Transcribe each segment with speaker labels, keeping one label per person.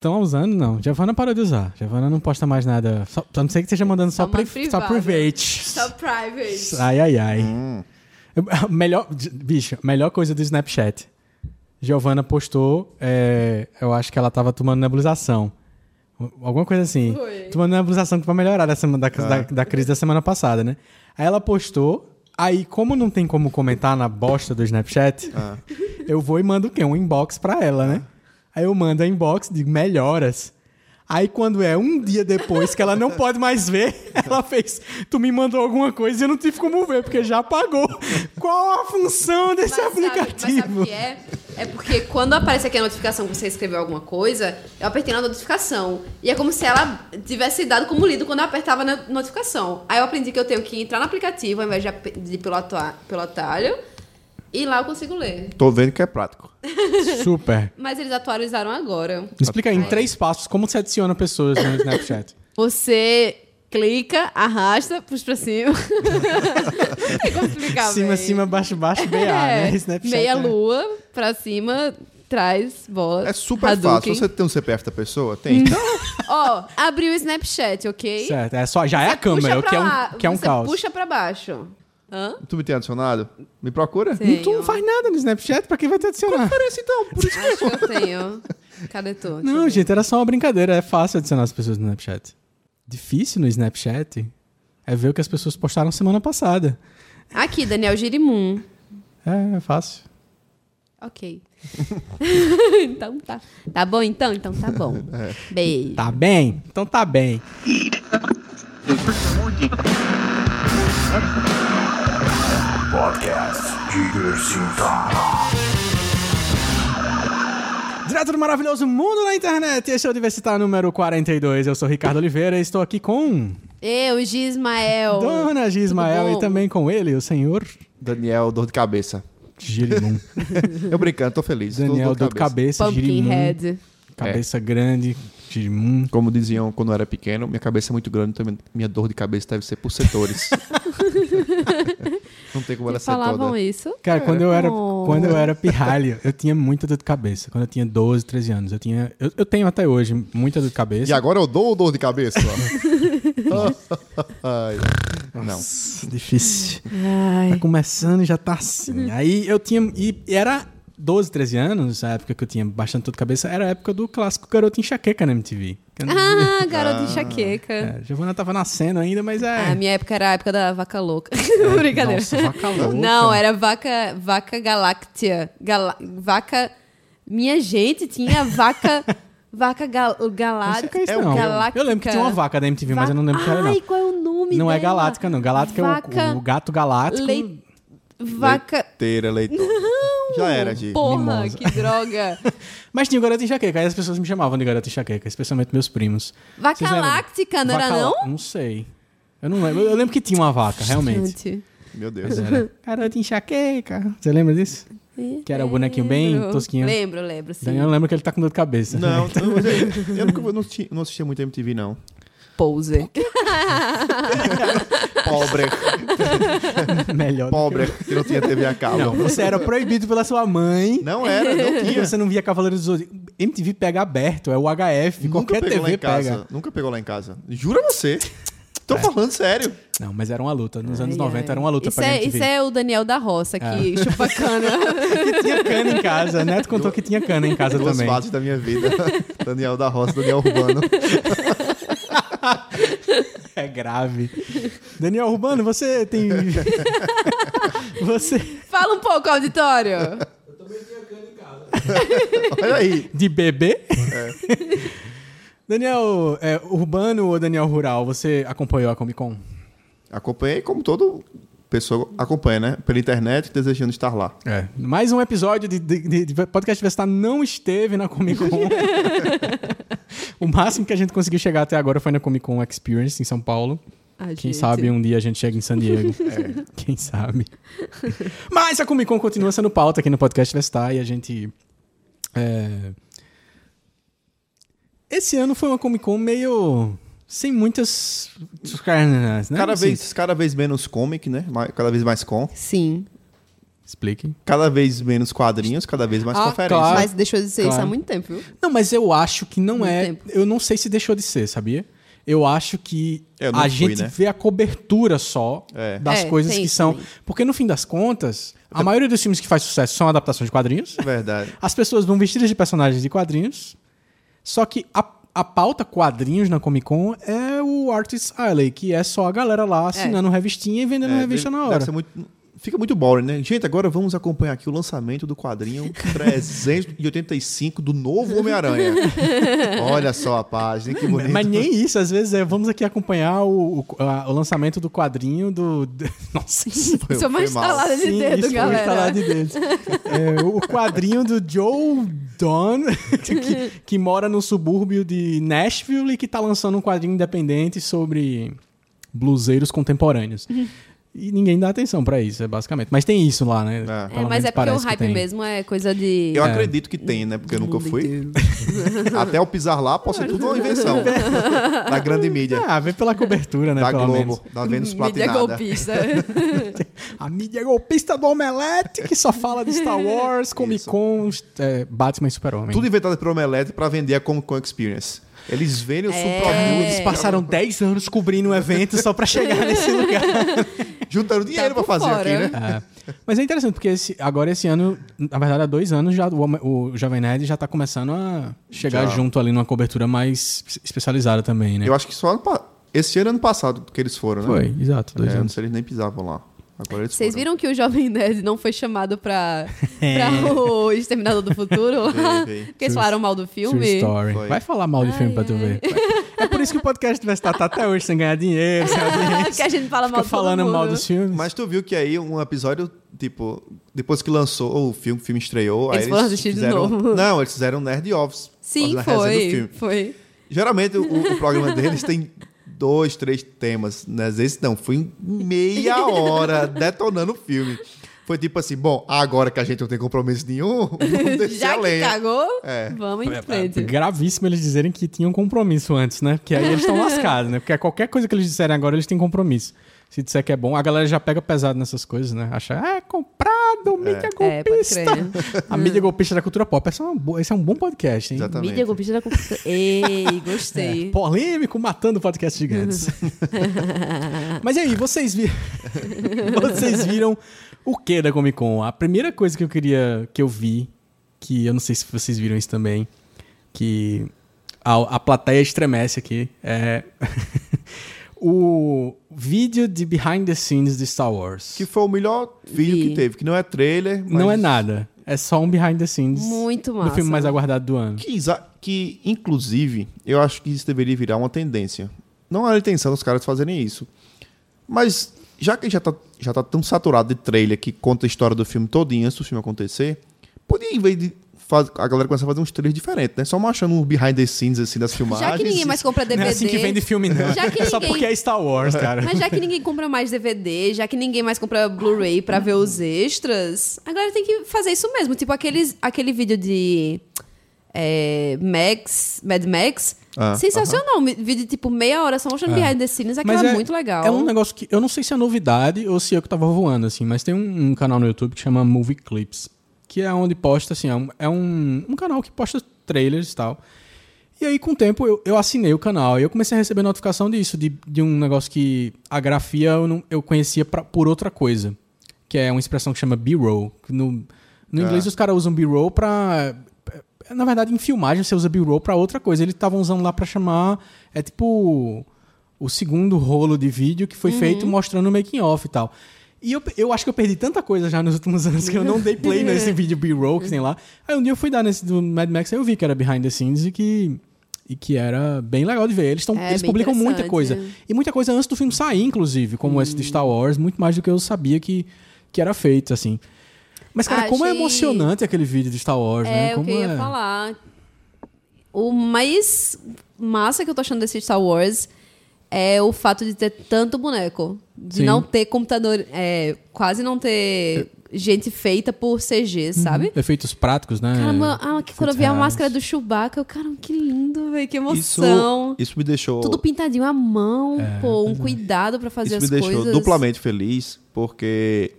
Speaker 1: Estão usando, não. Giovanna parou de usar. Giovanna não posta mais nada. Só, a não ser que esteja mandando só,
Speaker 2: Só manda
Speaker 1: pri- só
Speaker 2: privado.
Speaker 1: private.
Speaker 2: Só private.
Speaker 1: Ai, ai, ai. A Melhor, bicho, a melhor coisa do Snapchat. Giovanna postou, é, eu acho que ela tava tomando nebulização. Alguma coisa assim.
Speaker 2: Foi.
Speaker 1: Tomando nebulização que foi melhorar da, semana, da, da, da crise da semana passada, né? Aí ela postou, aí como não tem como comentar na bosta do Snapchat, eu vou e mando o quê? Um inbox pra ela, né? Aí eu mando a inbox de melhoras. Aí quando é um dia depois que ela não pode mais ver, ela fez, tu me mandou alguma coisa e eu não tive como ver, porque já apagou. Qual a função
Speaker 2: Mas
Speaker 1: desse
Speaker 2: sabe- mas sabe
Speaker 1: aplicativo?
Speaker 2: o que é? É porque quando aparece aqui a notificação que você escreveu alguma coisa, eu apertei na notificação. E é como se ela tivesse dado como lido quando eu apertava na notificação. Aí eu aprendi que eu tenho que entrar no aplicativo ao invés de, ap- de pelo, atua- pelo atalho. E lá eu consigo ler.
Speaker 3: Tô vendo que é prático.
Speaker 1: Super.
Speaker 2: Mas eles atualizaram agora.
Speaker 1: Me Explica aí, em três passos, como se adiciona pessoas no Snapchat.
Speaker 2: Você clica, arrasta, puxa pra cima. é complicado.
Speaker 1: cima, cima, baixo, baixo, BA, né? Snapchat.
Speaker 2: É, meia
Speaker 1: né?
Speaker 2: lua pra cima, traz bola.
Speaker 3: É super
Speaker 2: Hadouken. Então.
Speaker 3: fácil. Você tem um CPF da pessoa? Tem. Então,
Speaker 2: Ó, abriu o Snapchat, ok?
Speaker 1: Certo, é só, já é a câmera,
Speaker 2: Puxa
Speaker 1: o
Speaker 2: pra
Speaker 1: que é
Speaker 2: lá,
Speaker 1: um, que é um
Speaker 2: você
Speaker 1: caos.
Speaker 2: Puxa pra baixo. Hã?
Speaker 3: Tu me tem adicionado? Me procura?
Speaker 2: Sim.
Speaker 1: Tu não faz nada no Snapchat, pra quem vai te adicionar?
Speaker 3: Parece então, por isso
Speaker 2: Acho que eu tenho. Cadê tu? Deixa eu
Speaker 1: Não,
Speaker 2: ver.
Speaker 1: gente, era só uma brincadeira. É fácil adicionar as pessoas no Snapchat. Difícil no Snapchat é ver o que as pessoas postaram semana passada.
Speaker 2: Aqui, Daniel Girimum.
Speaker 1: É, é fácil.
Speaker 2: Ok. então tá. Tá bom então? Então tá bom.
Speaker 3: É.
Speaker 2: Beijo.
Speaker 1: Tá bem? Então tá bem.
Speaker 4: Podcast Giger Sinta.
Speaker 1: Direto do maravilhoso mundo na internet. Esse é o Diversitar número 42. Eu sou Ricardo Oliveira e estou aqui com
Speaker 2: Eu, Gismael.
Speaker 1: Dona Gismael
Speaker 2: tudo
Speaker 1: e
Speaker 2: bom?
Speaker 1: também com ele, o senhor
Speaker 3: Daniel, dor de cabeça.
Speaker 1: Girimum.
Speaker 3: Eu brincando, tô feliz. tô
Speaker 1: Daniel, dor de cabeça, Girimum.
Speaker 2: Pumpkinhead.
Speaker 1: Cabeça grande, Girimum.
Speaker 3: Como diziam quando eu era pequeno, minha cabeça é muito grande, então minha dor de cabeça deve ser por setores. Não tem como ela ser
Speaker 2: Falavam
Speaker 3: toda.
Speaker 2: isso?
Speaker 1: Cara, quando eu, era,
Speaker 2: Oh.
Speaker 1: quando eu era pirralho, eu tinha muita dor de cabeça. Quando eu tinha 12, 13 anos. Eu, tinha, eu, eu tenho até hoje muita dor de
Speaker 3: E
Speaker 1: cabeça.
Speaker 3: agora eu dou dor de cabeça? ó. Ai, Não.
Speaker 1: Difícil.
Speaker 2: É.
Speaker 1: Tá
Speaker 2: Ai.
Speaker 1: começando e já tá assim. Aí eu tinha. E era 12, 13 anos, a época que eu tinha bastante dor de cabeça, era a época do clássico garoto enxaqueca na MTV.
Speaker 2: Ah, garoto enxaqueca.
Speaker 1: É, Giovana tava nascendo ainda, mas
Speaker 2: A
Speaker 1: é.
Speaker 2: minha época era a época da vaca louca. Brincadeira.
Speaker 1: Nossa, vaca louca.
Speaker 2: Não, era vaca, vaca galáctia. Gala- vaca. Minha gente tinha vaca. vaca gal,
Speaker 1: Não sei o que é
Speaker 2: galáctica.
Speaker 1: isso, não. Eu lembro que tinha uma vaca da MTV, mas eu não lembro o que era, não.
Speaker 2: Ai, qual é o nome
Speaker 1: não é
Speaker 2: dela?
Speaker 1: galáctica, não. Galáctica é
Speaker 2: Vaca-
Speaker 1: o- o, gato galáctico.
Speaker 2: Lei- Vaca.
Speaker 3: Leiteira, leitor.
Speaker 2: Não!
Speaker 3: Já era, Gi.
Speaker 2: Porra,
Speaker 1: Mimosa.
Speaker 2: que droga.
Speaker 1: Mas tinha o garoto enxaqueca. Aí as pessoas me chamavam de garoto enxaqueca, especialmente meus primos.
Speaker 2: Vaca
Speaker 1: Vocês lembram?
Speaker 2: láctica, não era,
Speaker 1: Vaca lá-
Speaker 2: não?
Speaker 1: Não sei. Eu não lembro. Eu lembro que tinha uma vaca, realmente.
Speaker 2: Gente.
Speaker 3: Meu Deus.
Speaker 1: Mas era. Garoto enxaqueca. Você lembra disso? Que era o bonequinho bem
Speaker 2: Lembro.
Speaker 1: tosquinho.
Speaker 2: Lembro, lembro, sim.
Speaker 1: Daniel lembra que ele tá com dor de cabeça.
Speaker 3: Não, não, mas eu, eu nunca- eu não, assisti- não assistia muito MTV, não.
Speaker 2: Poser.
Speaker 3: Pobre,
Speaker 1: Melhor. do
Speaker 3: pobre, que não tinha TV a
Speaker 1: que-
Speaker 3: cabo.
Speaker 1: Não, você era proibido pela sua mãe.
Speaker 3: Não era, não
Speaker 1: E
Speaker 3: tinha.
Speaker 1: você não via Cavaleiros do Zodíaco. MTV pega aberto, é o HF. qualquer
Speaker 3: pegou lá
Speaker 1: TV
Speaker 3: em casa.
Speaker 1: pega. É.
Speaker 3: Nunca pegou lá em casa. Jura você? Tô falando sério.
Speaker 1: Não, mas era uma luta. Nos anos
Speaker 2: Ai,
Speaker 1: 90
Speaker 2: ai.
Speaker 1: era uma luta
Speaker 2: isso
Speaker 1: pra
Speaker 2: é,
Speaker 1: MTV.
Speaker 2: Isso é o Daniel da Roça, que
Speaker 1: É.
Speaker 2: chupa cana.
Speaker 1: Que tinha cana em casa. Neto contou que tinha cana em casa
Speaker 3: Duas
Speaker 1: também.
Speaker 3: fases da minha vida. Daniel da Roça, Daniel Urbano.
Speaker 1: É grave. Daniel Urbano, você tem. você.
Speaker 2: Fala um pouco, auditório.
Speaker 3: Olha aí.
Speaker 1: De bebê? É. Daniel é, Urbano ou Daniel Rural, você acompanhou a Comic Con?
Speaker 3: Acompanhei como todo pessoa acompanha, né? Pela internet, desejando estar lá.
Speaker 1: É. Mais um episódio de, de- de- de Podcast Diversitar não esteve na Comic Con. o máximo que a gente conseguiu chegar até agora foi na Comic Con Experience em São Paulo.
Speaker 2: Ai,
Speaker 1: Quem
Speaker 2: gente.
Speaker 1: sabe um dia a gente chega em San Diego. Quem sabe. Mas a Comic Con continua sendo pauta aqui no Podcast Vestar e a gente. é, Esse ano foi uma Comic Con meio. sem muitas. né?
Speaker 3: Cada,
Speaker 1: Assim,
Speaker 3: vez, cada vez menos comic, né? Mais- Cada vez mais com.
Speaker 2: Sim.
Speaker 1: Explique.
Speaker 3: Cada vez menos quadrinhos, cada vez mais
Speaker 1: Ah,
Speaker 3: conferência.
Speaker 1: claro.
Speaker 2: Mas deixou de ser isso
Speaker 1: Claro.
Speaker 2: há muito tempo, viu?
Speaker 1: Não, mas eu acho que não
Speaker 2: Muito
Speaker 1: é.
Speaker 2: tempo.
Speaker 1: Eu não sei se deixou de ser, sabia? Eu acho que
Speaker 3: Eu não
Speaker 1: a
Speaker 3: fui,
Speaker 1: gente
Speaker 3: né?
Speaker 1: vê a cobertura só
Speaker 3: É.
Speaker 1: das
Speaker 2: É,
Speaker 1: coisas
Speaker 2: tem
Speaker 1: que
Speaker 2: isso
Speaker 1: são.
Speaker 2: também.
Speaker 1: Porque no fim das contas, a maioria dos filmes que faz sucesso são adaptações de quadrinhos.
Speaker 3: É Verdade.
Speaker 1: As pessoas vão vestidas de personagens de quadrinhos. Só que a, a pauta quadrinhos na Comic Con é o Artist Alley, que é só a galera lá assinando revistinha e vendendo
Speaker 3: É,
Speaker 1: revista
Speaker 3: deve-
Speaker 1: na
Speaker 3: deve
Speaker 1: hora.
Speaker 3: ser muito- fica muito boring, né? Gente, agora vamos acompanhar aqui o lançamento do quadrinho 385 do novo Homem-Aranha. Olha só a página, que bonito.
Speaker 1: Mas nem isso, às vezes é, vamos aqui acompanhar o, o- a- o lançamento do quadrinho do. Nossa, isso
Speaker 3: Foi-
Speaker 2: isso é uma
Speaker 3: foi mal.
Speaker 2: estalada de
Speaker 1: Sim, isso
Speaker 2: dedo,
Speaker 1: foi um instalar
Speaker 2: galera.
Speaker 1: de dedos. É, o quadrinho do Joe Don, que, que mora no subúrbio de Nashville e que tá lançando um quadrinho independente sobre bluseiros contemporâneos. E ninguém dá atenção pra isso, é basicamente. Mas tem isso lá, né?
Speaker 3: É.
Speaker 2: É,
Speaker 1: Pelo
Speaker 2: mas
Speaker 1: menos
Speaker 2: é porque o
Speaker 1: parece que
Speaker 2: hype
Speaker 1: tem.
Speaker 2: mesmo é coisa de.
Speaker 3: Eu acredito que tem, né? Porque eu nunca fui. Até eu pisar lá, pode ser tudo uma invenção. da grande mídia.
Speaker 1: Ah, vê pela cobertura, né?
Speaker 3: da
Speaker 1: pelo
Speaker 3: Globo,
Speaker 1: menos.
Speaker 3: da Vênus
Speaker 2: Mídia
Speaker 3: Platinada.
Speaker 2: golpista.
Speaker 1: A mídia golpista do Omelete, que só fala de Star Wars, Comic Con, é, Batman e Super-Homem.
Speaker 3: Tudo inventado pelo Omelete pra vender a Comic Con Experience. Eles vendem o
Speaker 1: É.
Speaker 2: É.
Speaker 1: Eles
Speaker 3: subproduto,
Speaker 1: passaram 10 anos cobrindo o evento só pra chegar nesse lugar.
Speaker 3: juntaram dinheiro
Speaker 2: Tá
Speaker 3: pra
Speaker 2: por
Speaker 3: fazer
Speaker 2: fora.
Speaker 3: aqui, né?
Speaker 1: É. Mas é interessante, porque esse- agora esse ano, na verdade há dois anos, já, o, Homem- o Jovem Nerd já tá começando a chegar
Speaker 3: Já.
Speaker 1: junto ali numa cobertura mais es- especializada também, né?
Speaker 3: Eu acho que só ano pa- esse ano ano passado que eles foram, né?
Speaker 1: Foi, exato, dois
Speaker 3: É,
Speaker 1: anos.
Speaker 3: antes eles nem pisavam lá. Agora eles
Speaker 2: Vocês
Speaker 3: foram.
Speaker 2: viram que o Jovem Nerd não foi chamado pra, pra o Exterminador do Futuro?
Speaker 3: Veio, veio.
Speaker 2: Porque eles falaram mal do
Speaker 1: É. True
Speaker 2: filme.
Speaker 1: Story.
Speaker 3: Foi.
Speaker 1: Vai falar mal de filme pra tu ver. É por isso que o podcast vai estar tá até hoje sem ganhar dinheiro, sem
Speaker 2: que a gente fala
Speaker 1: Fica
Speaker 2: mal de todo
Speaker 1: falando
Speaker 2: mundo.
Speaker 1: mal dos filmes.
Speaker 3: Mas tu viu que aí um episódio, tipo, depois que lançou o filme, o filme estreou,
Speaker 2: Eles
Speaker 3: aí
Speaker 2: foram assistir de
Speaker 3: fizeram-
Speaker 2: novo.
Speaker 3: Não, eles fizeram Nerd Office.
Speaker 2: Sim,
Speaker 3: na resenha do
Speaker 2: foi.
Speaker 3: filme.
Speaker 2: Foi.
Speaker 3: Geralmente o, o programa deles tem dois, três temas, né? Às vezes não, foi em meia hora detonando o filme. Foi tipo assim, bom, agora que a gente não tem compromisso nenhum, vamos descer
Speaker 2: Já que
Speaker 3: além.
Speaker 2: cagou,
Speaker 3: É.
Speaker 2: vamos em
Speaker 1: É
Speaker 2: frente.
Speaker 1: gravíssimo eles dizerem que tinham compromisso antes, né? Porque aí eles estão lascados, né? Porque qualquer coisa que eles disserem agora, eles têm compromisso. Se disser que é bom, a galera já pega pesado nessas coisas, né? Acha, ah, é comprado, mídia
Speaker 2: É, pode Hum.
Speaker 1: golpista. a mídia golpista da cultura pop. Essa é uma boa- Esse é um bom podcast, hein?
Speaker 3: Exatamente.
Speaker 2: Mídia golpista da computação. Ei,
Speaker 1: É.
Speaker 2: gostei.
Speaker 1: Polêmico matando podcasts gigantes. Mas e aí, vocês, vi... vocês viram o que da Comic Con? A primeira coisa que eu queria que eu vi, que eu não sei se vocês viram isso também, que a, a plateia estremece aqui, é o vídeo de behind the scenes de Star Wars.
Speaker 3: Que foi o melhor vídeo
Speaker 2: Vi.
Speaker 3: que teve, que não é trailer, mas
Speaker 1: Não é nada, é só um behind the scenes
Speaker 2: Muito
Speaker 1: do
Speaker 2: massa.
Speaker 1: filme mais aguardado do ano.
Speaker 3: Que, exa- que, inclusive, eu acho que isso deveria virar uma tendência. Não era a intenção dos caras fazerem isso. Mas, já que já tá, já tá tão saturado de trailer que conta a história do filme todinho antes do filme acontecer, podia, em vez de faz- a galera começar a fazer uns trailers diferentes, né? Só mostrando um behind the scenes, assim, das filmagens.
Speaker 2: Já que ninguém mais compra DVD.
Speaker 1: Não é assim que vende filme, não.
Speaker 2: Já que
Speaker 1: é só
Speaker 2: ninguém-
Speaker 1: porque é Star Wars, cara.
Speaker 2: Mas já que ninguém compra mais DVD, já que ninguém mais compra Blu-ray pra ver os extras, agora tem que fazer isso mesmo. Tipo aqueles, aquele vídeo de é, Max, Mad Max.
Speaker 3: Ah,
Speaker 2: Sensacional. Um vídeo de tipo meia hora só mostrando behind the scenes. Aquilo
Speaker 1: Mas
Speaker 2: é, muito legal.
Speaker 1: É um negócio que eu não sei se é novidade ou se eu que tava voando, assim, mas tem um, um canal no YouTube que chama Movie Clips, que é onde posta, assim, é um, é um, um canal que posta trailers e tal. E aí, com o tempo, eu, eu assinei o canal e eu comecei a receber notificação disso, de, de um negócio que a grafia eu, não, eu conhecia pra- por outra coisa, que é uma expressão que chama B-roll. que No, no inglês, os caras usam B-roll pra. Na verdade, em filmagem, você usa B-roll pra outra coisa. Eles estavam usando lá pra chamar. É tipo. O segundo rolo de vídeo que
Speaker 2: Uhum.
Speaker 1: foi feito mostrando o making-off e tal. E eu, eu acho que eu perdi tanta coisa já nos últimos anos que eu não dei play nesse vídeo B-roll que tem lá. Aí um dia eu fui dar nesse do Mad Max, aí eu vi que era behind the scenes e que, e que era bem legal de ver. Eles, tão,
Speaker 2: É,
Speaker 1: eles
Speaker 2: bem
Speaker 1: publicam muita
Speaker 2: interessante. Hum.
Speaker 1: coisa. E muita coisa antes do filme sair, inclusive, como esse de Star Wars, muito mais do que eu sabia que, que era feito, assim. Mas, cara, como é
Speaker 2: Achei-
Speaker 1: emocionante aquele vídeo de Star Wars, né?
Speaker 2: É, o
Speaker 1: Como
Speaker 2: que eu ia
Speaker 1: é...
Speaker 2: falar. O mais massa que eu tô achando desse Star Wars é o fato de ter tanto boneco. De
Speaker 1: Sim.
Speaker 2: não ter computador. é, quase não ter gente feita por CG, sabe?
Speaker 1: Efeitos práticos, né?
Speaker 2: Caramba, ah, que quando eu vi a
Speaker 1: Efeitos
Speaker 2: máscara
Speaker 1: reais.
Speaker 2: do Chewbacca, eu, caramba, que lindo, velho, que
Speaker 3: Isso,
Speaker 2: emoção.
Speaker 3: isso me deixou...
Speaker 2: Tudo pintadinho à mão, pô, um cuidado pra fazer
Speaker 3: Isso me
Speaker 2: as
Speaker 3: deixou
Speaker 2: coisas.
Speaker 3: duplamente feliz, porque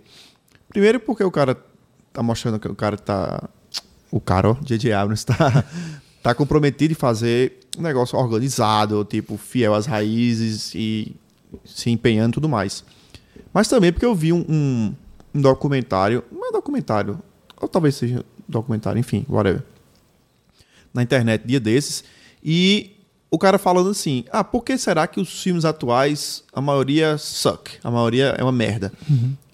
Speaker 3: Primeiro porque o cara tá mostrando que o cara tá. O cara, ó, J.J. Abrams, tá, tá comprometido em fazer um negócio organizado, tipo, fiel às raízes e se empenhando e tudo mais. Mas também porque eu vi um, um- um documentário, não é documentário, ou talvez seja documentário, enfim, whatever. Na internet, dia desses, e o cara falando assim: ah, por que será que os filmes atuais, a maioria suck, a maioria é uma merda?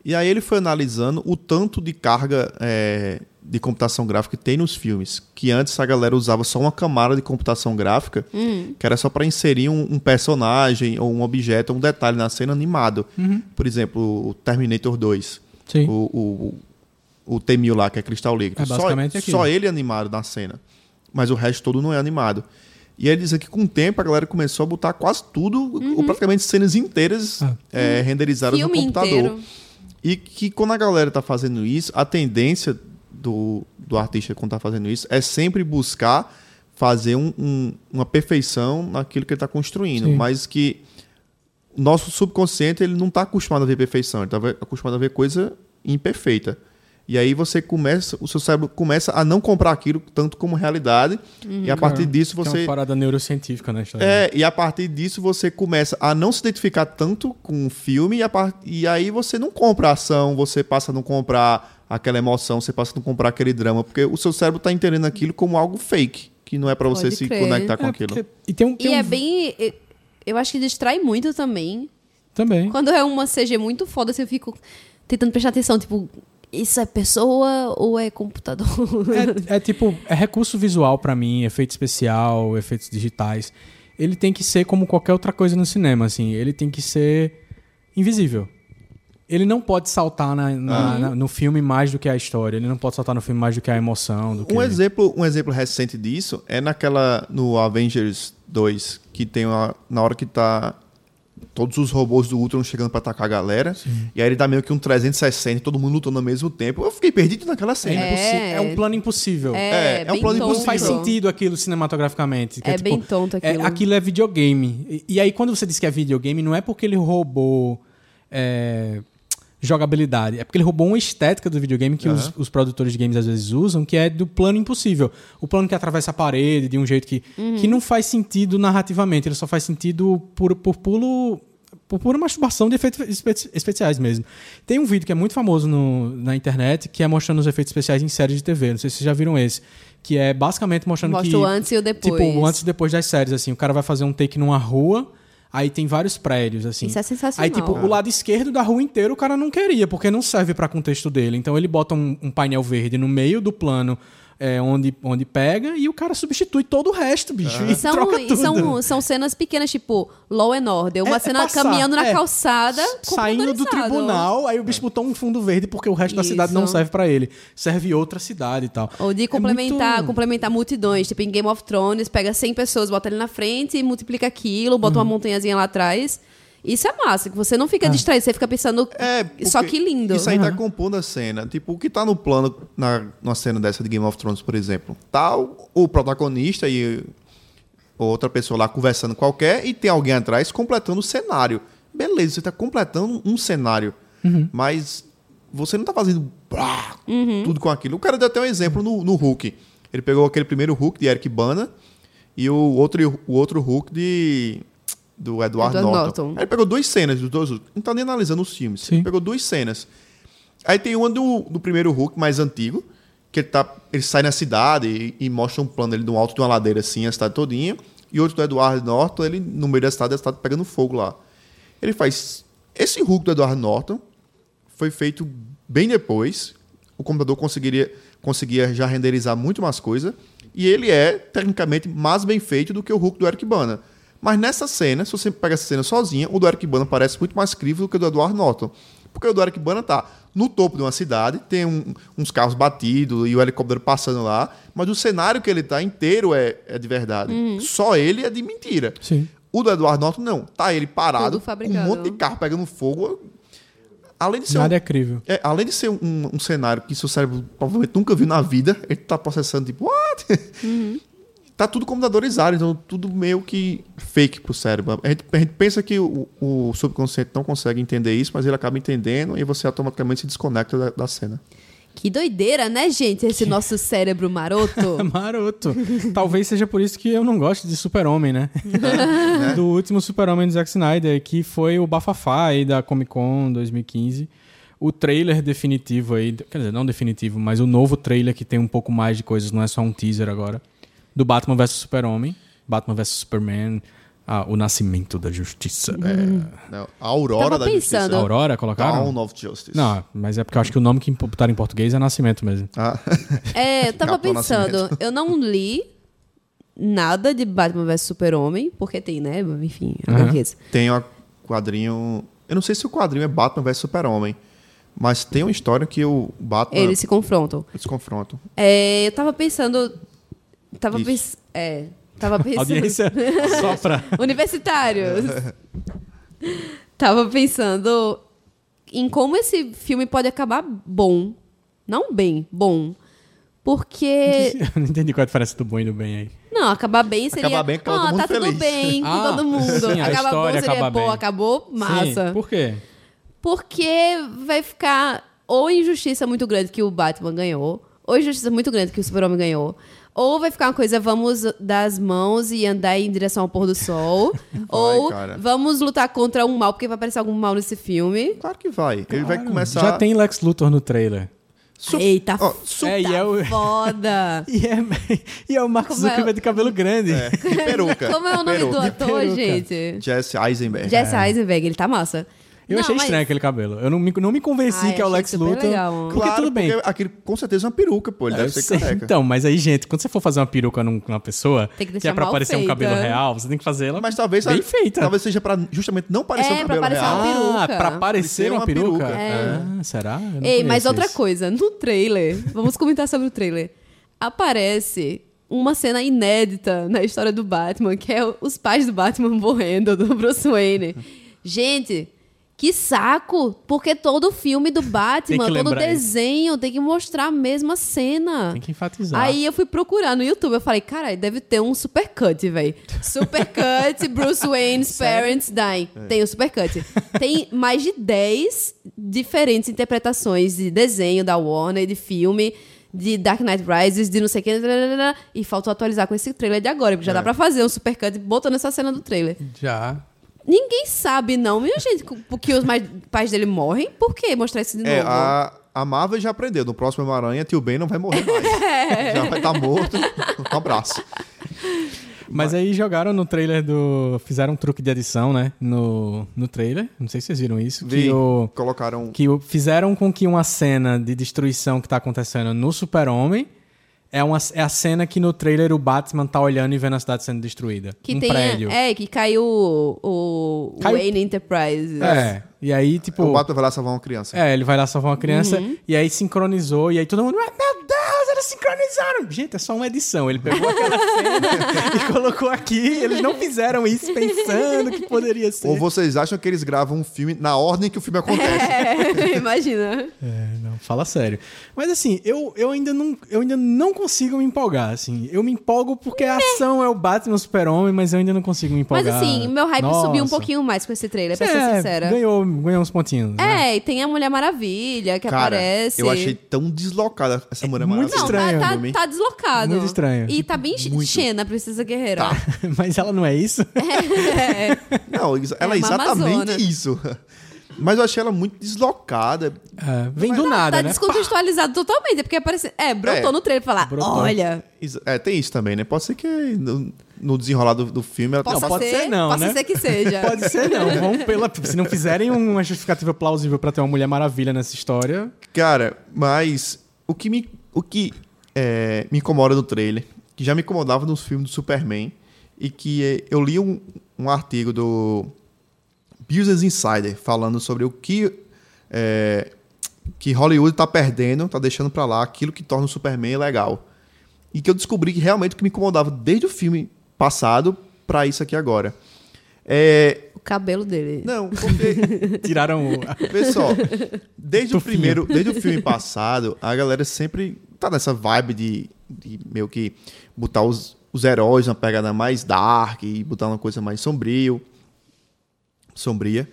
Speaker 3: E aí ele foi analisando o tanto de carga é, de computação gráfica que tem nos filmes. Que antes a galera usava só uma camada de computação gráfica, que era só para inserir um, um personagem ou um objeto, um detalhe na cena animado. Por exemplo, o Terminator 2.
Speaker 1: Uhum. Sim.
Speaker 3: O, o, o, o T-1000 lá, que é Cristal Líquido.
Speaker 1: É basicamente
Speaker 3: só,
Speaker 1: aquilo.
Speaker 3: só ele é animado na cena. Mas o resto todo não é animado. E ele diz que com o tempo a galera começou a botar quase tudo, ou praticamente cenas inteiras
Speaker 1: Ah.
Speaker 3: é, renderizadas
Speaker 2: Uhum. Filme
Speaker 3: no computador.
Speaker 2: inteiro.
Speaker 3: E que quando a galera tá fazendo isso, a tendência do, do artista quando tá fazendo isso é sempre buscar fazer um- um- uma perfeição naquilo que ele tá construindo.
Speaker 1: Sim.
Speaker 3: Mas que nosso subconsciente ele não tá acostumado a ver perfeição, ele tá ve- acostumado a ver coisa imperfeita. E aí você começa, o seu cérebro começa a não comprar aquilo tanto como realidade. e a partir disso
Speaker 1: Uhum. Tem
Speaker 3: você
Speaker 1: uma parada neurocientífica na história.
Speaker 3: é, e a partir disso você começa a não se identificar tanto com o filme e, a par- e aí você não compra a ação, você passa a não comprar aquela emoção, você passa a não comprar aquele drama, porque o seu cérebro tá entendendo aquilo como algo fake, que não é pra você
Speaker 2: Pode
Speaker 3: se
Speaker 2: crer.
Speaker 3: conectar com
Speaker 1: É,
Speaker 3: aquilo.
Speaker 1: porque- E tem um.
Speaker 2: E
Speaker 1: Tem um
Speaker 2: é bem. eu- Eu acho que distrai muito também.
Speaker 1: Também.
Speaker 2: Quando é uma CG muito foda, assim, eu fico tentando prestar atenção, tipo, isso é pessoa ou é computador?
Speaker 1: É, é tipo, é recurso visual pra mim, efeito especial, efeitos digitais. Ele tem que ser como qualquer outra coisa no cinema, assim. Ele tem que ser invisível. Ele não pode saltar na- na-
Speaker 3: Uhum.
Speaker 1: na- no filme mais do que a história. Ele não pode saltar no filme mais do que a emoção. Do que...
Speaker 3: Um exemplo, um exemplo recente disso é naquela no Avengers 2, que tem uma, na hora que tá todos os robôs do Ultron chegando pra atacar a galera, e aí ele dá meio que um 360, todo mundo lutando ao mesmo tempo. Eu fiquei perdido naquela
Speaker 1: É,
Speaker 3: cena.
Speaker 1: impossi- é um plano impossível.
Speaker 3: É, é um
Speaker 2: bem
Speaker 3: plano
Speaker 1: Não
Speaker 2: tonto.
Speaker 3: impossível.
Speaker 1: faz sentido aquilo cinematograficamente. que
Speaker 2: É bem tonto aquilo.
Speaker 1: É, aquilo é videogame. E, e aí, quando você diz que é videogame, não é porque ele roubou é, jogabilidade. É porque ele roubou uma estética do videogame que os, os produtores de games às vezes usam, que é do plano impossível. O plano que atravessa a parede de um jeito que,
Speaker 2: Uhum.
Speaker 1: que não faz sentido narrativamente. Ele só faz sentido por, por pulo... Por pura masturbação de efeitos espe- especiais mesmo. Tem um vídeo que é muito famoso no- na internet que é mostrando os efeitos especiais em séries de TV. Não sei se vocês já viram esse. Que é basicamente mostrando
Speaker 2: Mostra
Speaker 1: que.
Speaker 2: o antes e o depois.
Speaker 1: Tipo, o antes e depois das séries, assim. O cara vai fazer um take numa rua, aí tem vários prédios, assim.
Speaker 2: Isso é sensacional.
Speaker 1: Aí, tipo, o lado esquerdo da rua inteira o cara não queria, porque não serve pra contexto dele. Então ele bota um, um painel verde no meio do plano. é, onde, onde pega e o cara substitui todo o resto, bicho. E
Speaker 2: É. São,
Speaker 1: troca tudo.
Speaker 2: são, são cenas pequenas, tipo, Law and Order.
Speaker 1: É,
Speaker 2: Uma
Speaker 1: é
Speaker 2: cena
Speaker 1: passar,
Speaker 2: caminhando na
Speaker 1: é.
Speaker 2: calçada.
Speaker 1: Saindo do
Speaker 2: computadorizado.
Speaker 1: tribunal, aí o bicho botou um fundo verde porque o resto da
Speaker 2: Isso.
Speaker 1: cidade não serve pra ele. Serve outra cidade e tal.
Speaker 2: Ou de
Speaker 1: É
Speaker 2: complementar,
Speaker 1: muito-
Speaker 2: complementar multidões. Tipo, em Game of Thrones, pega 100 pessoas, bota ali na frente e multiplica aquilo, bota
Speaker 1: Uhum.
Speaker 2: uma montanhazinha lá atrás. Isso é massa, que você não fica distraído, você fica pensando,
Speaker 3: É,
Speaker 2: só
Speaker 3: porque
Speaker 2: que lindo.
Speaker 3: Isso aí tá compondo a cena. Tipo, o que tá no plano, na, numa cena dessa de Game of Thrones, por exemplo? Tá o, o protagonista e outra pessoa lá conversando qualquer e tem alguém atrás completando o cenário. Beleza, você tá completando um cenário.
Speaker 2: Uhum.
Speaker 3: Mas você não tá fazendo blá, tudo com aquilo. O cara deu até um exemplo no, no Hulk. Ele pegou aquele primeiro Hulk de Eric Bana e o outro, o outro Hulk de. Do Edward,
Speaker 2: Edward
Speaker 3: Norton.
Speaker 2: Norton.
Speaker 3: Aí ele pegou duas cenas dos dois. Não tá nem analisando os filmes.
Speaker 1: Sim.
Speaker 3: Ele pegou duas cenas. Aí tem uma do, do primeiro Hulk, mais antigo, que ele, tá, ele sai na cidade e, e mostra um plano ele de um alto de uma ladeira assim, a cidade todinha. E outro do Eduardo Norton, ele no meio da cidade, a cidade pegando fogo lá. Ele faz... Esse Hulk do Eduardo Norton foi feito bem depois. O computador conseguiria, conseguia já renderizar muito mais coisa. E ele é, tecnicamente, mais bem feito do que o Hulk do Eric Bana. Mas nessa cena, se você pega essa cena sozinha, o do Eric Bana parece muito mais crível do que o do Edward Norton. Porque o do Eric Bana tá no topo de uma cidade, tem um- uns carros batidos e o helicóptero passando lá, mas o cenário que ele tá inteiro é, é de verdade. Só ele é de mentira.
Speaker 1: Sim.
Speaker 3: O do Eduardo Norton, não. Tá ele parado,
Speaker 2: Tudo
Speaker 3: com um
Speaker 2: fabricado.
Speaker 3: monte de carro pegando fogo. Além de ser um-
Speaker 1: Nada é crível.
Speaker 3: é, além de ser um,
Speaker 2: Uhum.
Speaker 3: um cenário que seu cérebro provavelmente nunca viu na vida, ele tá processando tipo, what? tá tudo computadorizado, então tudo meio que fake pro cérebro. A gente, a gente pensa que o, o subconsciente não consegue entender isso, mas ele acaba entendendo e você automaticamente se desconecta da, da cena.
Speaker 2: Que doideira, né, gente? Esse nosso cérebro maroto.
Speaker 1: Maroto. Talvez seja por isso que eu não gosto de Super-Homem, né? Do último Super-Homem do Zack Snyder, que foi o bafafá aí da Comic Con 2015. O trailer definitivo aí, quer dizer, não definitivo, mas o novo trailer que tem um pouco mais de coisas, não é só um teaser agora. Do Batman vs Super-Homem, Batman vs Superman, ah, o nascimento da justiça.
Speaker 3: Não, a aurora
Speaker 2: Tava
Speaker 3: da justiça.
Speaker 1: A
Speaker 2: pensando.
Speaker 1: Aurora colocaram?
Speaker 3: Dawn of Justice.
Speaker 1: É. Não, mas é porque eu acho que o nome que botaram em português é Nascimento mesmo.
Speaker 3: Ah,
Speaker 2: É, eu tava
Speaker 3: Capitão
Speaker 2: pensando, eu não li nada de Batman vs Super-Homem, porque tem, né? Enfim,
Speaker 1: Aham.
Speaker 2: alguma coisa.
Speaker 3: tem um quadrinho... Eu não sei se o quadrinho é Batman vs Super-Homem, mas tem uma história que o Batman...
Speaker 2: Eles se confrontam.
Speaker 3: Eles confrontam.
Speaker 2: É, eu tava pensando. Tava
Speaker 3: Isso.
Speaker 2: pensando. É. Tava pensando.
Speaker 1: Audiência só pra.
Speaker 2: Universitários. Tava pensando em como esse filme pode acabar bom. Não bem, bom. Porque.
Speaker 1: Eu não entendi qual é a diferença do bom e do bem aí.
Speaker 2: Não, acabar bem seria.
Speaker 3: Acabar bem é que todo
Speaker 2: ah,
Speaker 3: mundo
Speaker 2: tá
Speaker 3: feliz."
Speaker 2: tudo bem com
Speaker 1: Ah,
Speaker 2: todo mundo.
Speaker 1: sim, a
Speaker 2: acabar bom
Speaker 1: história
Speaker 2: seria
Speaker 1: acaba
Speaker 2: bom,
Speaker 1: bem.
Speaker 2: acabou, massa.
Speaker 1: Sim, por quê?
Speaker 2: Porque vai ficar ou injustiça muito grande que o Batman ganhou, ou injustiça muito grande que o Super-Homem ganhou. Ou vai ficar uma coisa, vamos dar as mãos e andar em direção ao pôr do sol. ou
Speaker 3: cara.
Speaker 2: vamos lutar contra um mal, porque vai aparecer algum mal nesse filme.
Speaker 3: Claro que vai. Ele vai começar...
Speaker 1: Já tem Lex Luthor no trailer.
Speaker 3: Su-
Speaker 2: Eita,
Speaker 3: Ó,
Speaker 2: super
Speaker 1: é, e é o-
Speaker 2: foda!
Speaker 1: E é, e é o Mark
Speaker 2: Como é o-
Speaker 1: Zuckerberg de cabelo grande.
Speaker 3: É, de peruca.
Speaker 2: Como é o nome do
Speaker 3: Peruca. É.
Speaker 2: ator,
Speaker 1: peruca.
Speaker 2: gente?
Speaker 3: Jesse Eisenberg.
Speaker 2: Jesse Eisenberg, ele tá massa.
Speaker 1: Eu
Speaker 2: Não,
Speaker 1: achei
Speaker 2: mas-
Speaker 1: estranho aquele cabelo. Eu não me, não me convenci
Speaker 2: Ai,
Speaker 1: que é o
Speaker 2: achei
Speaker 1: Lex
Speaker 2: super
Speaker 1: Luthor.
Speaker 2: legal.
Speaker 1: Porque
Speaker 3: Claro,
Speaker 1: tudo bem.
Speaker 3: porque aquele com certeza é uma peruca, pô. Ele
Speaker 1: Eu
Speaker 3: deve ser
Speaker 1: sei.
Speaker 3: careca.
Speaker 1: Então, mas aí, gente, quando você for fazer uma peruca num- numa pessoa,
Speaker 2: Tem que
Speaker 1: é
Speaker 2: deixar
Speaker 1: pra
Speaker 2: mal
Speaker 1: parecer um
Speaker 2: feita.
Speaker 1: cabelo real, você tem que fazer ela
Speaker 3: Mas talvez,
Speaker 1: bem feita.
Speaker 3: talvez seja pra justamente não parecer
Speaker 2: É,
Speaker 3: um
Speaker 2: pra
Speaker 3: cabelo
Speaker 2: parecer
Speaker 3: real.
Speaker 2: uma
Speaker 1: ah,
Speaker 2: peruca. É.
Speaker 1: pra parecer
Speaker 3: Tem
Speaker 1: uma
Speaker 3: uma
Speaker 1: peruca?
Speaker 3: peruca.
Speaker 1: Ah, será? Eu não
Speaker 2: Ei, mas
Speaker 1: conheço
Speaker 2: outra
Speaker 1: esse.
Speaker 2: coisa, no trailer, vamos comentar sobre o trailer. Aparece uma cena inédita na história do Batman, que é os pais do Batman morrendo do Bruce Wayne. Gente, que saco! Porque todo filme do Batman, todo
Speaker 1: lembrar isso.
Speaker 2: desenho, tem que mostrar a mesma cena.
Speaker 1: Tem que enfatizar.
Speaker 2: Aí eu fui procurar no YouTube, eu falei, cara, deve ter um supercut, velho. Supercut, Bruce Wayne's Parents Dying.
Speaker 3: É.
Speaker 2: Tem o supercut. Tem mais de 10 diferentes interpretações de desenho da Warner, de filme, de Dark Knight Rises, de não sei o que. E faltou atualizar com esse trailer de agora, porque já
Speaker 3: É.
Speaker 2: dá pra fazer um supercut botando essa cena do trailer.
Speaker 1: Já.
Speaker 2: Ninguém sabe, não, minha gente, porque os mais- pais dele morrem. Por que mostrar isso de
Speaker 3: É,
Speaker 2: novo?
Speaker 3: a, a Marvel já aprendeu. No próximo Homem-Aranha, tio Ben não vai morrer mais. já vai estar morto. Um abraço.
Speaker 1: Mas aí jogaram no trailer do. Fizeram um truque de edição, né? No, no trailer. Não sei se vocês viram isso.
Speaker 3: Vi,
Speaker 1: Que, o,
Speaker 3: colocaram...
Speaker 1: que o- fizeram com que uma cena de destruição que tá acontecendo no Super-Homem é, uma, é a cena que no trailer o Batman tá olhando e vendo a cidade sendo destruída.
Speaker 2: Que
Speaker 1: um
Speaker 2: tem.
Speaker 1: prédio.
Speaker 2: É, que caiu o, o
Speaker 1: Caiu-
Speaker 2: Wayne Enterprise.
Speaker 1: É, E aí, tipo.
Speaker 3: O Batman vai lá salvar uma criança.
Speaker 1: É, ele vai lá salvar uma criança
Speaker 2: Uhum.
Speaker 1: e aí sincronizou, e aí todo mundo, "Ah, meu Deus, eles sincronizaram! Gente, é só uma edição. Ele pegou aquela cena e colocou aqui, eles não fizeram isso pensando que poderia ser.
Speaker 3: Ou vocês acham que eles gravam um filme na ordem que o filme acontece?
Speaker 2: É, imagina.
Speaker 1: É, não, fala sério. Mas assim, eu, eu, ainda não, eu ainda não consigo me empolgar, assim. Eu me empolgo porque a ação é o Batman o Super-Homem, mas eu ainda não consigo me
Speaker 2: Mas
Speaker 1: empolgar.
Speaker 2: assim, meu hype subiu um
Speaker 1: Nossa.
Speaker 2: pouquinho mais com esse trailer, pra ser
Speaker 1: É,
Speaker 2: sincera.
Speaker 1: Ganhou, ganhou uns pontinhos. né?
Speaker 2: É, e tem a Mulher Maravilha que
Speaker 3: Cara,
Speaker 2: aparece.
Speaker 3: eu achei tão deslocada essa mulher
Speaker 1: É muito
Speaker 2: Não,
Speaker 1: estranho
Speaker 2: tá,
Speaker 3: filme,
Speaker 2: tá,
Speaker 3: hein?
Speaker 2: tá deslocado.
Speaker 1: Muito estranho.
Speaker 2: E tá bem
Speaker 3: Muito.
Speaker 2: Xena, Princesa Guerreira.
Speaker 3: Tá.
Speaker 1: Mas ela não é isso?
Speaker 3: Não, ex- ela é,
Speaker 2: uma
Speaker 3: exatamente
Speaker 2: amazona.
Speaker 3: isso. Mas eu achei ela muito deslocada.
Speaker 1: É, vem do nada,
Speaker 2: tá
Speaker 1: né?
Speaker 2: descontextualizado totalmente, porque aparece... É, brotou
Speaker 3: É.
Speaker 2: no trailer e falar,
Speaker 1: Brotou.
Speaker 2: olha,
Speaker 3: Ex- É, tem isso também, né? Pode ser que no, no desenrolar do, do filme ela
Speaker 2: possa
Speaker 1: Não, pode
Speaker 2: ser,
Speaker 1: ser não,
Speaker 2: possa
Speaker 1: né?
Speaker 2: ser que seja.
Speaker 1: Pode ser, não. Vamos pela. Se não fizerem um- uma justificativa plausível pra ter uma Mulher Maravilha nessa história.
Speaker 3: Cara, mas o que me, o que, é, me incomoda no trailer, que já me incomodava nos filmes do Superman, e que é, eu li um, um artigo do Business Insider falando sobre o que, é, que Hollywood tá perdendo, tá deixando pra lá aquilo que torna o Superman legal. E que eu descobri que realmente o que me incomodava desde o filme passado pra isso aqui agora. É,
Speaker 2: O cabelo dele.
Speaker 3: não, porque
Speaker 1: Tiraram. o-
Speaker 3: Pessoal, desde o
Speaker 1: Tufinho.
Speaker 3: primeiro, desde o filme passado, a galera sempre tá nessa vibe de, de meio que botar os os heróis uma pegada mais dark e botar uma coisa mais sombrio, sombria.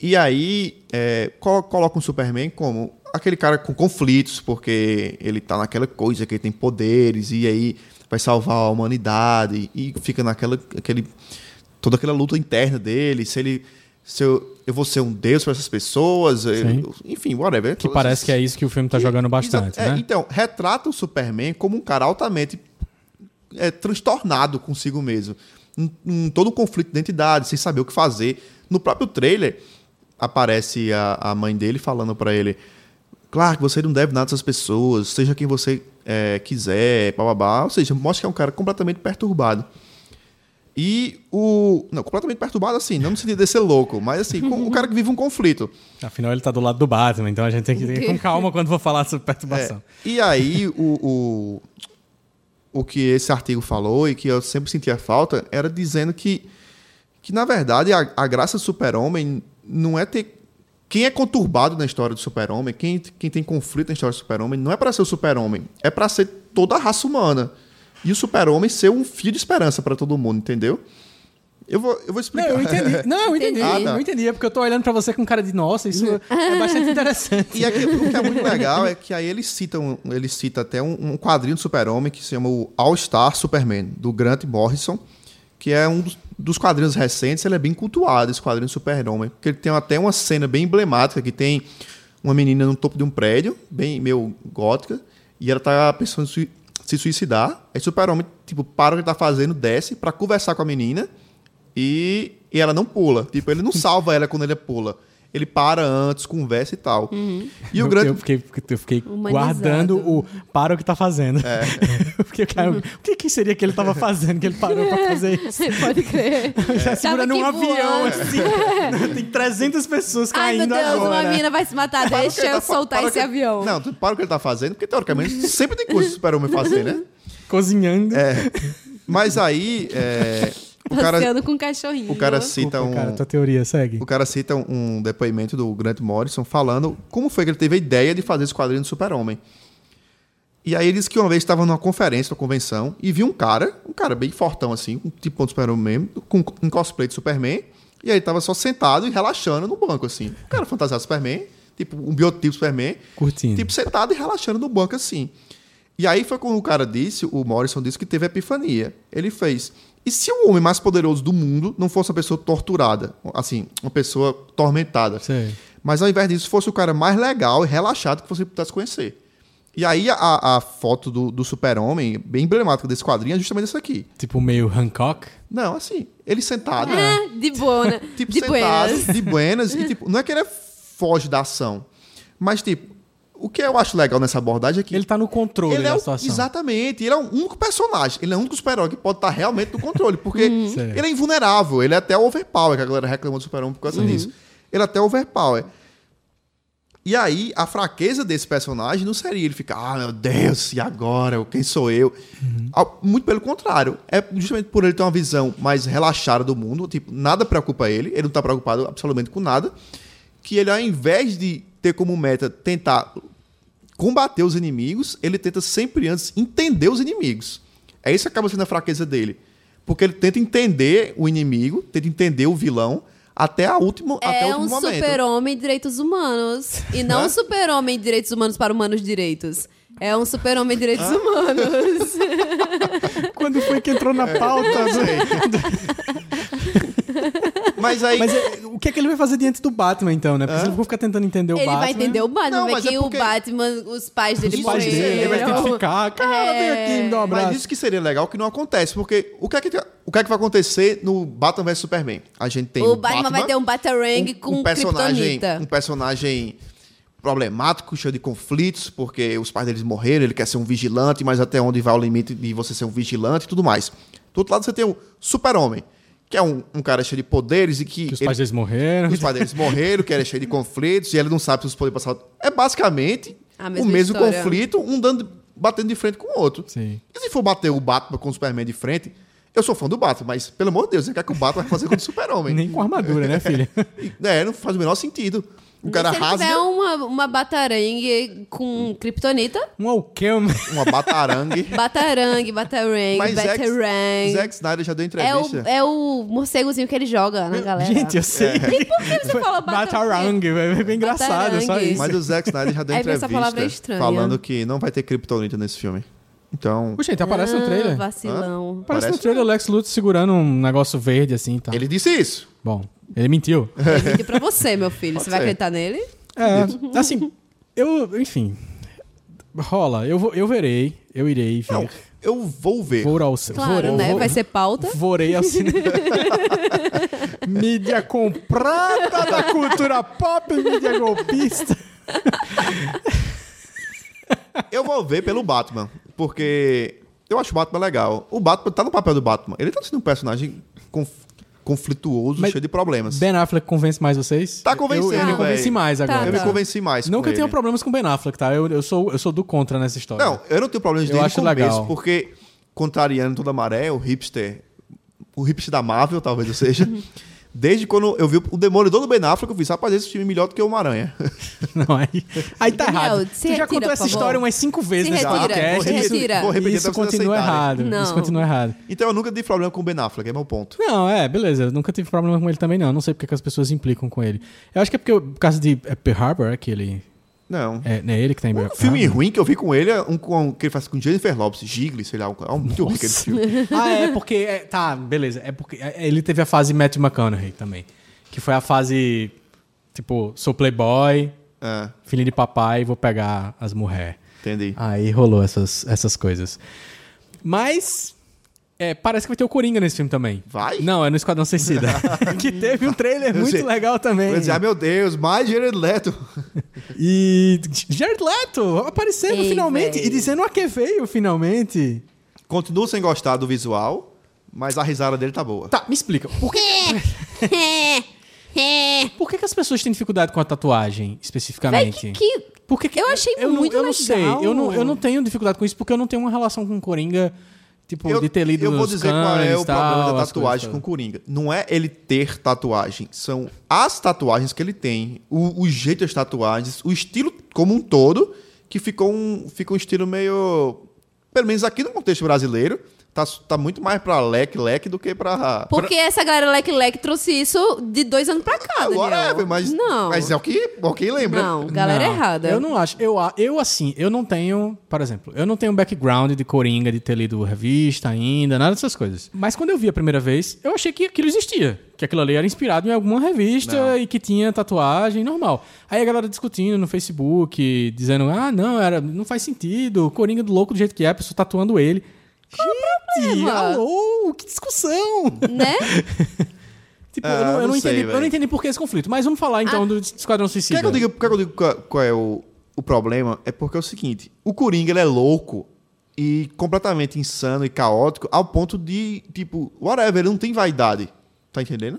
Speaker 3: E aí é, co- coloca um Superman como aquele cara com conflitos, porque ele tá naquela coisa que ele tem poderes e aí vai salvar a humanidade e fica naquela aquele, toda aquela luta interna dele, se ele se eu, eu vou ser um deus para essas pessoas, eu-
Speaker 1: Sim.
Speaker 3: enfim, whatever.
Speaker 1: Que parece que é isso que o filme tá jogando bastante,
Speaker 3: Exato. É,
Speaker 1: né?
Speaker 3: então, retrata o Superman como um cara altamente é, transtornado consigo mesmo. Um, um- todo um conflito de identidade, sem saber o que fazer. No próprio trailer, aparece a, a mãe dele falando pra ele: Claro que você não deve nada a essas pessoas, seja quem você é, quiser, bababá. Ou seja, mostra que é um cara completamente perturbado. E o. Não, completamente perturbado assim, não no sentido de ser louco, mas assim, com o cara que vive um conflito.
Speaker 1: Afinal, ele tá do lado do Batman, então a gente tem que ir com calma quando for falar sobre
Speaker 3: É,
Speaker 1: perturbação.
Speaker 3: E aí, o, o, o que esse artigo falou e que eu sempre sentia falta era dizendo que, que na verdade, a, a graça do super-homem não é ter. Quem é conturbado na história do super-homem, quem, quem tem conflito na história do super-homem, não é pra ser o super-homem, é pra ser toda a raça humana. E o super-homem ser um fio de esperança pra todo mundo, entendeu? Eu vou, eu vou
Speaker 1: Não,
Speaker 3: explicar.
Speaker 1: eu entendi. Não, eu entendi.
Speaker 2: Entendi. Ah,
Speaker 3: tá.
Speaker 1: Eu entendi. É porque eu tô olhando pra você com cara de, nossa, isso é bastante interessante.
Speaker 3: E aqui, o que é muito legal é que aí ele cita, um- ele cita até um, um quadrinho do Super-Homem que se chama o All-Star Superman, do Grant Morrison, que é um dos, dos quadrinhos recentes, ele é bem cultuado, esse quadrinho do Super-Homem, porque ele tem até uma cena bem emblemática que tem uma menina no topo de um prédio, bem meio gótica, e ela tá pensando em sui- se suicidar. Aí o Super-Homem, tipo, para o que ele tá fazendo, desce pra conversar com a menina e, e ela não pula. Tipo, ele não salva ela quando ele pula. Ele para antes, conversa e tal. E o
Speaker 2: Uhum.
Speaker 1: eu,
Speaker 3: grande.
Speaker 1: eu fiquei, eu fiquei
Speaker 2: Humanizado.
Speaker 1: guardando o para o que tá fazendo. Eu fiquei, cara, o que, que seria que ele tava fazendo que ele parou pra fazer isso?
Speaker 5: Pode crer.
Speaker 1: Ele tá segurando um
Speaker 2: É. aqui
Speaker 1: avião,
Speaker 2: voando.
Speaker 1: assim. Tem 300 pessoas
Speaker 2: Ai, meu
Speaker 1: caindo
Speaker 2: Deus,
Speaker 1: agora.
Speaker 2: uma menina vai se matar.
Speaker 3: Para o que
Speaker 2: Deixa
Speaker 3: ele
Speaker 2: eu
Speaker 3: tá-
Speaker 2: soltar
Speaker 3: para o
Speaker 2: esse
Speaker 3: que-
Speaker 2: avião.
Speaker 3: Não, tu- para o que ele tá fazendo, porque teoricamente sempre tem coisa que o super-homem fazer, né?
Speaker 1: Cozinhando.
Speaker 3: Mas aí, é, o cara,
Speaker 5: Passeando com um cachorrinho.
Speaker 3: o cara
Speaker 1: Desculpa,
Speaker 3: cita um.
Speaker 1: Cara, tua teoria segue.
Speaker 3: O cara cita um, um depoimento do Grant Morrison falando como foi que ele teve a ideia de fazer esse quadrinho do Super-Homem. E aí ele disse que uma vez estava numa conferência, numa convenção, e viu um cara, um cara bem fortão assim, um tipo de Super-Homem mesmo, com um cosplay de Superman, e aí ele tava só sentado e relaxando no banco assim. Um cara fantasiado de Superman, tipo um biotipo Superman,
Speaker 1: Curtindo.
Speaker 3: tipo sentado e relaxando no banco assim. E aí foi quando o cara disse, o Morrison disse que teve a epifania. Ele fez. E se o homem mais poderoso do mundo não fosse uma pessoa torturada? Assim, uma pessoa tormentada.
Speaker 1: Sei.
Speaker 3: Mas ao invés disso, fosse o cara mais legal e relaxado que você pudesse conhecer. E aí a, a foto do, do super-homem, bem emblemática desse quadrinho, é justamente essa aqui.
Speaker 1: Tipo meio Hancock.
Speaker 3: Não, assim, ele sentado.
Speaker 2: Ah, de boa, né?
Speaker 3: Tipo,
Speaker 2: de
Speaker 3: sentado,
Speaker 2: buenas.
Speaker 3: de buenas. E, tipo, não é que ele foge da ação. Mas, tipo, o que eu acho legal nessa abordagem é que
Speaker 1: Ele tá no controle
Speaker 3: ele
Speaker 1: da
Speaker 3: é o-
Speaker 1: situação.
Speaker 3: Exatamente. Ele é o único personagem. Ele é o único super-herói que pode estar realmente no controle. Porque
Speaker 1: Certo.
Speaker 3: ele é invulnerável. Ele é até overpower, que a galera reclamou do super-homem por causa disso. Ele é até overpower. E aí, a fraqueza desse personagem não seria ele ficar, ah, meu Deus, e agora? Eu- Quem sou eu?
Speaker 1: Uhum.
Speaker 3: Ao- Muito pelo contrário. É justamente por ele ter uma visão mais relaxada do mundo, tipo, nada preocupa ele, ele não tá preocupado absolutamente com nada, que ele, ao invés de ter como meta tentar combater os inimigos, ele tenta sempre antes entender os inimigos. É isso que acaba sendo a fraqueza dele. Porque ele tenta entender o inimigo, tenta entender o vilão, até, a última, até o
Speaker 2: É um
Speaker 3: último momento.
Speaker 2: super-homem de direitos humanos. E não um super-homem de direitos humanos para humanos direitos. É um super-homem de direitos humanos.
Speaker 1: Quando foi que entrou na pauta?
Speaker 3: Não sei. tá Mas aí.
Speaker 1: Mas é, o que é que ele vai fazer diante do Batman, então, né? Porque se ele for ficar tentando entender o
Speaker 2: Ele
Speaker 1: Batman...
Speaker 2: vai entender o Batman,
Speaker 3: Não,
Speaker 2: vai
Speaker 3: mas é
Speaker 2: que
Speaker 3: porque-
Speaker 2: o Batman, É, os pais dele
Speaker 1: Os pais dele, ele vai se
Speaker 2: morreram.
Speaker 1: identificar. Cara, vem aqui, me dá um abraço.
Speaker 3: Mas isso que seria legal que não acontece, porque o que é que, o que, é que vai acontecer no Batman vs Superman? A gente tem
Speaker 2: O Batman, vai ter um Batarang
Speaker 3: um-
Speaker 2: com
Speaker 3: um personagem,
Speaker 2: kryptonita.
Speaker 3: um personagem problemático, cheio de conflitos, porque os pais deles morreram, ele quer ser um vigilante, mas até onde vai o limite de você ser um vigilante e tudo mais. Do outro lado você tem o Super-Homem, que é um, um cara cheio de poderes e que,
Speaker 1: Que os
Speaker 3: ele-
Speaker 1: pais deles morreram.
Speaker 3: os pais deles morreram, que era cheio de conflitos, e ele não sabe se os poderes passados. É basicamente
Speaker 2: A
Speaker 3: o
Speaker 2: mesma
Speaker 3: mesmo
Speaker 2: história.
Speaker 3: conflito, um dando, batendo de frente com o outro.
Speaker 1: Sim.
Speaker 3: E se for bater o Batman com o Superman de frente, eu sou fã do Batman, mas é pelo amor de Deus, você quer que o Batman vai fazer com o Super-Homem?
Speaker 1: Nem com armadura, né, filha?
Speaker 3: É, não faz o menor sentido. O cara
Speaker 2: se ele tiver
Speaker 1: um
Speaker 3: rasga
Speaker 2: uma, uma batarangue com kryptonita,
Speaker 1: Um Alchem.
Speaker 3: uma batarangue.
Speaker 2: batarangue, batarangue,
Speaker 3: Mas Zack,
Speaker 2: batarang.
Speaker 3: Zack Snyder já deu
Speaker 2: É o,
Speaker 3: entrevista.
Speaker 2: é o morcegozinho que ele joga na galera.
Speaker 1: Gente, eu sei.
Speaker 2: por que você fala
Speaker 1: Batarang, velho. É bem engraçado, é só
Speaker 2: Batarang.
Speaker 1: isso.
Speaker 3: Mas o Zack Snyder já deu
Speaker 2: É, porque essa
Speaker 3: entrevista
Speaker 2: palavra é estranha.
Speaker 3: falando que não vai ter Kryptonita nesse filme. Então,
Speaker 1: Gente, aparece no
Speaker 2: Ah,
Speaker 1: tá um trailer.
Speaker 2: Vacilão.
Speaker 1: Aparece, no
Speaker 3: Parece
Speaker 1: trailer o Lex Luthor segurando um negócio verde assim e tal.
Speaker 3: ele disse isso.
Speaker 1: Bom, ele mentiu.
Speaker 2: Eu menti pra você, meu filho.
Speaker 3: Pode
Speaker 2: você vai
Speaker 3: ser.
Speaker 2: acreditar nele?
Speaker 1: É, assim, eu, enfim. Rola, eu, vou, eu verei, eu irei ver.
Speaker 3: Não, eu vou ver.
Speaker 1: Vou ao cinema.
Speaker 2: Claro,
Speaker 1: vou,
Speaker 2: né?
Speaker 1: vou-
Speaker 2: Vai ser pauta.
Speaker 1: Vorei ao cinema. mídia comprada da cultura pop, mídia golpista.
Speaker 3: Eu vou ver pelo Batman, porque eu acho o Batman legal. O Batman tá no papel do Batman. Ele tá sendo um personagem conf- conflituoso,
Speaker 1: Mas-
Speaker 3: cheio de problemas.
Speaker 1: Ben Affleck convence mais vocês?
Speaker 3: Tá convencendo,
Speaker 1: Eu, eu me
Speaker 3: véi.
Speaker 1: convenci mais agora.
Speaker 3: Eu me
Speaker 2: Tá.
Speaker 3: convenci mais.
Speaker 1: Não
Speaker 3: com
Speaker 1: que eu tenha
Speaker 3: ele.
Speaker 1: problemas com Ben Affleck, tá? Eu, eu, sou, eu sou do contra nessa história.
Speaker 3: Não, eu não tenho problemas
Speaker 1: Eu
Speaker 3: desde
Speaker 1: acho
Speaker 3: o começo,
Speaker 1: legal.
Speaker 3: porque contrariando toda a maré, o hipster, o hipster da Marvel, talvez eu seja, desde quando eu vi o Demolidor do Ben Affleck, eu fiz, rapaz, esse filme é melhor do que o Homem-Aranha.
Speaker 1: Não, aí, aí tá
Speaker 2: Daniel,
Speaker 1: errado.
Speaker 2: se
Speaker 1: Tu já
Speaker 2: retira,
Speaker 1: contou
Speaker 2: por
Speaker 1: essa
Speaker 2: favor.
Speaker 1: história umas cinco vezes
Speaker 2: Se
Speaker 1: nesse
Speaker 2: retira,
Speaker 1: podcast.
Speaker 2: se
Speaker 1: isso-
Speaker 2: retira.
Speaker 3: Vou repetir
Speaker 1: Isso
Speaker 3: até vocês
Speaker 1: continua
Speaker 3: aceitarem.
Speaker 1: errado.
Speaker 2: Não.
Speaker 1: Isso continua errado.
Speaker 3: Então eu nunca tive problema com o Ben Affleck, é meu ponto.
Speaker 1: Não, é, beleza. Eu nunca tive problema com ele também, não. Eu Não sei porque que as pessoas implicam com ele. Eu acho que é porque, eu- por causa de é Pearl Harbor, é que ele.
Speaker 3: Não.
Speaker 1: É, não é ele que tá em Pearl
Speaker 3: O um filme
Speaker 1: Harbor?
Speaker 3: ruim que eu vi com ele é um com, que ele faz com Jennifer Lopes, Gigli, sei lá, um, é um muito ruim aquele filme.
Speaker 1: Ah, é, porque. é, tá, beleza. É porque é, ele teve a fase Matthew McConaughey também. Que foi a fase. Tipo, sou playboy,
Speaker 3: É,
Speaker 1: filhinho de papai, vou pegar as mulheres.
Speaker 3: entendi.
Speaker 1: Aí rolou essas, essas coisas. Mas. é, parece que vai ter o Coringa nesse filme também.
Speaker 3: Vai?
Speaker 1: Não, é no Esquadrão Suicida. que teve um trailer
Speaker 3: Eu
Speaker 1: muito
Speaker 3: sei.
Speaker 1: legal também.
Speaker 3: Eu ia dizer, ah, meu Deus, mais Jared Leto.
Speaker 1: E Jared Leto aparecendo
Speaker 2: Ei,
Speaker 1: finalmente
Speaker 2: véi.
Speaker 1: e dizendo a que veio finalmente.
Speaker 3: Continuo sem gostar do visual, mas a risada dele tá boa.
Speaker 1: Tá, me explica. Por que,
Speaker 2: É.
Speaker 1: por que, que as pessoas têm dificuldade com a tatuagem
Speaker 2: Véi,
Speaker 1: especificamente?
Speaker 2: que, que-
Speaker 1: Por que que-
Speaker 2: Eu achei
Speaker 1: não-
Speaker 2: muito
Speaker 1: eu não
Speaker 2: legal.
Speaker 1: sei. Eu não, eu não tenho dificuldade com isso porque eu não tenho uma relação com Coringa, tipo,
Speaker 3: Eu,
Speaker 1: de ter lido
Speaker 3: eu vou
Speaker 1: os
Speaker 3: dizer qual é
Speaker 1: canes,
Speaker 3: o
Speaker 1: tal,
Speaker 3: problema da
Speaker 1: as
Speaker 3: tatuagem com o
Speaker 1: coisas,
Speaker 3: Coringa. Não é ele ter tatuagem, são as tatuagens que ele tem, o, o jeito das tatuagens, o estilo como um todo, que ficou um, fica um estilo meio. Pelo menos aqui no contexto brasileiro, tá, tá muito mais pra leque-leque do que pra.
Speaker 2: Porque essa galera Leque Leque trouxe isso de dois anos pra cá, Daniel.
Speaker 3: Whatever, mas,
Speaker 2: Não.
Speaker 3: mas é o que, o que lembra.
Speaker 2: Não, galera
Speaker 1: Não,
Speaker 2: errada.
Speaker 1: Eu não acho. Eu, a- eu, assim, eu não tenho, por exemplo, eu não tenho background de Coringa, de ter lido revista ainda, nada dessas coisas. Mas quando eu vi a primeira vez, eu achei que aquilo existia. Que aquilo ali era inspirado em alguma revista
Speaker 3: Não.
Speaker 1: e que tinha tatuagem normal. Aí a galera discutindo no Facebook, dizendo: ah, não, era, não faz sentido, Coringa do louco do jeito que é, a pessoa tatuando ele. Gente,
Speaker 2: problema?
Speaker 1: alô, que discussão!
Speaker 3: é-
Speaker 2: Né?
Speaker 1: Tipo,
Speaker 3: Ah,
Speaker 1: eu, não, eu
Speaker 3: não
Speaker 1: não
Speaker 3: sei,
Speaker 1: entendi, eu
Speaker 3: véi.
Speaker 1: não entendi por que esse conflito. Mas vamos falar
Speaker 2: Ah,
Speaker 1: então do Esquadrão
Speaker 3: Quer
Speaker 1: Suicida.
Speaker 3: que eu diga, quer que eu diga qual, qual é o, o problema? É porque é o seguinte: o Coringa ele é louco e completamente insano e caótico ao ponto de, tipo, whatever, ele não tem vaidade. Tá entendendo?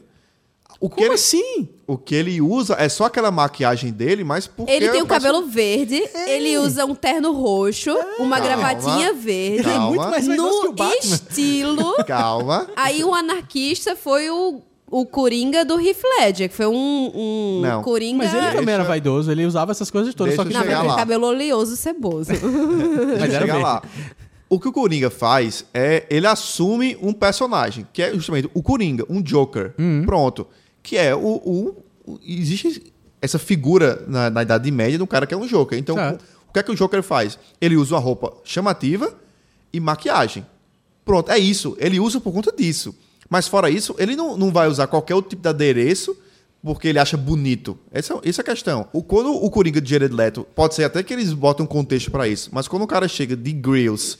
Speaker 3: O que,
Speaker 1: Como
Speaker 3: ele,
Speaker 1: assim?
Speaker 3: o que ele usa é só aquela maquiagem dele, mas porque.
Speaker 2: Ele tem
Speaker 3: eu
Speaker 2: o
Speaker 3: faço-
Speaker 2: cabelo verde, ele usa um terno roxo, uma
Speaker 3: Calma.
Speaker 2: gravatinha verde.
Speaker 3: Calma.
Speaker 1: Muito mais veloz que o
Speaker 2: No
Speaker 1: Batman.
Speaker 2: estilo.
Speaker 3: Calma.
Speaker 2: Aí o anarquista foi o, o Coringa do Heath Ledger, que foi um, um
Speaker 3: Não.
Speaker 2: Coringa.
Speaker 1: Mas ele também
Speaker 3: Deixa-
Speaker 1: era vaidoso, ele usava essas coisas todas,
Speaker 3: Deixa
Speaker 1: só que
Speaker 3: eu
Speaker 2: Não,
Speaker 1: na
Speaker 2: mas
Speaker 3: chegar
Speaker 1: verdade-
Speaker 2: ele
Speaker 3: lá.
Speaker 2: cabelo oleoso e ceboso.
Speaker 1: Mas
Speaker 3: Deixa eu
Speaker 1: era
Speaker 3: chegar
Speaker 1: verde.
Speaker 3: lá. O que o Coringa faz é ele assume um personagem, que é justamente o Coringa, um Joker.
Speaker 1: Uhum.
Speaker 3: Pronto. Que é o. o- o- existe essa figura na, na Idade Média de um cara que é um Joker. Então,
Speaker 1: Certo.
Speaker 3: o, o que é que o Joker faz? Ele usa uma roupa chamativa e maquiagem. Pronto, é isso. Ele usa por conta disso. Mas fora isso, ele não, não vai usar qualquer outro tipo de adereço porque ele acha bonito. Essa, essa é a questão. O, quando o Coringa de Jared Leto, pode ser até que eles botam contexto pra isso, mas quando o cara chega de grills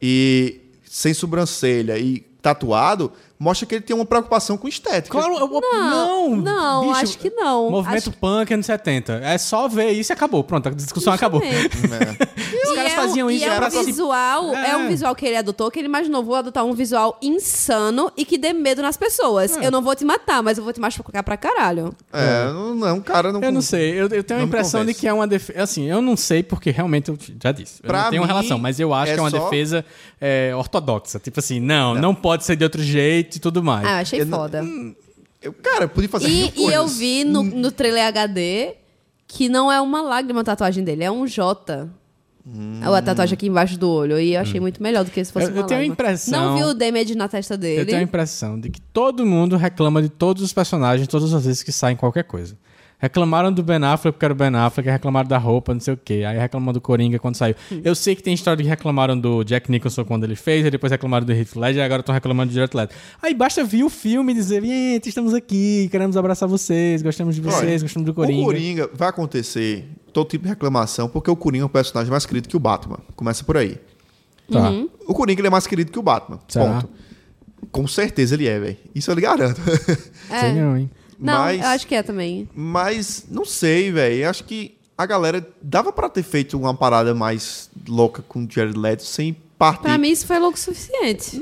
Speaker 3: e sem sobrancelha e tatuado, mostra que ele tem uma preocupação com estética.
Speaker 1: Claro, eu, eu- não,
Speaker 2: Não, não,
Speaker 1: bicho,
Speaker 2: acho que não.
Speaker 1: Movimento
Speaker 2: Acho-
Speaker 1: punk anos 70. É só ver isso e acabou. Pronto, a discussão acabou.
Speaker 2: Justamente.
Speaker 3: É.
Speaker 1: Os
Speaker 2: E
Speaker 1: caras
Speaker 2: é um-
Speaker 1: faziam
Speaker 2: e
Speaker 1: isso
Speaker 2: é
Speaker 1: pra
Speaker 2: um
Speaker 1: se-
Speaker 2: visual, é.
Speaker 1: É.
Speaker 2: um visual que ele adotou, que ele imaginou, vou adotar um visual insano e que dê medo nas pessoas.
Speaker 1: É.
Speaker 2: Eu não vou te matar, mas eu vou te machucar pra caralho.
Speaker 3: É, não, não, cara, não.
Speaker 1: Eu não sei, eu, eu tenho a
Speaker 3: Não me
Speaker 1: impressão de
Speaker 3: convence.
Speaker 1: que é uma defesa. Assim, eu não sei porque realmente eu já disse. Eu
Speaker 3: Pra
Speaker 1: não tenho
Speaker 3: mim,
Speaker 1: relação, mas eu acho
Speaker 3: é
Speaker 1: que é uma
Speaker 3: só- É.
Speaker 1: defesa é, ortodoxa. Tipo assim, não, não, pode ser de outro jeito e tudo mais.
Speaker 2: Ah, eu achei
Speaker 3: Eu não-
Speaker 2: foda.
Speaker 3: Eu, cara, eu podia fazer mil
Speaker 2: E, e eu
Speaker 3: coisas. Hum.
Speaker 2: vi no, no trailer HD que não é uma lágrima a tatuagem dele, é um J.
Speaker 3: Hum.
Speaker 2: É A tatuagem aqui embaixo do olho. E eu
Speaker 1: Hum.
Speaker 2: achei muito melhor do que se fosse
Speaker 1: Eu-
Speaker 2: uma
Speaker 1: eu tenho a
Speaker 2: lágrima.
Speaker 1: impressão-
Speaker 2: Não vi o damage na testa dele. É.
Speaker 1: Eu tenho a impressão de que todo mundo reclama de todos os personagens, todas as vezes que saem qualquer coisa. Reclamaram do Ben Affleck porque era o Ben Affleck, reclamaram da roupa, não sei o quê. Aí reclamam do Coringa quando saiu. Eu sei que tem história de que reclamaram do Jack Nicholson quando ele fez, aí depois reclamaram do Heath Ledger, e agora estão reclamando do Jared Leto. Aí basta vir o filme e dizer, gente, estamos aqui, queremos abraçar vocês, gostamos de vocês,
Speaker 3: Olha,
Speaker 1: gostamos do Coringa.
Speaker 3: O Coringa vai acontecer todo tipo de reclamação, porque o Coringa é um personagem mais querido que o Batman. Começa por aí.
Speaker 1: Tá.
Speaker 3: O Coringa ele é mais querido que o Batman.
Speaker 1: Será?
Speaker 3: Ponto. Com certeza ele é, velho. Isso eu lhe garanto.
Speaker 1: Sei
Speaker 2: É.
Speaker 1: não, hein?
Speaker 2: Não,
Speaker 3: Mas-
Speaker 2: eu acho que é também.
Speaker 3: Mas não sei, velho. Acho que a galera dava pra ter feito uma parada mais louca com o Jared Leto sem partir.
Speaker 2: Pra mim isso foi louco o suficiente.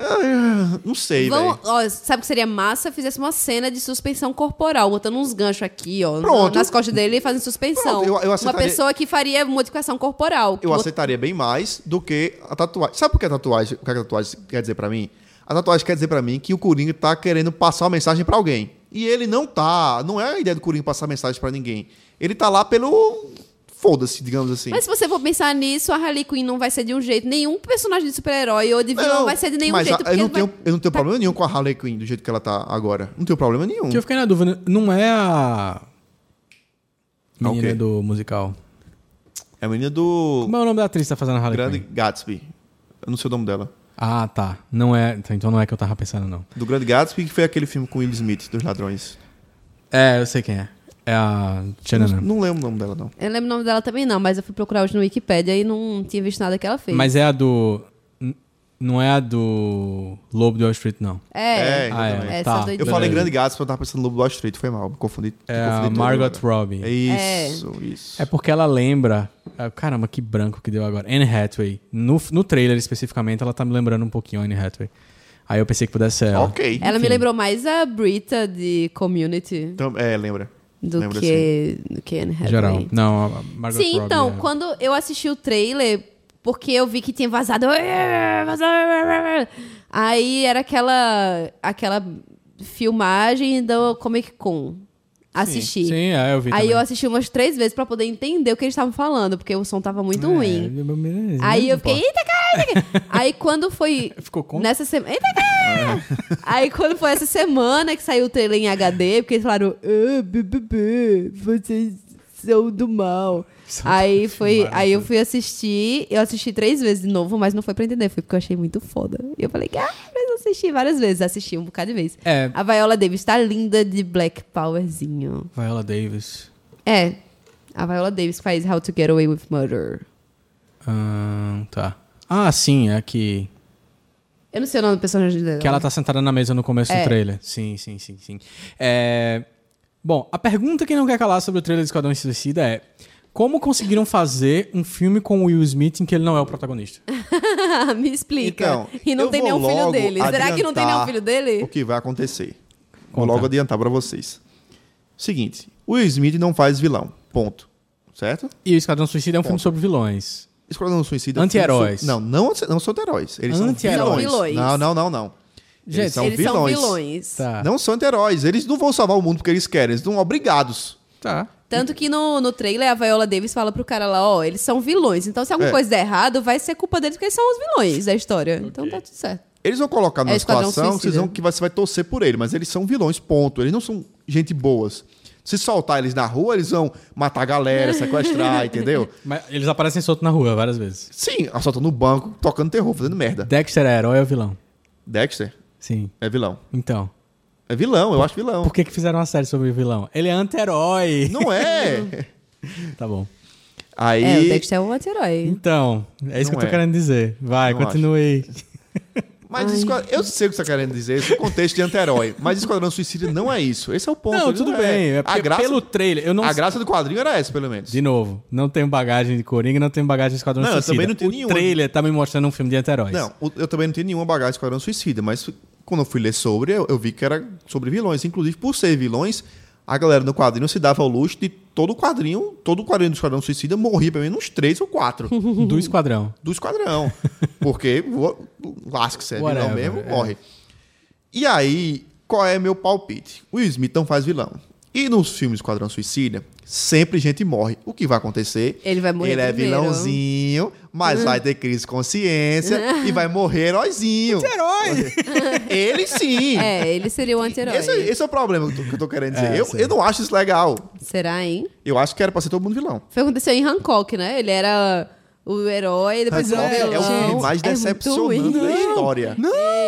Speaker 3: Ah, Não sei,
Speaker 2: Vão,
Speaker 3: velho.
Speaker 2: ó, sabe o que seria massa? Fizesse uma cena de suspensão corporal, botando uns ganchos aqui, ó,
Speaker 3: Pronto.
Speaker 2: nas costas dele e fazendo suspensão.
Speaker 3: Pronto, eu- eu
Speaker 2: uma
Speaker 3: aceitaria-
Speaker 2: pessoa que faria modificação corporal. que
Speaker 3: Eu
Speaker 2: bot-
Speaker 3: aceitaria bem mais do que a tatuagem. Sabe por que a tatuagem, o que a tatuagem quer dizer pra mim? A tatuagem quer dizer pra mim que o Coringa tá querendo passar uma mensagem pra alguém. E ele não tá. Não é a ideia do Coringa passar mensagem pra ninguém. Ele tá lá pelo foda-se, digamos assim.
Speaker 2: Mas se você for pensar nisso, a Harley Quinn não vai ser de um jeito. Nenhum personagem de super-herói ou de vilão vai ser de nenhum
Speaker 3: mas
Speaker 2: jeito.
Speaker 3: a- eu
Speaker 2: porque
Speaker 3: não
Speaker 2: vai-
Speaker 3: tenho, eu não tenho problema nenhum com a Harley Quinn do jeito que ela tá agora. Não tenho problema nenhum.
Speaker 1: Que eu fiquei na dúvida, não é a menina
Speaker 3: Ok.
Speaker 1: do musical.
Speaker 3: É a menina do
Speaker 1: Como é o nome da atriz que tá fazendo a Harley
Speaker 3: Grande
Speaker 1: Quinn?
Speaker 3: Gatsby. Eu não sei o nome dela.
Speaker 1: Ah, tá. Não é. Então não é que eu tava pensando, não.
Speaker 3: Do Grande Gatsby, que foi aquele filme com Will Smith, dos ladrões.
Speaker 1: É, eu sei quem é. É a
Speaker 3: Não,
Speaker 1: Tchananã.
Speaker 3: não lembro o nome dela, não.
Speaker 2: Eu não lembro o nome dela também, não, mas eu fui procurar hoje no Wikipedia e não tinha visto nada que ela fez.
Speaker 1: Mas é a do. n- Não é a do Lobo de Wall Street, não.
Speaker 2: É,
Speaker 3: É,
Speaker 2: é,
Speaker 1: ah,
Speaker 3: exatamente.
Speaker 1: é.
Speaker 2: Essa
Speaker 1: Tá.
Speaker 2: doideira.
Speaker 3: Eu falei Grande Gatsby, eu tava pensando no Lobo do Wall Street, foi mal, me confundi.
Speaker 1: É
Speaker 3: me
Speaker 1: a
Speaker 3: confundi todo
Speaker 1: Margot
Speaker 3: agora.
Speaker 1: Robbie.
Speaker 3: É
Speaker 1: É,
Speaker 3: isso, isso.
Speaker 1: porque ela lembra. ah, Caramba, que branco que deu agora. Anne Hathaway. No, no trailer especificamente, ela tá me lembrando um pouquinho a Anne Hathaway. Aí eu pensei que pudesse ser ela.
Speaker 3: Ok.
Speaker 2: Ela me
Speaker 1: Enfim.
Speaker 2: lembrou mais a Brita de Community
Speaker 3: Então, é, lembra.
Speaker 2: do
Speaker 3: lembra assim.
Speaker 2: que, do que Anne Hathaway.
Speaker 1: Geral. Não, a Margot
Speaker 2: Sim,
Speaker 1: Robbie.
Speaker 2: então,
Speaker 1: é.
Speaker 2: quando eu assisti o trailer, porque eu vi que tinha vazado. Aí era aquela, aquela filmagem do Comic Con. Assisti.
Speaker 1: Sim, é, eu vi.
Speaker 2: Aí
Speaker 1: também.
Speaker 2: eu assisti umas três vezes pra poder entender o que eles estavam falando, porque o som tava muito ruim.
Speaker 1: É, beleza,
Speaker 2: Aí
Speaker 1: não
Speaker 2: eu fiquei,
Speaker 1: importa.
Speaker 2: né? eita cara, eita cara. Aí quando foi.
Speaker 1: Ficou com?
Speaker 2: Nessa semana. Eita
Speaker 3: É.
Speaker 2: cara! Aí quando foi essa semana que saiu o trailer em HD, porque eles falaram, ah, BBB, vocês são do mal. Aí foi.
Speaker 1: filmaram,
Speaker 3: né?
Speaker 2: Aí eu fui assistir, eu assisti três vezes de novo, mas não foi pra entender, foi porque eu achei muito foda. E eu falei, cara, mas eu assisti várias vezes, assisti um bocado de vez.
Speaker 1: É.
Speaker 2: A Viola Davis tá linda de Black Powerzinho.
Speaker 1: Viola Davis.
Speaker 2: É. A Viola Davis que faz How to Get Away with Murder.
Speaker 1: Ahn, tá. Ah, sim, é que.
Speaker 2: Eu não sei o nome do personagem dela.
Speaker 1: Que ela tá sentada na mesa no começo
Speaker 2: É.
Speaker 1: do trailer. Sim, sim, sim, sim. É, Bom, a pergunta que não quer calar sobre o trailer de Esquadrão Suicida é: Como conseguiram fazer um filme com o Will Smith em que ele não é o protagonista?
Speaker 2: Me explica.
Speaker 3: Então,
Speaker 2: e não
Speaker 3: eu
Speaker 2: tem
Speaker 3: vou
Speaker 2: nenhum filho
Speaker 3: logo
Speaker 2: dele. Será que não tem
Speaker 3: adiantar
Speaker 2: nenhum filho dele?
Speaker 3: assim. O que vai acontecer. Vou
Speaker 1: Conta.
Speaker 3: logo adiantar pra vocês. Seguinte, o Will Smith não faz vilão. Ponto. Certo?
Speaker 1: E o Esquadrão Suicida é um filme sobre vilões.
Speaker 3: Esquadrão Suicida. é um
Speaker 1: Anti-heróis.
Speaker 3: filme so- Não, não, anti- não são heróis. Eles são
Speaker 1: Anti-heróis.
Speaker 3: vilões.
Speaker 2: São vilões.
Speaker 3: Não, não, não, não.
Speaker 1: Gente,
Speaker 3: eles são
Speaker 2: Eles são
Speaker 3: vilões.
Speaker 2: vilões.
Speaker 1: Tá.
Speaker 3: Não são anti-heróis. Eles não vão salvar o mundo porque eles querem. Eles estão obrigados.
Speaker 1: Tá.
Speaker 2: Tanto que no, no trailer a Viola Davis fala pro cara lá, ó, eles são vilões. Então se alguma
Speaker 3: É.
Speaker 2: coisa der errado, vai ser culpa deles, porque eles são os vilões da história. Então tá tudo certo.
Speaker 3: Eles vão colocar numa
Speaker 2: É Esquadrão
Speaker 3: situação que, vocês
Speaker 2: Suicida.
Speaker 3: vão, que você vai torcer por ele, mas eles são vilões, ponto. Eles não são gente boas. Se soltar eles na rua, eles vão matar a galera, sequestrar, entendeu?
Speaker 1: Mas eles aparecem soltos na rua várias vezes.
Speaker 3: Sim, assaltando o banco, tocando terror, fazendo merda.
Speaker 1: Dexter é herói ou vilão?
Speaker 3: Dexter
Speaker 1: Sim.
Speaker 3: é vilão.
Speaker 1: Então.
Speaker 3: É vilão, eu acho vilão.
Speaker 1: Por que, que fizeram uma série sobre vilão? Ele é anti-herói.
Speaker 3: Não é!
Speaker 1: Tá bom.
Speaker 3: Aí.
Speaker 2: É, o Dexter é um anti-herói.
Speaker 1: Então, é isso
Speaker 3: Não
Speaker 1: que eu tô
Speaker 3: é.
Speaker 1: querendo dizer. Vai,
Speaker 3: Não
Speaker 1: continue.
Speaker 3: Mas Esquad- eu sei o que você está querendo dizer, esse é o contexto de anti-herói. Mas Esquadrão Suicida não é isso. Esse é o ponto.
Speaker 1: Não,
Speaker 3: ele
Speaker 1: tudo bem. É
Speaker 3: a,
Speaker 1: porque
Speaker 3: graça,
Speaker 1: pelo trailer, eu não
Speaker 3: a graça do quadrinho era essa, pelo menos.
Speaker 1: De novo, não tenho bagagem de Coringa, não tenho bagagem de Esquadrão
Speaker 3: Não, eu
Speaker 1: Suicida.
Speaker 3: também não tenho
Speaker 1: o
Speaker 3: nenhuma.
Speaker 1: trailer tá me mostrando um filme de anti-heróis.
Speaker 3: Não, o- eu também não tenho nenhuma bagagem de Esquadrão Suicida, mas quando eu fui ler sobre, eu, eu vi que era sobre vilões. Inclusive, por ser vilões, a galera no quadrinho se dava ao luxo de todo o quadrinho, todo o quadrinho do Esquadrão Suicida morria pelo menos uns três ou quatro
Speaker 1: Do Esquadrão.
Speaker 3: do Esquadrão. porque lasca-se, é vilão
Speaker 1: Whatever,
Speaker 3: mesmo,
Speaker 1: é.
Speaker 3: morre. E aí, qual é meu palpite? O Will Smith não faz vilão. E nos filmes Esquadrão Suicida, sempre gente morre. O que vai acontecer?
Speaker 2: Ele vai morrer
Speaker 3: Ele é
Speaker 2: primeiro.
Speaker 3: vilãozinho, mas vai ter crise de consciência e vai morrer heróizinho.
Speaker 1: Herói!
Speaker 3: Ele sim!
Speaker 2: É, ele seria o anti-herói.
Speaker 3: Esse, é- esse é o problema que eu tô- que eu tô querendo dizer.
Speaker 1: É,
Speaker 3: eu,
Speaker 1: sim.
Speaker 3: eu não acho isso legal.
Speaker 2: Será, hein?
Speaker 3: Eu acho que era pra ser todo mundo vilão.
Speaker 2: Foi o que aconteceu em Hancock, né? Ele era o herói, depois
Speaker 1: Mas
Speaker 2: ele
Speaker 1: é-
Speaker 2: morreu.
Speaker 3: É o
Speaker 1: Não,
Speaker 3: filme mais
Speaker 2: é muito ruim.
Speaker 3: decepcionante da história.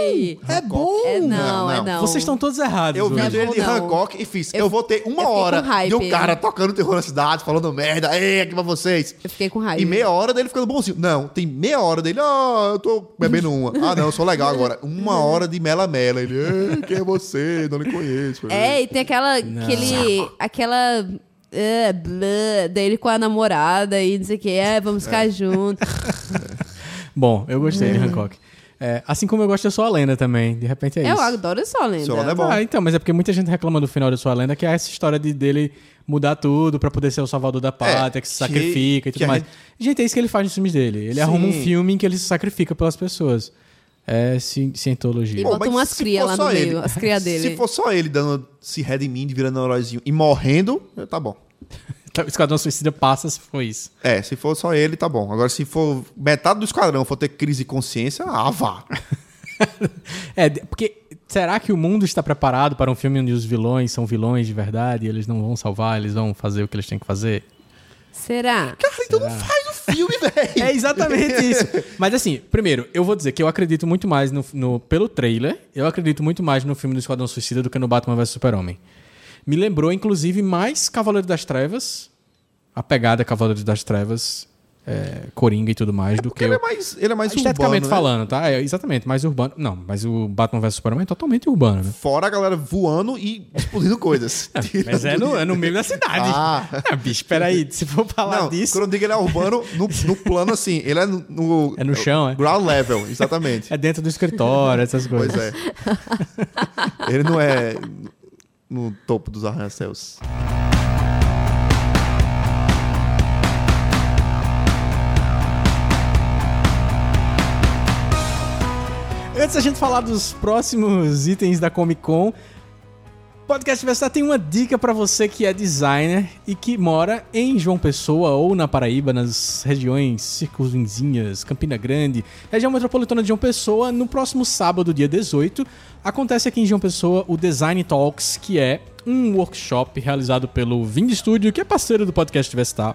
Speaker 2: Ei.
Speaker 1: É bom!
Speaker 2: É, não,
Speaker 3: Não,
Speaker 2: é
Speaker 3: não.
Speaker 2: não.
Speaker 1: Vocês estão todos errados.
Speaker 3: Eu vi
Speaker 1: hoje.
Speaker 3: o
Speaker 2: Não,
Speaker 3: dele de
Speaker 2: não.
Speaker 3: Hancock e fiz. Eu,
Speaker 2: Eu-
Speaker 3: votei uma
Speaker 2: eu fiquei
Speaker 3: hora
Speaker 2: com hype.
Speaker 3: de um cara tocando terror na cidade, falando merda. Ei, aqui pra vocês.
Speaker 2: Eu fiquei com raiva.
Speaker 3: E meia hora dele ficando bonzinho. Não, tem meia hora dele. Ah, eu tô bebendo uma. Ah, não, eu sou legal agora. Uma hora de mela-mela. Ele, "Ei, quem é você? Não lhe conheço.
Speaker 2: É, e tem aquela. Aquele, aquela. é, blá, dele com a namorada e não sei o que, é, vamos ficar juntos.
Speaker 1: Bom, eu gostei de Hancock. É, assim como eu gosto de Sou a Lenda também. De repente é
Speaker 2: Eu
Speaker 1: isso.
Speaker 2: adoro só lenda.
Speaker 3: Só Lenda é bom.
Speaker 1: Ah, então, mas é porque muita gente reclama do final de Sua Lenda, que é essa história de dele mudar tudo pra poder ser o salvador da pátria,
Speaker 3: É,
Speaker 1: que se
Speaker 3: que-
Speaker 1: sacrifica e
Speaker 3: que
Speaker 1: tudo
Speaker 3: a
Speaker 1: mais.
Speaker 3: gente-
Speaker 1: Gente, é isso que ele faz nos filmes dele. Ele arruma um
Speaker 3: Sim.
Speaker 1: filme em que ele se sacrifica pelas pessoas. É ci- cientologia.
Speaker 2: E bota
Speaker 3: mas
Speaker 2: umas
Speaker 3: se
Speaker 2: cria
Speaker 3: for
Speaker 2: lá
Speaker 3: só
Speaker 2: no meio,
Speaker 3: ele-
Speaker 2: as cria
Speaker 3: Se
Speaker 2: dele.
Speaker 3: for só ele dando, se redimindo, virando um heróizinho e morrendo, eu- tá bom.
Speaker 1: O Esquadrão Suicida passa se foi isso.
Speaker 3: É, se for só ele, tá bom. Agora, se for metade do esquadrão for ter crise de consciência, ah, vá.
Speaker 1: É, de- porque será que o mundo está preparado para um filme onde os vilões são vilões de verdade e eles não vão salvar, eles vão fazer o que eles têm que fazer?
Speaker 2: Será?
Speaker 3: Cara, então não faz o filme, velho.
Speaker 1: É exatamente isso. Mas assim, primeiro, eu vou dizer que eu acredito muito mais no, no- pelo trailer, eu acredito muito mais no filme do Esquadrão Suicida do que no Batman vs Super-Homem. Me lembrou, inclusive, mais Cavaleiro das Trevas, a pegada Cavaleiro das Trevas, é, Coringa e tudo mais, do
Speaker 3: Porque
Speaker 1: que
Speaker 3: ele é
Speaker 1: eu.
Speaker 3: mais, ele é mais
Speaker 1: Esteticamente
Speaker 3: urbano, né?
Speaker 1: falando, tá? É, exatamente, mais urbano. Não, mas o Batman vs Superman é totalmente urbano, né?
Speaker 3: Fora a galera voando e explodindo coisas.
Speaker 1: Mas é no, é no meio da cidade.
Speaker 3: Ah.
Speaker 1: Ah, bicho, peraí, se for falar
Speaker 3: Não,
Speaker 1: disso.
Speaker 3: quando eu digo ele é urbano, no, no plano assim, ele é no, no-
Speaker 1: É no chão, é?
Speaker 3: Ground level, exatamente.
Speaker 1: É dentro do escritório, essas coisas.
Speaker 3: Pois é. Ele não é no topo dos arranha-céus.
Speaker 1: Antes da gente falar dos próximos itens da Comic Con, Podcast Vestar tem uma dica pra você que é designer e que mora em João Pessoa ou na Paraíba, nas regiões circunvizinhas, Campina Grande, região metropolitana de João Pessoa. No próximo sábado, dia 18, acontece aqui em João Pessoa o Design Talks, que é um workshop realizado pelo Vind Studio, que é parceiro do Podcast Vestar,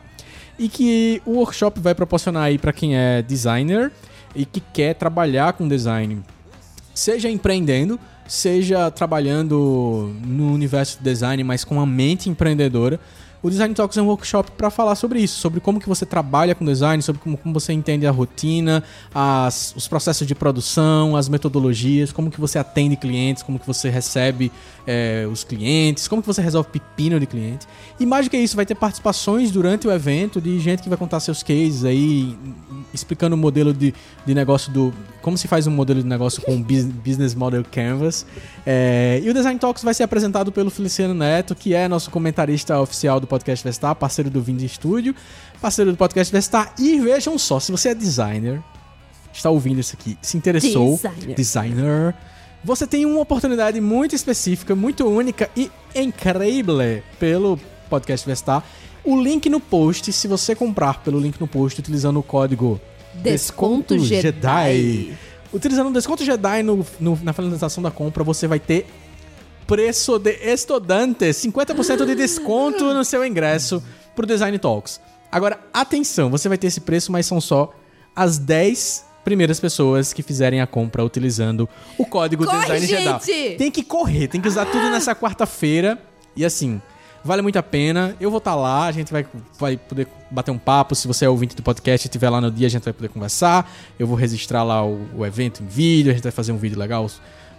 Speaker 1: e que o workshop vai proporcionar aí pra quem é designer e que quer trabalhar com design seja empreendendo, seja trabalhando no universo do design, mas com a mente empreendedora. O Design Talks é um workshop para falar sobre isso, sobre como que você trabalha com design, sobre como, como você entende a rotina, as- os processos de produção, as metodologias, como que você atende clientes, como que você recebe eh, os clientes, como que você resolve pepino de cliente. E mais do que isso, vai ter participações durante o evento de gente que vai contar seus cases aí, explicando o modelo de, de negócio do. Como se faz um modelo de negócio com bus- Business Model Canvas. É, e o Design Talks vai ser apresentado pelo Feliciano Neto, que é nosso comentarista oficial do Podcast Vestar, parceiro do Vindi Studio, parceiro do Podcast Vestar. E vejam só, se você é designer, está ouvindo isso aqui, se interessou,
Speaker 2: Designer.
Speaker 1: designer, você tem uma oportunidade muito específica, muito única e incrível pelo Podcast Vestar. O link no post, se você comprar pelo link no post utilizando o código
Speaker 2: Desconto Jedi.
Speaker 1: Utilizando o desconto Jedi no- no- na finalização da compra, você vai ter preço de estudante, 50% de desconto no seu ingresso pro Design Talks. Agora, atenção, você vai ter esse preço, mas são só as 10 primeiras pessoas que fizerem a compra utilizando o código
Speaker 2: Corre,
Speaker 1: Design Jedi.
Speaker 2: gente!
Speaker 1: Tem que correr, tem que usar tudo nessa quarta-feira. E assim, vale muito a pena. Eu vou estar lá, a gente vai, vai poder bater um papo. Se você é ouvinte do podcast e estiver lá no dia, a gente vai poder conversar. Eu vou registrar lá o, o evento em vídeo, a gente vai fazer um vídeo legal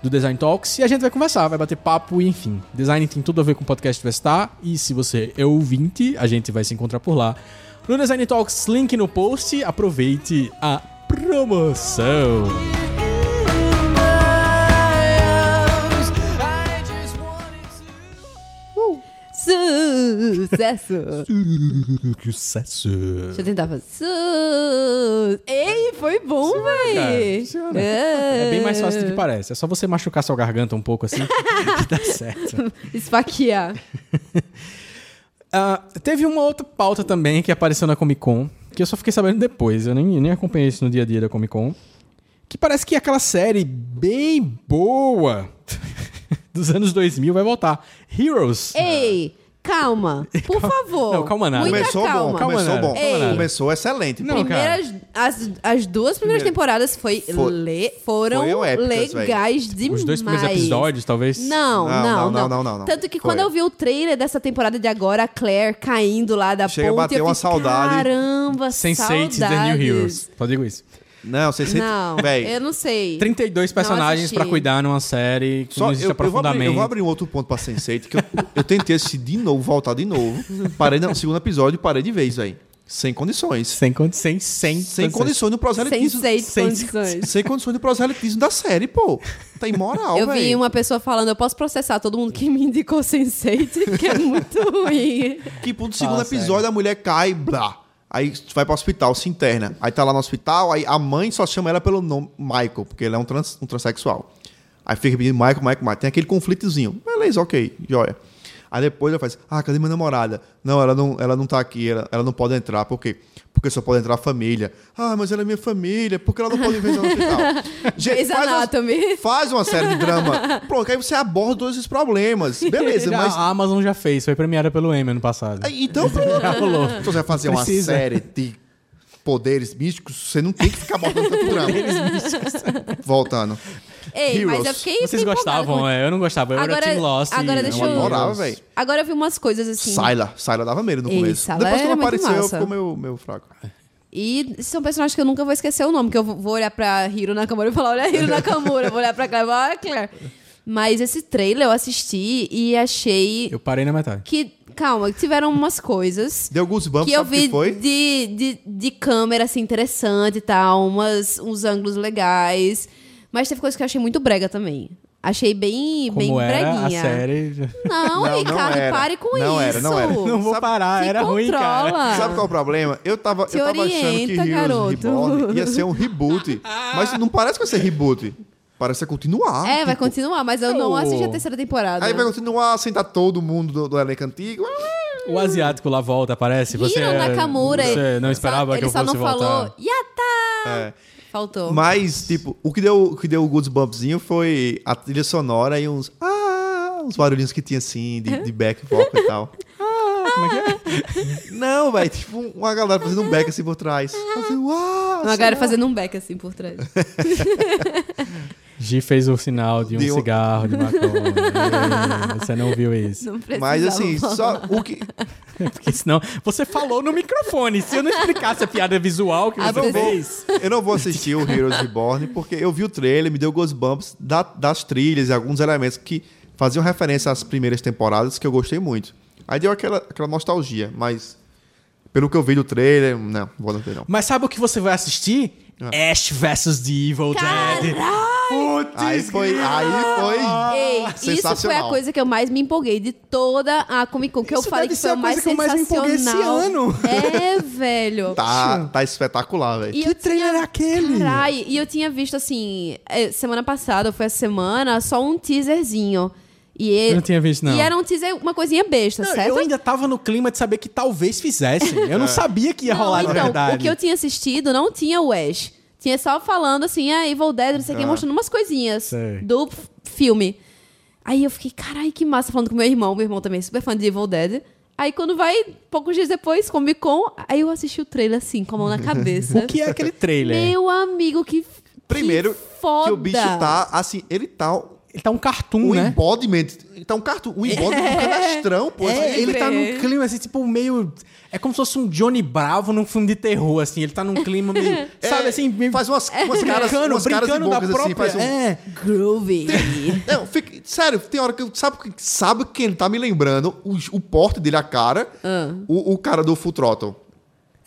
Speaker 1: do Design Talks e a gente vai conversar, vai bater papo e enfim. Design tem tudo a ver com o podcast Vestar e se você é ouvinte, a gente vai se encontrar por lá. No Design Talks, link no post, aproveite a promoção.
Speaker 2: Su- Sucesso.
Speaker 1: Sucesso.
Speaker 2: Deixa eu tentar fazer. Su... Ei, foi bom, véi.
Speaker 1: funciona. É bem mais fácil do que parece. É só você machucar sua garganta um pouco assim que dá certo.
Speaker 2: Esfaquear.
Speaker 1: Ah, teve uma outra pauta também que apareceu na Comic Con, que eu só fiquei sabendo depois, eu nem, nem acompanhei isso no dia a dia da Comic Con. Que parece que aquela série bem boa dos anos 2000 vai voltar. Heroes.
Speaker 2: É Ei, calma. Por favor.
Speaker 1: Não, calma nada.
Speaker 2: Muita
Speaker 3: Começou
Speaker 2: calma.
Speaker 3: bom,
Speaker 1: Calma,
Speaker 3: começou
Speaker 1: Nara.
Speaker 3: bom.
Speaker 2: Ei.
Speaker 3: Começou excelente.
Speaker 1: Não, cara.
Speaker 2: Primeiras, as, as duas primeiras temporadas foi
Speaker 3: Fo-
Speaker 2: le- foram
Speaker 3: foram épicas, véi.
Speaker 2: legais demais.
Speaker 1: Os dois primeiros episódios, talvez.
Speaker 2: Não não não, não,
Speaker 3: não, não, não.
Speaker 2: Tanto que
Speaker 3: Foi.
Speaker 2: quando eu vi o trailer dessa temporada de agora, a Claire caindo lá da
Speaker 3: Chega a
Speaker 2: ponte,
Speaker 3: bater
Speaker 2: eu
Speaker 3: uma
Speaker 2: fiz,
Speaker 3: saudade.
Speaker 2: Caramba,
Speaker 1: Sense8 The
Speaker 2: saudades.
Speaker 1: New Heroes. Só digo isso.
Speaker 3: Não, vocês
Speaker 2: Não, eu
Speaker 3: Véi,
Speaker 2: não sei.
Speaker 1: 32 personagens
Speaker 2: assisti.
Speaker 1: pra cuidar numa série que não
Speaker 3: só
Speaker 1: existe
Speaker 3: eu, eu, vou
Speaker 1: aprofundamento.
Speaker 3: abrir, eu vou abrir um outro ponto pra Sensei, que eu, eu tentei assistir de novo, voltar de novo. Parei no segundo episódio, parei de vez, véi. Sem condições.
Speaker 1: Sem condições, sem,
Speaker 3: Sem condições no proselitismo.
Speaker 2: Sense8
Speaker 1: Sense-
Speaker 2: condições.
Speaker 3: Sem condições no proselitismo da série, pô. Tá imoral,
Speaker 2: Eu
Speaker 3: véi.
Speaker 2: vi uma pessoa falando, eu posso processar todo mundo que me indicou Sense8, que é muito ruim.
Speaker 3: Que pro segundo
Speaker 1: Fala
Speaker 3: episódio
Speaker 1: sério.
Speaker 3: a mulher cai, blá. Aí vai pro hospital, se interna. Aí tá lá no hospital, aí a mãe só chama ela pelo nome Michael, porque ele é um, trans, um transexual. Aí fica pedindo Michael, Michael, Michael. Tem aquele conflitozinho. Beleza, ok, joia. Aí depois ela faz, ah, cadê minha namorada? Não, ela não, ela não tá aqui, ela, ela não pode entrar, por quê? Porque só pode entrar a família. Ah, mas ela é minha família, porque ela não pode ver no hospital. Gente,
Speaker 2: Grey's
Speaker 3: faz uma-
Speaker 2: Anatomy.
Speaker 3: Faz uma série de drama. Pronto, aí você aborda todos esses problemas. Beleza,
Speaker 1: Já-
Speaker 3: mas
Speaker 1: ah, A Amazon já fez, foi premiada pelo Emmy ano passado.
Speaker 3: Aí, Então, pronto. Então, você vai fazer uma
Speaker 1: Precisa.
Speaker 3: série de poderes místicos, você não tem que ficar botando tanto drama. Voltando.
Speaker 2: Ei, mas eu
Speaker 3: Heroes.
Speaker 2: fiquei
Speaker 1: Vocês
Speaker 2: empolgada com
Speaker 1: gostavam, é, eu não gostava. Eu
Speaker 2: Agora-
Speaker 1: era Team Lost.
Speaker 2: agora
Speaker 1: e-
Speaker 2: deixa
Speaker 3: Eu
Speaker 2: eu-
Speaker 3: adorava, velho.
Speaker 2: Agora eu vi umas coisas assim.
Speaker 3: Syla. Syla dava medo no
Speaker 2: Ei,
Speaker 3: começo.
Speaker 2: Syla
Speaker 3: Depois que
Speaker 2: era
Speaker 3: ela
Speaker 2: muito
Speaker 3: apareceu,
Speaker 2: massa.
Speaker 3: ficou meu, meu fraco.
Speaker 2: E são personagens que eu nunca vou esquecer o nome, que eu vou vou olhar pra Hiro Nakamura e falar, olha Hiro Nakamura, eu vou olhar pra Claire, vou olhar Claire. Mas esse trailer eu assisti e achei
Speaker 1: Eu parei na metade.
Speaker 2: que, calma, que tiveram umas coisas
Speaker 3: Deu goosebumps,
Speaker 2: que eu
Speaker 3: sabe o
Speaker 2: vi
Speaker 3: que foi?
Speaker 2: De, de, de câmera, assim, interessante e tal, umas, uns ângulos legais. Mas teve coisa que eu achei muito brega também. Achei bem, bem
Speaker 1: Como era
Speaker 2: breguinha.
Speaker 1: a série.
Speaker 2: Não,
Speaker 3: Não, não
Speaker 2: Ricardo,
Speaker 3: era.
Speaker 2: pare com
Speaker 3: Não
Speaker 2: isso.
Speaker 3: era, não era.
Speaker 1: Não vou
Speaker 3: Sabe-
Speaker 1: parar,
Speaker 2: Se
Speaker 1: era ruim, cara.
Speaker 2: controla.
Speaker 3: Sabe qual é o problema? Eu tava, eu
Speaker 2: Se
Speaker 3: tava achando que
Speaker 2: orienta,
Speaker 3: Heroes
Speaker 2: garoto.
Speaker 3: Reborn ia ser um reboot. mas não parece que vai ser reboot. Parece que vai
Speaker 1: Ah,
Speaker 3: continuar.
Speaker 2: É, vai
Speaker 3: tipo,
Speaker 2: continuar, mas eu não
Speaker 1: eu-
Speaker 2: assisti a terceira temporada.
Speaker 3: Aí vai continuar, sentar todo mundo do, do elenco antigo. Ah,
Speaker 1: O asiático lá volta, aparece. Você, é,
Speaker 2: Hiro Nakamura.
Speaker 1: você não esperava
Speaker 2: só,
Speaker 1: que eu
Speaker 2: Ele só
Speaker 1: fosse
Speaker 2: não
Speaker 1: voltar.
Speaker 2: falou, Yata!
Speaker 3: É.
Speaker 2: Faltou.
Speaker 3: Mas, tipo, o que deu o que deu o Goosebumpzinho foi a trilha sonora e uns. Ah! Uns barulhinhos que tinha assim, de, de back vocal e tal.
Speaker 1: Como é que é?
Speaker 3: Não, velho, tipo, uma galera fazendo um back assim por trás. Fazendo, ah,
Speaker 2: Uma
Speaker 3: sei
Speaker 2: galera
Speaker 3: lá.
Speaker 2: fazendo um back assim por trás.
Speaker 1: Gi fez o sinal de um
Speaker 3: De um-
Speaker 1: cigarro de maconha. Ei, você não viu isso.
Speaker 2: Não precisava.
Speaker 3: Mas assim,
Speaker 2: falar.
Speaker 3: só o que.
Speaker 1: Porque senão você falou no microfone. Se eu não explicasse a piada visual que
Speaker 2: Ah,
Speaker 1: você
Speaker 2: mas-
Speaker 1: fez.
Speaker 3: Eu não vou assistir o Heroes Reborn, porque eu vi o trailer, me deu Goosebumps da, das trilhas e alguns elementos que faziam referência às primeiras temporadas que eu gostei muito. Aí deu aquela, aquela nostalgia, mas pelo que eu vi do trailer, não, vou não ter não.
Speaker 1: Mas sabe o que você vai assistir?
Speaker 3: Ah.
Speaker 1: Ash vs The Evil Dead. Putz,
Speaker 3: Aí foi. Aí foi.
Speaker 1: Ah,
Speaker 2: Ei, isso foi a
Speaker 3: sensacional.
Speaker 2: coisa que eu mais me empolguei de toda a Comic Con, que eu
Speaker 1: Isso
Speaker 2: falei
Speaker 1: deve
Speaker 2: que
Speaker 1: ser
Speaker 2: foi
Speaker 1: a
Speaker 2: o mais
Speaker 1: coisa que eu mais me
Speaker 2: sensacional.
Speaker 1: empolguei esse ano.
Speaker 2: É, velho.
Speaker 3: Tá, tá espetacular, velho.
Speaker 2: E eu
Speaker 1: Que trailer
Speaker 2: tinha-
Speaker 1: era aquele?
Speaker 2: Carai, e eu tinha visto assim, eh, semana passada, ou foi essa semana, só um teaserzinho. E ele-
Speaker 1: Eu não tinha visto, não.
Speaker 2: E era um teaser, uma coisinha besta,
Speaker 1: Não,
Speaker 2: certo?
Speaker 1: eu ainda tava no clima de saber que talvez fizessem. Eu
Speaker 3: É.
Speaker 1: não sabia que ia
Speaker 2: Não,
Speaker 1: rolar
Speaker 2: então,
Speaker 1: de verdade.
Speaker 2: O que eu tinha assistido não tinha o Ash. Tinha só falando assim, ah, Evil Dead, não sei o que, mostrando umas coisinhas
Speaker 1: Sei.
Speaker 2: do f- filme. Aí eu fiquei, carai, que massa, falando com meu irmão. Meu irmão também é super fã de Evil Dead. Aí quando vai, poucos dias depois, Comic Con, aí eu assisti o trailer assim, com a mão na cabeça.
Speaker 1: O que é aquele trailer?
Speaker 2: Meu amigo, que f-
Speaker 3: Primeiro,
Speaker 2: que, foda.
Speaker 3: que o bicho tá, assim, ele tá
Speaker 1: Ele tá um cartoon,
Speaker 3: um
Speaker 1: né?
Speaker 3: embodiment. Ele tá um cartão, um embodiment um canastrão, pô.
Speaker 1: É,
Speaker 3: Assim,
Speaker 1: ele
Speaker 3: ele
Speaker 1: tá
Speaker 2: crer.
Speaker 1: num clima assim, tipo, meio. É como se fosse um Johnny Bravo num filme de terror, assim. Ele tá num clima meio.
Speaker 3: é,
Speaker 1: sabe assim, meio.
Speaker 3: Faz umas, umas caras,
Speaker 1: brincando,
Speaker 3: umas caras e
Speaker 1: brincando da
Speaker 3: bocas
Speaker 1: própria.
Speaker 3: assim, faz um...
Speaker 1: É.
Speaker 2: Groovy.
Speaker 3: Não, fica, sério, tem hora que eu, sabe, que- sabe quem ele tá me lembrando? O, o porte dele, a cara,
Speaker 1: Ah.
Speaker 3: o, o cara do Full Throttle.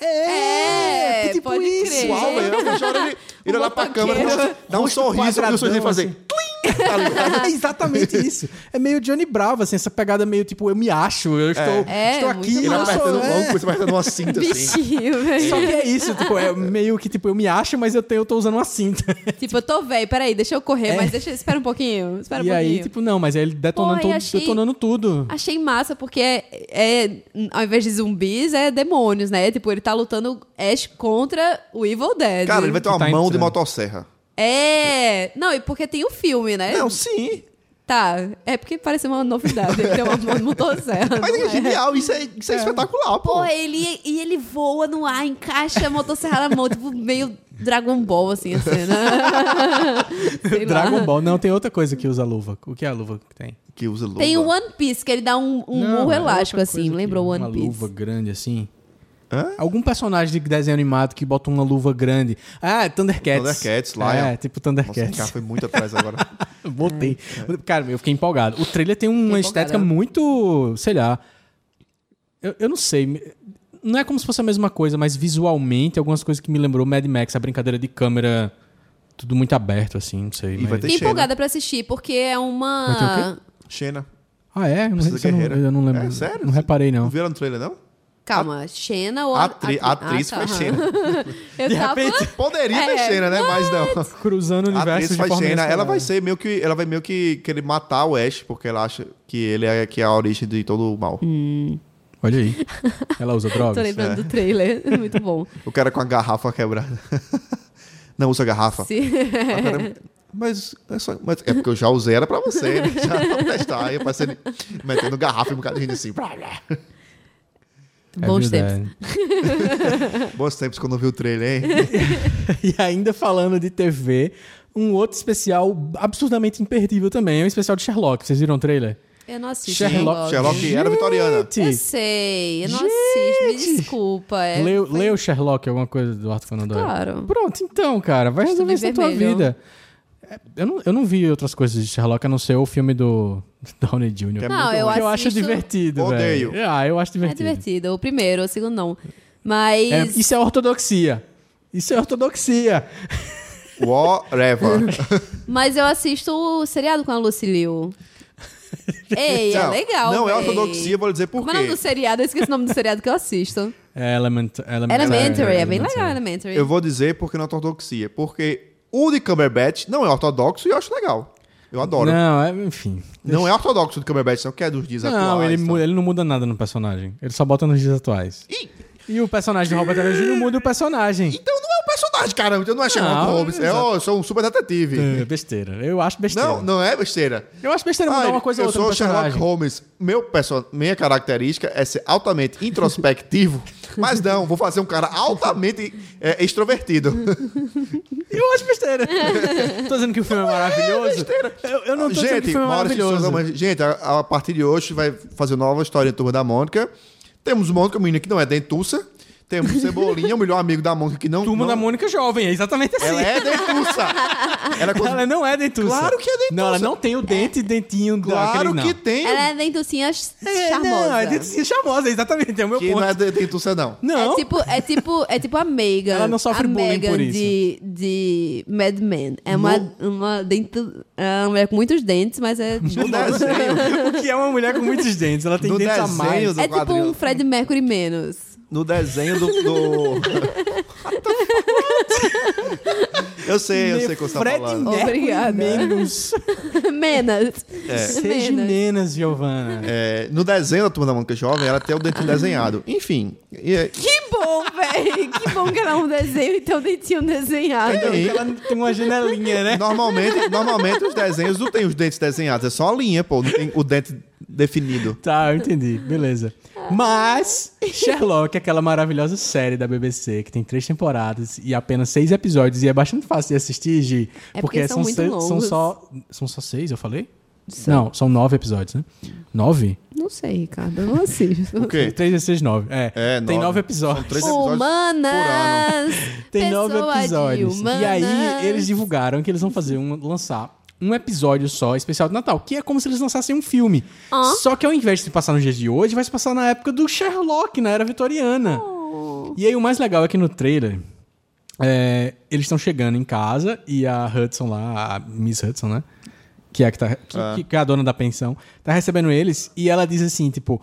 Speaker 1: É,
Speaker 2: É,
Speaker 1: tipo
Speaker 2: pode
Speaker 1: isso.
Speaker 2: crer.
Speaker 3: Uau, velho, eu vejo a hora ele, ele
Speaker 2: O
Speaker 3: olhar pra
Speaker 2: motoqueiro.
Speaker 3: câmera, dá um
Speaker 1: Rosto
Speaker 3: sorriso, e o sorriso
Speaker 1: quadradão,
Speaker 3: ele fazer...
Speaker 1: assim.
Speaker 3: "Tling". Tá ligado?
Speaker 1: É exatamente isso. É meio Johnny Bravo, assim, essa pegada meio tipo, eu me acho, eu estou,
Speaker 2: É,
Speaker 1: estou
Speaker 2: muito
Speaker 1: aqui,
Speaker 2: bom.
Speaker 3: Ele
Speaker 1: eu
Speaker 3: apertando
Speaker 1: sou.
Speaker 3: um
Speaker 1: é.
Speaker 3: banco, você apertando uma cinta assim.
Speaker 2: Bichinho, velho.
Speaker 1: Só que é isso, tipo, é meio que tipo, eu me acho, mas eu, tenho, eu tô usando uma cinta.
Speaker 2: Tipo, eu tô velho, peraí, deixa eu correr,
Speaker 1: É.
Speaker 2: mas deixa, espera um pouquinho, espera
Speaker 1: e
Speaker 2: um
Speaker 1: aí,
Speaker 2: pouquinho.
Speaker 1: tipo, não, mas aí ele detonando,
Speaker 2: Pô,
Speaker 1: tudo,
Speaker 2: eu achei-
Speaker 1: detonando tudo.
Speaker 2: Achei massa, porque é, é- ao invés de zumbis, é demônios, né? Tipo, ele tá lutando Ash contra o Evil Dead.
Speaker 3: Cara, ele vai ter uma
Speaker 1: Tá
Speaker 3: mão de
Speaker 1: entrando.
Speaker 3: motosserra.
Speaker 2: É! Não, e porque tem o filme, né?
Speaker 3: Não, sim.
Speaker 2: Tá, é porque parece uma novidade, ele tem uma mão de motosserra.
Speaker 3: Mas
Speaker 2: não
Speaker 3: é
Speaker 2: é?
Speaker 3: genial, isso é, isso é, espetacular, pô.
Speaker 2: Porra, ele, e ele voa no ar, encaixa a motosserra na mão, tipo, meio Dragon Ball, assim, a cena. Sei lá.
Speaker 1: Dragon Ball. Não, tem outra coisa que usa luva. O que é a luva que tem?
Speaker 3: Que usa luva.
Speaker 2: Tem o One Piece, que ele dá um, um
Speaker 1: Não,
Speaker 2: murro
Speaker 1: é outra
Speaker 2: elástico,
Speaker 1: coisa
Speaker 2: assim,
Speaker 1: que-
Speaker 2: lembrou o One
Speaker 1: Uma
Speaker 2: Piece.
Speaker 1: luva grande, assim.
Speaker 3: Hã?
Speaker 1: Algum personagem de desenho animado que bota uma luva grande. Ah, Thundercats.
Speaker 3: Thundercats, Lion.
Speaker 1: É, tipo
Speaker 3: Nossa, o cara
Speaker 1: Thundercats.
Speaker 3: foi muito atrás agora.
Speaker 1: Botei.
Speaker 3: É,
Speaker 1: Cara, eu fiquei empolgado. O trailer tem uma
Speaker 2: Fiquei
Speaker 1: estética
Speaker 3: né?
Speaker 2: empolgada.
Speaker 1: muito. sei lá. Eu, eu não sei. me- Não é como se fosse a mesma coisa, mas visualmente algumas coisas que me lembrou Mad Max, a brincadeira de câmera, tudo muito aberto, assim, não sei.
Speaker 3: E vai
Speaker 1: mas-
Speaker 3: ter-
Speaker 2: Fiquei
Speaker 3: Cheiro.
Speaker 2: empolgada pra assistir, porque é
Speaker 1: Vai ter
Speaker 2: uma.
Speaker 3: Xena.
Speaker 1: Ah, é? Não sei
Speaker 3: Precisa
Speaker 1: se eu, não,
Speaker 3: guerreira.
Speaker 1: eu não lembro.
Speaker 3: É, sério?
Speaker 1: Não reparei, não.
Speaker 3: Não viu ela no trailer, não?
Speaker 2: Calma, Xena ou
Speaker 3: A atri- a atriz
Speaker 2: ah,
Speaker 3: foi
Speaker 2: tá,
Speaker 3: Xena.
Speaker 2: Eu
Speaker 1: De
Speaker 2: tava.
Speaker 1: repente-
Speaker 3: Poderia ter
Speaker 2: É,
Speaker 3: Xena, né? Mas não.
Speaker 1: Cruzando o
Speaker 3: A
Speaker 1: universo
Speaker 3: atriz
Speaker 1: de né?
Speaker 3: faz
Speaker 1: forma
Speaker 3: Xena, ela
Speaker 1: inesperada.
Speaker 3: vai ser meio que. Ela vai meio que querer matar o Ash, porque ela acha que ele é, que é a origem de todo o mal.
Speaker 1: Olha aí. Ela usa
Speaker 2: Tô
Speaker 1: drogas.
Speaker 2: lembrando do trailer, muito bom.
Speaker 3: O cara com a garrafa quebrada. não usa garrafa.
Speaker 2: Sim.
Speaker 3: Ah, cara, Mas é, só, mas é porque eu já usei, era pra você, né? Já pra testar. Aí eu passei ali, metendo garrafa e um bocado de gente assim. blá, blá.
Speaker 2: Bons tempos.
Speaker 1: É verdade.
Speaker 3: Bons tempos quando eu vi o trailer, hein?
Speaker 1: E ainda falando de TV, um outro especial absurdamente imperdível também. É um especial de Sherlock. Vocês viram o trailer?
Speaker 2: Eu não assisto.
Speaker 1: Sherlock-
Speaker 2: Sherlock.
Speaker 3: Sherlock era vitoriana.
Speaker 2: Eu
Speaker 1: Gente,
Speaker 2: sei, eu não assisto, me desculpa. É,
Speaker 1: leu,
Speaker 2: foi-
Speaker 1: leu Sherlock alguma coisa do Arthur Conan Doyle?
Speaker 2: Claro.
Speaker 1: Pronto, então, cara. Vai
Speaker 2: Vestido
Speaker 1: resolver isso na tua
Speaker 2: vermelho.
Speaker 1: vida. É, Eu não, eu não vi outras coisas de Sherlock, a não ser o filme do Downey Jr.
Speaker 3: é
Speaker 1: Que
Speaker 2: Não,
Speaker 3: muito
Speaker 2: eu
Speaker 3: ruim.
Speaker 1: eu acho
Speaker 2: assisto-
Speaker 1: divertido,
Speaker 3: Odeio.
Speaker 1: velho. Ah, eu acho
Speaker 2: É
Speaker 1: divertido.
Speaker 2: divertido, o primeiro, o segundo não. Mas.
Speaker 1: É, isso é ortodoxia. Isso é ortodoxia.
Speaker 3: Whatever.
Speaker 2: Mas eu assisto o seriado com a Lucy Liu. Ei, é
Speaker 3: Não,
Speaker 2: legal.
Speaker 3: Não é
Speaker 2: véi.
Speaker 3: ortodoxia, vou lhe dizer por
Speaker 2: Como é o nome do
Speaker 3: quê.
Speaker 2: seriado? Eu esqueci o nome do seriado que eu assisto.
Speaker 1: É element, elementary.
Speaker 2: Elementary, é bem
Speaker 1: Elementary.
Speaker 2: legal Elementary.
Speaker 3: Eu vou dizer porque não é ortodoxia. Porque o de Cumberbatch não é ortodoxo e eu acho legal. Eu adoro. Não,
Speaker 1: Não, é, enfim.
Speaker 3: é ortodoxo o de Cumberbatch, não, que é dos dias
Speaker 1: Não,
Speaker 3: atuais.
Speaker 1: ele,
Speaker 3: então.
Speaker 1: mu- ele não muda nada no personagem. Ele só bota nos dias atuais.
Speaker 3: Ih,
Speaker 1: E o personagem do Robert Downey Jr. muda o personagem.
Speaker 3: Então não é um personagem, caramba. Então não é Sherlock
Speaker 1: Não,
Speaker 3: Holmes. É,
Speaker 1: exato.
Speaker 3: ó, eu sou um super detetive.
Speaker 1: É, besteira. Eu acho besteira.
Speaker 3: Não, não é besteira.
Speaker 1: Eu acho besteira mudar
Speaker 3: Ah,
Speaker 1: uma coisa ou
Speaker 3: eu
Speaker 1: outra
Speaker 3: sou
Speaker 1: no
Speaker 3: Sherlock
Speaker 1: personagem.
Speaker 3: Holmes. Meu perso- minha característica é ser altamente introspectivo, mas não, vou fazer um cara altamente é, extrovertido.
Speaker 1: Eu acho besteira. Tô dizendo que o filme é maravilhoso. eu, eu não tô dizendo que o
Speaker 3: Gente,
Speaker 1: filme é
Speaker 3: Maurício de Souza
Speaker 1: maravilhoso.
Speaker 3: Ramos, gente, a, a partir de hoje vai fazer nova história em Turma da Mônica. Temos o Mônica, o menino que não é dentuça. Temos o Cebolinha, o melhor amigo da Mônica que não...
Speaker 1: Turma
Speaker 3: não,
Speaker 1: da Mônica Jovem, é exatamente assim.
Speaker 3: Ela é dentuça. Ela é cos-
Speaker 1: Ela não é dentuça.
Speaker 3: Claro que é dentuça. É.
Speaker 1: Não, ela não tem o dente, dentinho
Speaker 3: Claro
Speaker 1: daquele, não.
Speaker 3: que tem.
Speaker 2: Ela é dentucinha ch-
Speaker 1: É,
Speaker 2: charmosa.
Speaker 1: Não, é
Speaker 2: é,
Speaker 1: dentucinha charmosa, exatamente. É o meu
Speaker 3: Que
Speaker 1: ponto.
Speaker 3: não é dentuça, não.
Speaker 1: Não.
Speaker 2: tipo, é tipo, é tipo a Megan.
Speaker 1: Ela não sofre
Speaker 2: a
Speaker 1: bullying
Speaker 2: Megan
Speaker 1: por isso.
Speaker 2: De, de Mad Men. É uma, uma dento, é uma mulher com muitos dentes, mas é
Speaker 3: No desenho,
Speaker 1: O que é uma mulher com muitos dentes. Ela tem
Speaker 3: No
Speaker 1: dentes a
Speaker 3: desenho
Speaker 1: mais.
Speaker 3: do
Speaker 2: é tipo
Speaker 3: quadril.
Speaker 2: um Fred Mercury menos.
Speaker 3: no desenho do. do- eu sei, eu sei o que você tá
Speaker 1: Fred
Speaker 3: falando.
Speaker 1: Mercury
Speaker 2: Obrigada.
Speaker 1: menos.
Speaker 2: menos.
Speaker 1: Seja menos, Giovana.
Speaker 3: É, no desenho da Turma da Mônica Jovem, ela tem o dente desenhado. Enfim. e é-
Speaker 2: Que bom, velho. Que bom que era um desenho e teu dentinho desenhado.
Speaker 3: e-
Speaker 1: Ela tem uma janelinha, né?
Speaker 3: normalmente, normalmente os desenhos não tem os dentes desenhados, é só a linha, pô. Não tem o dente definido.
Speaker 1: Tá, eu entendi. Beleza. Mas Sherlock é aquela maravilhosa série da BBC que tem três temporadas e apenas seis episódios. E é bastante fácil de assistir, Gi.
Speaker 2: É porque são muito
Speaker 1: seis- são
Speaker 2: longos.
Speaker 1: só. São só seis, eu falei? Não, são nove episódios, né? Nove?
Speaker 2: Não sei, Ricardo. Eu não assisto.
Speaker 3: O quê?
Speaker 1: Três e seis, nove. É,
Speaker 3: É,
Speaker 1: tem
Speaker 3: nove.
Speaker 1: nove episódios.
Speaker 3: São três episódios
Speaker 2: Humanas.
Speaker 1: Tem nove
Speaker 2: pessoa de
Speaker 1: episódios. E aí,
Speaker 2: humanas.
Speaker 1: eles divulgaram que eles vão fazer um, lançar um episódio só, especial de Natal, que é como se eles lançassem um filme. Só que ao invés de se passar nos dias de hoje, vai se passar na época do Sherlock, na era vitoriana.
Speaker 2: Oh.
Speaker 1: E aí, o mais legal é que no trailer. é, eles estão chegando em casa e a Hudson lá, a Miss Hudson, né? que é a, que, tá, que,
Speaker 3: Ah.
Speaker 1: que é a dona da pensão, tá recebendo eles e ela diz assim, tipo,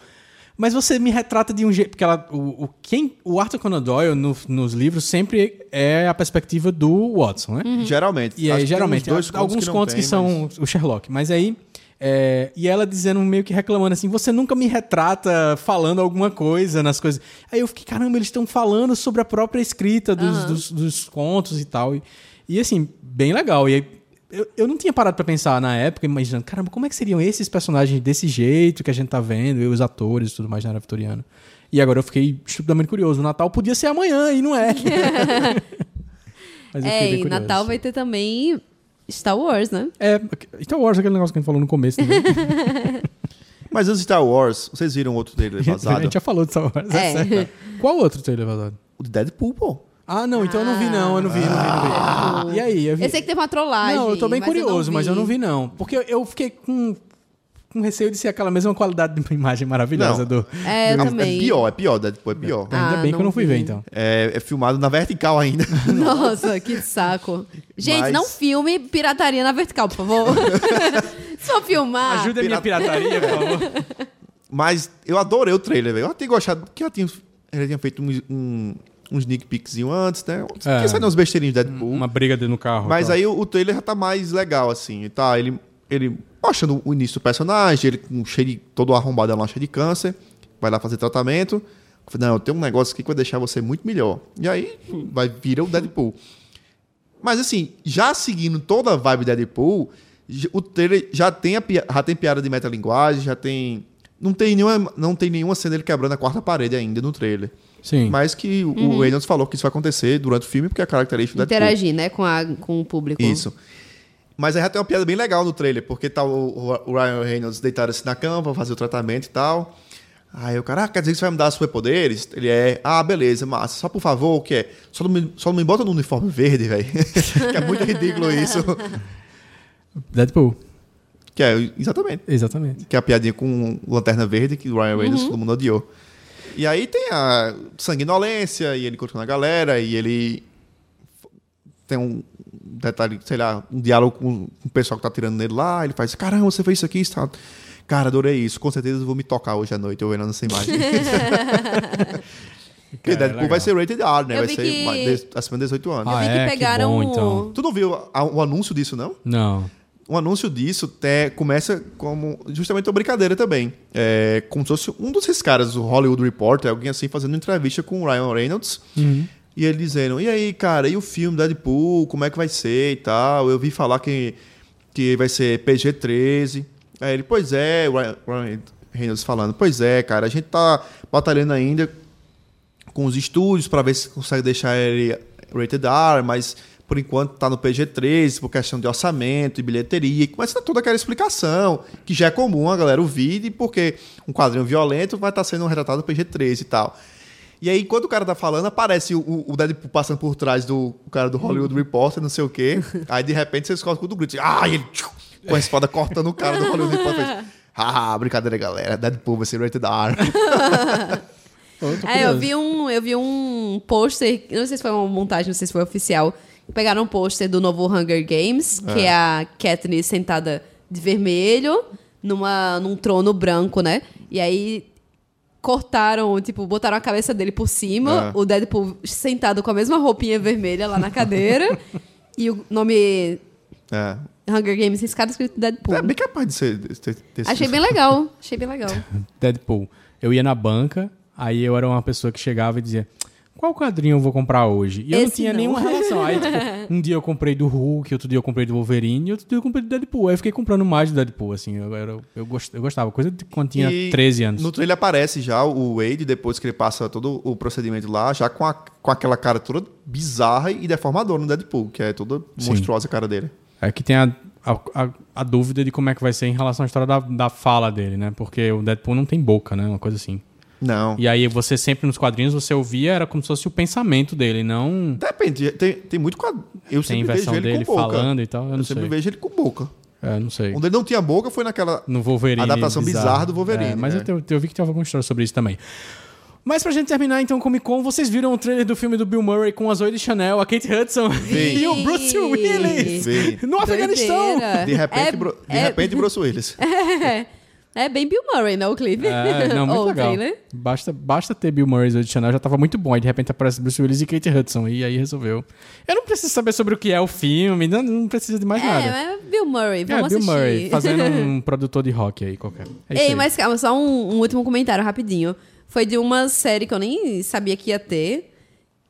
Speaker 1: mas você me retrata de um jeito. Porque ela, o, o, quem, o Arthur Conan Doyle no- nos livros sempre é a perspectiva do Watson, né?
Speaker 3: Então, Geralmente.
Speaker 1: E
Speaker 3: Acho que
Speaker 1: aí,
Speaker 3: tem
Speaker 1: geralmente,
Speaker 3: uns dois
Speaker 1: há- alguns
Speaker 3: não
Speaker 1: contos
Speaker 3: tem,
Speaker 1: que são
Speaker 3: mas-
Speaker 1: o Sherlock. Mas aí. é, e ela dizendo, meio que reclamando assim: você nunca me retrata falando alguma coisa nas coisas. Aí eu fiquei, caramba, eles estão falando sobre a própria escrita dos,
Speaker 2: Aham.
Speaker 1: dos- dos contos e tal. E, e, assim, bem legal. E aí, eu, eu não tinha parado pra pensar na época, imaginando, caramba, como é que seriam esses personagens desse jeito que a gente tá vendo, e os atores e tudo mais na era vitoriana. E agora eu fiquei estupidamente curioso. O Natal podia ser amanhã e não é. Mas eu fiquei
Speaker 2: É,
Speaker 1: bem
Speaker 2: e
Speaker 1: curioso.
Speaker 2: Natal vai ter também Star Wars, né?
Speaker 1: É, Star Wars, aquele negócio que a gente falou no começo também.
Speaker 3: Mas antes de Star Wars, vocês viram outro dele
Speaker 1: A
Speaker 3: vazado?
Speaker 1: gente já falou de Star Wars, é,
Speaker 2: É.
Speaker 1: certo. Qual outro trailer vazado?
Speaker 3: O de Deadpool, pô.
Speaker 1: Ah, não, então eu não vi não, eu não vi, eu não vi, eu
Speaker 2: Ah.
Speaker 1: não vi. E aí, eu vi.
Speaker 2: Eu sei que teve uma trollagem.
Speaker 1: Não, eu tô bem
Speaker 2: é mas
Speaker 1: curioso, mas eu não
Speaker 2: vi.
Speaker 1: vi não. Porque eu- eu fiquei com, com receio de ser aquela mesma qualidade de uma imagem maravilhosa
Speaker 3: Não.
Speaker 1: do...
Speaker 2: É, eu
Speaker 3: é,
Speaker 2: também.
Speaker 3: é pior, é pior, Deadpool é pior.
Speaker 2: Ah,
Speaker 1: Ainda bem que eu
Speaker 2: não
Speaker 1: não fui ver
Speaker 2: vi.
Speaker 1: então.
Speaker 3: É, é filmado na vertical ainda.
Speaker 2: Nossa, que saco. Gente,
Speaker 3: né? Mas-
Speaker 2: não filme pirataria na vertical, por favor. Se for filmar.
Speaker 1: Ajuda a minha pirataria, por favor.
Speaker 3: Mas eu adorei o trailer, velho. Eu tinha gostado, que ela tinha, ela tinha feito um, um, um sneak peekzinho antes, né?
Speaker 1: É.
Speaker 3: Tinha saído uns besteirinhos de Deadpool.
Speaker 1: Uma briga dentro no carro.
Speaker 3: Mas
Speaker 1: tal.
Speaker 3: aí o, o trailer já tá mais legal, assim. Tá, ele, ele mostrando o início do personagem, ele com cheio de, todo arrombado lá, cheio de câncer. Vai lá fazer tratamento. Não, tem um negócio aqui que vai deixar você muito melhor. E aí vai virar o Deadpool. Mas assim, já seguindo toda a vibe Deadpool, j- o trailer já tem, a pia- já tem piada de metalinguagem, já tem. Não tem, nenhuma, não tem nenhuma cena ele quebrando a quarta parede ainda no trailer.
Speaker 1: Sim.
Speaker 3: Mas que o- o Reynolds falou que isso vai acontecer durante o filme, porque é característica do Deadpool.
Speaker 2: Interagir, né, com, a, com o público.
Speaker 3: Isso. Mas aí já tem uma piada bem legal no trailer, porque tá o, o Ryan Reynolds deitado assim na cama, pra fazer o tratamento e tal. Aí o cara, ah, quer dizer que você vai me dar superpoderes? Ele é, ah, beleza, massa, só por favor, o que é? Só não me, só não me bota no uniforme verde, velho. que é muito ridículo isso.
Speaker 1: Deadpool,
Speaker 3: Que é, exatamente.
Speaker 1: exatamente.
Speaker 3: Que é a piadinha com Lanterna Verde, que o Ryan Reynolds
Speaker 2: Uhum.
Speaker 3: todo mundo odiou. E aí tem a sanguinolência, e ele continua na galera, e ele tem um detalhe, sei lá, um diálogo com com o pessoal que tá tirando nele lá, ele faz, caramba, você fez isso aqui, está... Cara, adorei isso, com certeza eu vou me tocar hoje à noite, eu vendo essa imagem. Porque
Speaker 1: Cara, é
Speaker 3: Deadpool
Speaker 1: legal.
Speaker 3: vai ser rated R, né?
Speaker 2: Eu
Speaker 3: vai
Speaker 2: vi
Speaker 3: ser
Speaker 2: que-
Speaker 3: mais de- acima de 18 anos.
Speaker 1: Ah,
Speaker 2: Eu vi que
Speaker 1: é? Que
Speaker 2: pegaram
Speaker 1: bom,
Speaker 2: o-
Speaker 1: então.
Speaker 3: Tu não viu a- o anúncio disso, não?
Speaker 1: Não.
Speaker 3: um anúncio disso até começa como justamente uma brincadeira também. É, como se fosse um desses caras, o Hollywood Reporter, alguém assim, fazendo uma entrevista com o Ryan Reynolds. E ele dizendo: E aí, cara, e o filme Deadpool? Como é que vai ser e tal? Eu vi falar que, que vai ser PG-13. Aí ele: Pois é, o Ryan- Ryan Reynolds falando: Pois é, cara, a gente tá batalhando ainda com os estúdios para ver se consegue deixar ele rated R, mas por enquanto tá no PG-13 por questão de orçamento e bilheteria. E começa toda aquela explicação, que já é comum a galera ouvir, e porque um quadrinho violento vai estar sendo retratado no PG-13 e tal. E aí, enquanto o cara tá falando, aparece o, o Deadpool passando por trás do o cara do Hollywood Reporter, não sei o quê. Aí, de repente, você escuta o grito. Ah, e ele tchiu, com a espada cortando o cara do Hollywood Reporter. fez, Ah, brincadeira, galera. Deadpool vai ser rated R.
Speaker 1: Pô, eu tô
Speaker 2: É, eu
Speaker 1: curioso.
Speaker 2: vi um, eu vi um pôster, eu não sei se foi uma montagem, não sei se foi oficial. Pegaram um pôster do novo Hunger Games, que é a Katniss sentada de vermelho numa, num trono branco, né? E aí cortaram, tipo, botaram a cabeça dele por cima,
Speaker 3: Ah.
Speaker 2: o Deadpool sentado com a mesma roupinha vermelha lá na cadeira. e o nome
Speaker 3: É.
Speaker 2: Hunger Games riscado escrito Deadpool.
Speaker 3: É bem capaz de ser. de ter- ter sido
Speaker 2: Achei bem legal, achei bem legal.
Speaker 1: Deadpool. Eu ia na banca, aí eu era uma pessoa que chegava e dizia: qual quadrinho eu vou comprar hoje? E eu não
Speaker 2: Esse
Speaker 1: tinha
Speaker 2: não.
Speaker 1: nenhuma relação. Aí, tipo, um dia eu comprei do Hulk, outro dia eu comprei do Wolverine, e outro dia eu comprei do Deadpool. Aí eu fiquei comprando mais do Deadpool, assim. Eu, eu, eu gost- eu gostava, coisa de quando tinha
Speaker 3: E
Speaker 1: 13 anos.
Speaker 3: No trailer aparece já o Wade, depois que ele passa todo o procedimento lá, já com, a- com aquela cara toda bizarra e deformadora no Deadpool, que é toda
Speaker 1: Sim.
Speaker 3: monstruosa a cara dele.
Speaker 1: É que tem a, a, a- a dúvida de como é que vai ser em relação à história da, da fala dele, né? Porque o Deadpool não tem boca, né? Uma coisa assim.
Speaker 3: Não.
Speaker 1: E aí você sempre nos quadrinhos, você ouvia, era como se fosse o pensamento dele, não
Speaker 3: Depende, tem, tem muito quadro. Eu
Speaker 1: tem
Speaker 3: sempre vejo
Speaker 1: versão
Speaker 3: ele
Speaker 1: dele
Speaker 3: com boca.
Speaker 1: falando e tal. Eu não
Speaker 3: eu sempre
Speaker 1: sei.
Speaker 3: vejo ele com boca.
Speaker 1: É, não sei.
Speaker 3: Onde ele não tinha boca foi naquela.
Speaker 1: No Wolverine.
Speaker 3: Adaptação bizarra do Wolverine,
Speaker 1: É, mas
Speaker 3: é.
Speaker 1: eu, te- eu vi que teve alguma história sobre isso também. Mas pra gente terminar, então, Comic Con, vocês viram o trailer do filme do Bill Murray com a Zoe de Chanel, a Kate Hudson
Speaker 3: Vi.
Speaker 1: e o Bruce Willis
Speaker 3: Vi.
Speaker 1: no Afeganistão.
Speaker 2: Doideira.
Speaker 3: De repente,
Speaker 2: É-
Speaker 3: Bru- de
Speaker 2: é-
Speaker 3: repente Bruce Willis.
Speaker 2: É bem Bill Murray, né? O clipe. né?
Speaker 1: É, não, muito
Speaker 2: Ou o
Speaker 1: legal.
Speaker 2: trailer.
Speaker 1: Basta, basta ter Bill Murray e Zoe de Chanel, já tava muito bom. E de repente aparece Bruce Willis e Kate Hudson, e aí resolveu. Eu não preciso saber sobre o que é o filme, não, não precisa de mais nada.
Speaker 2: É, é Bill Murray,
Speaker 1: É,
Speaker 2: vamos
Speaker 1: Bill
Speaker 2: assistir.
Speaker 1: Murray, fazendo um produtor de rock aí qualquer. É isso
Speaker 2: Ei,
Speaker 1: aí.
Speaker 2: mas calma, só um, um último comentário rapidinho. Foi de uma série que eu nem sabia que ia ter,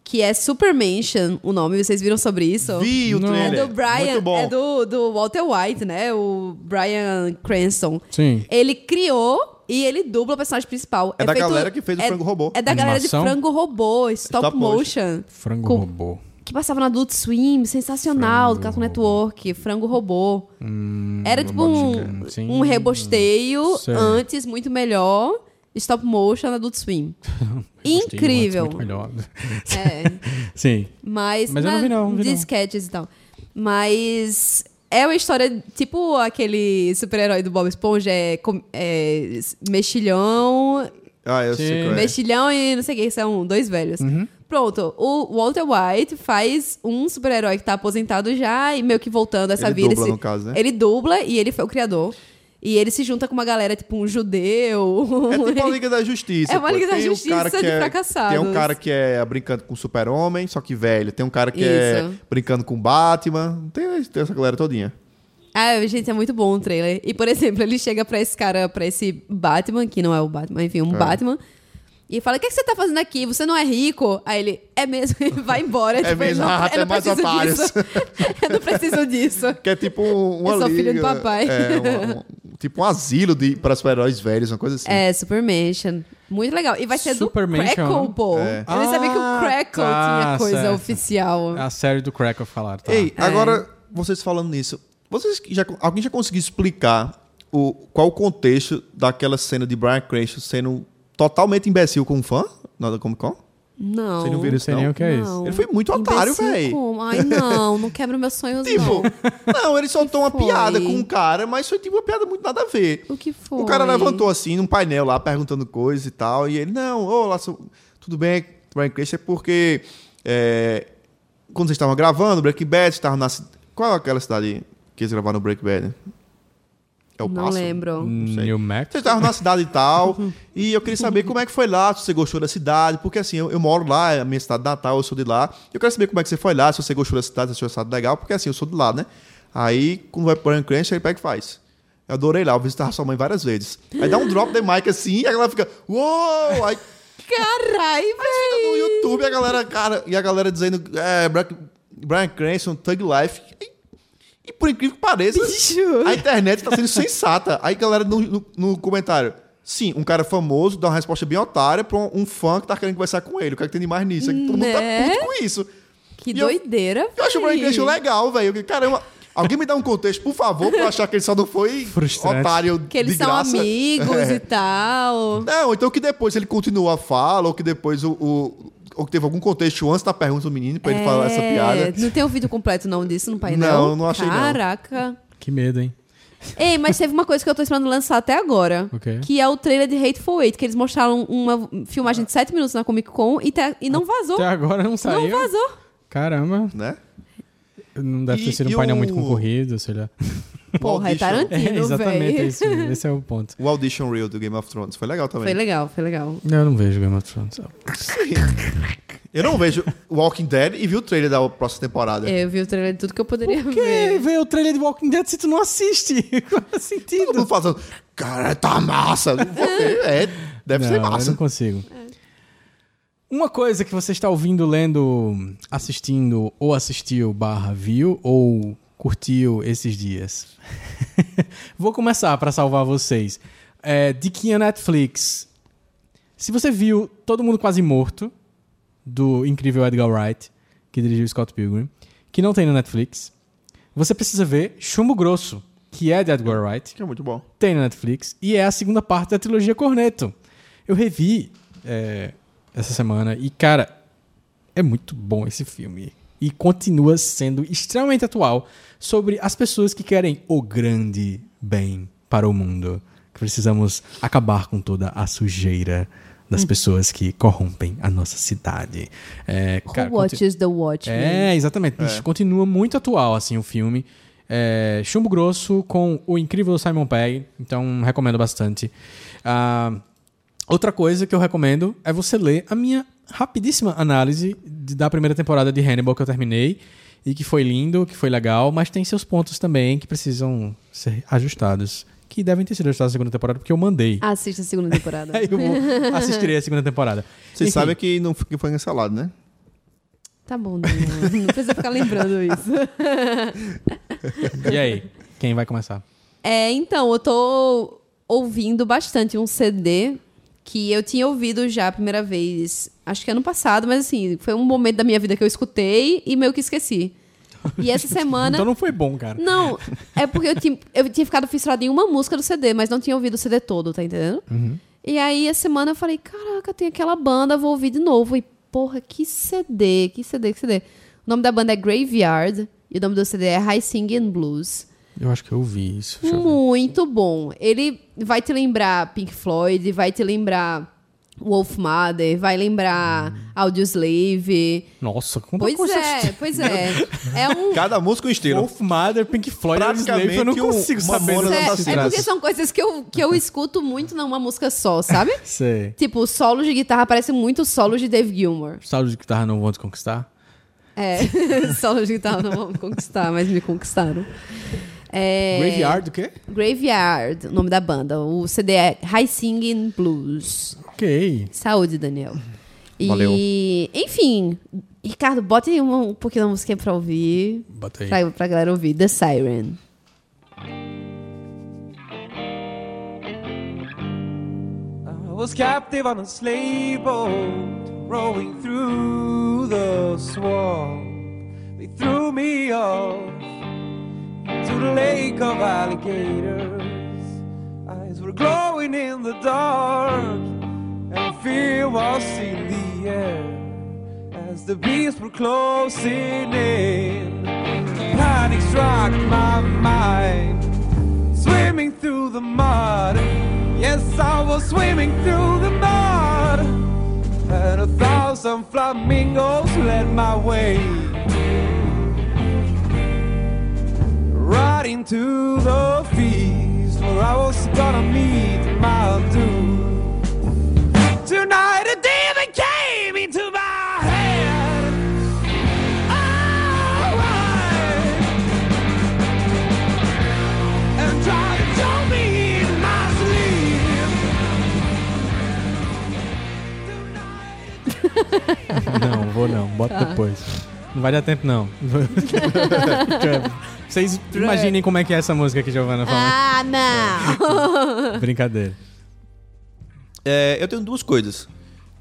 Speaker 2: que é Super Mansion, o nome, vocês viram sobre isso?
Speaker 3: Vi o
Speaker 1: Não.
Speaker 2: É
Speaker 3: trailer.
Speaker 2: do Brian,
Speaker 3: Muito bom.
Speaker 2: é do, do Walter White, né? O Brian Cranston.
Speaker 1: Sim.
Speaker 2: Ele criou e ele dubla o personagem principal.
Speaker 3: É da galera que fez o Frango Robô.
Speaker 2: É da galera de
Speaker 1: Animação?
Speaker 2: Frango Robô, Stop,
Speaker 3: Stop motion.
Speaker 2: Motion.
Speaker 1: Frango
Speaker 2: Com-
Speaker 1: robô.
Speaker 2: Que passava na Adult Swim, sensacional, do Cartoon Network, Frango Robô. Era tipo um,
Speaker 1: Hum, gigante, sim.
Speaker 2: um rebosteio
Speaker 1: Sei.
Speaker 2: antes, muito melhor, Stop Motion na Adult Swim. Incrível.
Speaker 1: Muito melhor.
Speaker 2: É,
Speaker 1: Sim.
Speaker 2: mas...
Speaker 1: Mas eu não vi não, não vi
Speaker 2: de
Speaker 1: não.
Speaker 2: sketches e tal. Mas... É uma história tipo aquele super-herói do Bob Esponja, é, com- é mexilhão
Speaker 3: Ah, eu sei
Speaker 1: Sim.
Speaker 3: qual é. Uhum.
Speaker 2: Mexilhão e não sei o que, são dois velhos. Pronto, o Walter White faz um super-herói que tá aposentado já e meio que voltando a essa
Speaker 3: Ele
Speaker 2: vida.
Speaker 3: dubla,
Speaker 2: esse-
Speaker 3: no caso, né?
Speaker 2: Ele dubla e ele foi o criador. E ele se junta com uma galera, tipo um judeu.
Speaker 3: É tipo a Liga da Justiça.
Speaker 2: É uma
Speaker 3: pô.
Speaker 2: Liga da
Speaker 3: Tem um
Speaker 2: Justiça
Speaker 3: cara que
Speaker 2: de
Speaker 3: é-
Speaker 2: fracassados.
Speaker 3: Tem um cara que é brincando com o Super-Homem, só que velho. Tem um cara que
Speaker 2: Isso.
Speaker 3: é brincando com o Batman. Tem, né, tem essa galera todinha.
Speaker 2: Ah, gente, é muito bom o trailer. E, por exemplo, ele chega pra esse cara, pra esse Batman, que não é o Batman, enfim, um Batman. E fala, o que, é que você tá fazendo aqui? Você não é rico? Aí ele, é mesmo, e vai embora.
Speaker 3: É mesmo,
Speaker 2: eu não,
Speaker 3: ah,
Speaker 2: eu
Speaker 3: tem
Speaker 2: não
Speaker 3: mais
Speaker 2: preciso
Speaker 3: otários.
Speaker 2: disso. Eu não preciso disso.
Speaker 3: Que é tipo um- uma
Speaker 2: Eu sou
Speaker 3: liga,
Speaker 2: filho do papai.
Speaker 3: É, um- um- tipo um asilo de, para super-heróis velhos, uma coisa assim.
Speaker 2: É, Super Mansion. Muito legal. E vai ser
Speaker 1: Super
Speaker 2: do
Speaker 1: Mansion,
Speaker 2: Crackle
Speaker 1: né?
Speaker 2: Bowl.
Speaker 3: É.
Speaker 2: Eu nem sabia que o
Speaker 1: Ah,
Speaker 2: Crackle
Speaker 1: tá,
Speaker 2: tinha coisa
Speaker 1: certo.
Speaker 2: oficial.
Speaker 3: Ah,
Speaker 1: A série do Crack eu falar, tá?
Speaker 2: É.
Speaker 3: Ei, agora, vocês falando nisso, vocês que já, alguém já conseguiu explicar o, qual o contexto daquela cena de Brian Cranston sendo totalmente imbecil com um fã na Comic Con?
Speaker 2: Não.
Speaker 3: Vocês não viram
Speaker 1: não
Speaker 3: isso,
Speaker 1: sei nem
Speaker 3: não?
Speaker 1: o que é isso.
Speaker 2: Não.
Speaker 3: Ele foi muito otário,
Speaker 2: Imbecil
Speaker 3: véi.
Speaker 2: como? Ai, não. Não quebra meus sonhos,
Speaker 3: Tipo,
Speaker 2: não.
Speaker 3: não, ele soltou uma
Speaker 2: foi?
Speaker 3: piada com um cara, mas foi tipo uma piada muito nada a ver.
Speaker 2: O que foi?
Speaker 3: O cara levantou assim num painel lá, perguntando coisa e tal. E ele, não, ô, Laço, tudo bem, Brian Cranston, é porque é, quando vocês estavam gravando, Breaking Bad, vocês estavam na. ci- Qual é aquela cidade que eles gravaram no Breaking Bad? É o
Speaker 2: Não
Speaker 3: Paso?
Speaker 2: lembro.
Speaker 3: Não sei.
Speaker 1: Hum, New Max?
Speaker 3: Vocês estavam tá na cidade e tal. e eu queria saber como é que foi lá, se você gostou da cidade. Porque assim, eu, eu moro lá, é a minha cidade natal, eu sou de lá. Eu quero saber como é que você foi lá, se você gostou da cidade, se achou a cidade legal, porque assim, eu sou de lá, né? Aí, quando vai pro Brian Cranston, ele pega e faz. Eu adorei lá, eu visitava sua mãe várias vezes. Aí dá um drop the mic assim, e a galera fica, uou! Aí
Speaker 2: Carai,
Speaker 3: fica tá no
Speaker 2: véi.
Speaker 3: YouTube e a galera, cara, e a galera dizendo, é, Brian- Brian Cranston, Thug Life. E, e por incrível que pareça,
Speaker 2: Bicho.
Speaker 3: a internet tá sendo sensata. Aí, galera, no, no- no comentário. Sim, um cara famoso dá uma resposta bem otária pra um, um fã que tá querendo conversar com ele. O cara que tem de mais nisso. É que todo mundo tá
Speaker 2: Né?
Speaker 3: puto com isso.
Speaker 2: Que
Speaker 3: E eu-
Speaker 2: doideira,
Speaker 3: Eu acho o Brian
Speaker 2: véi.
Speaker 3: Cranston legal, velho. Eu digo, Caramba, alguém me dá um contexto, por favor, pra eu achar que ele só não foi
Speaker 1: Frustrante.
Speaker 3: otário
Speaker 2: Que eles
Speaker 3: de
Speaker 2: são
Speaker 3: graça.
Speaker 2: amigos e tal.
Speaker 3: Não, então que depois ele continua a fala, ou que depois o... o- ou que teve algum contexto antes da pergunta do menino pra ele falar essa
Speaker 2: É,
Speaker 3: piada.
Speaker 2: Não tem o vídeo completo não disso no painel?
Speaker 3: Não, não achei, não.
Speaker 2: Caraca.
Speaker 1: Que medo, hein?
Speaker 2: Ei, mas teve uma coisa que eu tô esperando lançar até agora.
Speaker 1: O quê?
Speaker 2: Que é o trailer de Hateful Eight, que eles mostraram uma filmagem de 7 minutos na Comic Con e, te- e não vazou.
Speaker 1: Até agora não saiu.
Speaker 2: Não vazou.
Speaker 1: Caramba,
Speaker 3: Né?
Speaker 1: não deve ter
Speaker 3: E-
Speaker 1: sido
Speaker 3: e
Speaker 1: um painel
Speaker 3: o-
Speaker 1: muito concorrido, sei lá.
Speaker 2: Porra, é
Speaker 3: Audition.
Speaker 1: É,
Speaker 2: Tarantino,
Speaker 1: exatamente, é
Speaker 2: velho.
Speaker 1: isso. Esse é o ponto.
Speaker 3: O Audition Reel do Game of Thrones. Foi legal também.
Speaker 2: Foi legal, foi legal.
Speaker 1: Eu não vejo Game of Thrones.
Speaker 3: Eu não vejo Walking Dead e vi o trailer da próxima temporada.
Speaker 2: Eu vi o trailer de tudo que eu poderia
Speaker 1: Que
Speaker 2: ver.
Speaker 1: vê o trailer de Walking Dead se tu não assiste? Qual é o
Speaker 3: Todo
Speaker 1: sentido?
Speaker 3: mundo fazendo, cara, tá massa. Eu vou ver, É, deve ser
Speaker 1: Não, eu não
Speaker 3: massa.
Speaker 1: consigo. Uma coisa que você está ouvindo, lendo, assistindo, ou assistiu, barra, viu, ou curtiu esses dias. Vou começar para salvar vocês. É, Diquinha Netflix. Se você viu Todo Mundo Quase Morto, do incrível Edgar Wright, que dirigiu Scott Pilgrim, que não tem no Netflix, você precisa ver Chumbo Grosso, que é de Edgar Wright
Speaker 3: Que é muito bom.
Speaker 1: tem na Netflix e é a segunda parte da trilogia Corneto. Eu revi é, essa semana e, cara, é muito bom esse filme. E continua sendo extremamente atual sobre as pessoas que querem o grande bem para o mundo. Que precisamos acabar com toda a sujeira das pessoas que corrompem a nossa cidade. É, cara,
Speaker 2: Who
Speaker 1: conte-
Speaker 2: watches the Watchmen?
Speaker 1: é, exatamente. Bicho, continua muito atual, assim, o filme. É, Chumbo Grosso com o incrível Simon Pegg. Então, recomendo bastante. Ah, outra coisa que eu recomendo é você ler a minha rapidíssima análise de- da primeira temporada de Hannibal que eu terminei. E que foi lindo, que foi legal, mas tem seus pontos também que precisam ser ajustados. Que devem ter sido ajustados na segunda temporada, porque eu mandei.
Speaker 2: Assista a segunda temporada.
Speaker 1: Aí eu vou- assistirei a segunda temporada.
Speaker 3: Vocês
Speaker 1: Ah, né? Enfim,
Speaker 3: sabem que não foi- que foi cancelado, né?
Speaker 2: Tá bom, Daniel. Não precisa ficar lembrando isso.
Speaker 1: E aí? Quem vai começar?
Speaker 2: É, então, eu tô ouvindo bastante um CD que eu tinha ouvido já a primeira vez, acho que ano passado, mas assim, foi um momento da minha vida que eu escutei e meio que esqueci. E essa semana.
Speaker 1: Então não foi bom, cara.
Speaker 2: Não, é porque eu tinha, eu tinha ficado fissurada em uma música do CD, mas não tinha ouvido o CD todo, tá entendendo?
Speaker 1: Uhum.
Speaker 2: E aí, essa semana eu falei, caraca, tem aquela banda, vou ouvir de novo. E, porra, que CD, que CD, que CD. O nome da banda é Graveyard e o nome do CD é High Singing Blues.
Speaker 1: Eu acho que eu ouvi isso.
Speaker 2: Hum.
Speaker 1: Deixa eu ver.
Speaker 2: Muito bom. Ele vai te lembrar Pink Floyd, vai te lembrar Wolf Mother, vai lembrar
Speaker 1: Hum.
Speaker 2: Audioslave.
Speaker 1: Nossa, quanta
Speaker 2: Pois
Speaker 1: coisa
Speaker 2: é, pois é. É um
Speaker 3: Cada música um estilo.
Speaker 1: Wolf Mother, Pink Floyd, Audioslave,
Speaker 3: Praticamente
Speaker 1: eu não
Speaker 3: um-
Speaker 1: consigo
Speaker 3: uma
Speaker 1: saber.
Speaker 3: Mamonas
Speaker 1: essas
Speaker 2: É,
Speaker 3: Assassinas.
Speaker 2: é
Speaker 1: cidades.
Speaker 2: porque são coisas que eu, que eu escuto muito numa música só, sabe?
Speaker 1: Sei.
Speaker 2: tipo, solos de guitarra parecem muito solos de Dave Gilmour.
Speaker 1: Salos de guitarra não vão te conquistar?
Speaker 2: É, solos de guitarra não vão me conquistar, mas me conquistaram. É,
Speaker 1: Graveyard, o quê?
Speaker 2: Graveyard, o nome da banda. O CD é High Singing Blues.
Speaker 1: Ok.
Speaker 2: Saúde, Daniel. E,
Speaker 3: Valeu.
Speaker 2: enfim, Ricardo, bote aí um, um pouquinho da musiquinha pra ouvir.
Speaker 1: Bota aí.
Speaker 2: Pra, pra galera ouvir. The Siren.
Speaker 6: I was captive on a slave boat, rowing through the swamp. They threw me off to the lake of alligators. Eyes were glowing in the dark, and fear was in the air as the beasts were closing in. Panic struck my mind swimming through the mud. Yes, I was swimming through the mud. And a thousand flamingos led my way. Right into the feast where I was gonna meet my doom. Tonight a demon came into my head. Oh, I and try to show me in my sleep.
Speaker 1: Não, vou não.
Speaker 2: Tá.
Speaker 1: Bota depois. Não vai dar tempo, não. Vocês imaginem como é que é essa música que Giovanna fala.
Speaker 2: Ah,
Speaker 1: É.
Speaker 2: não!
Speaker 1: Brincadeira.
Speaker 3: É, eu tenho duas coisas.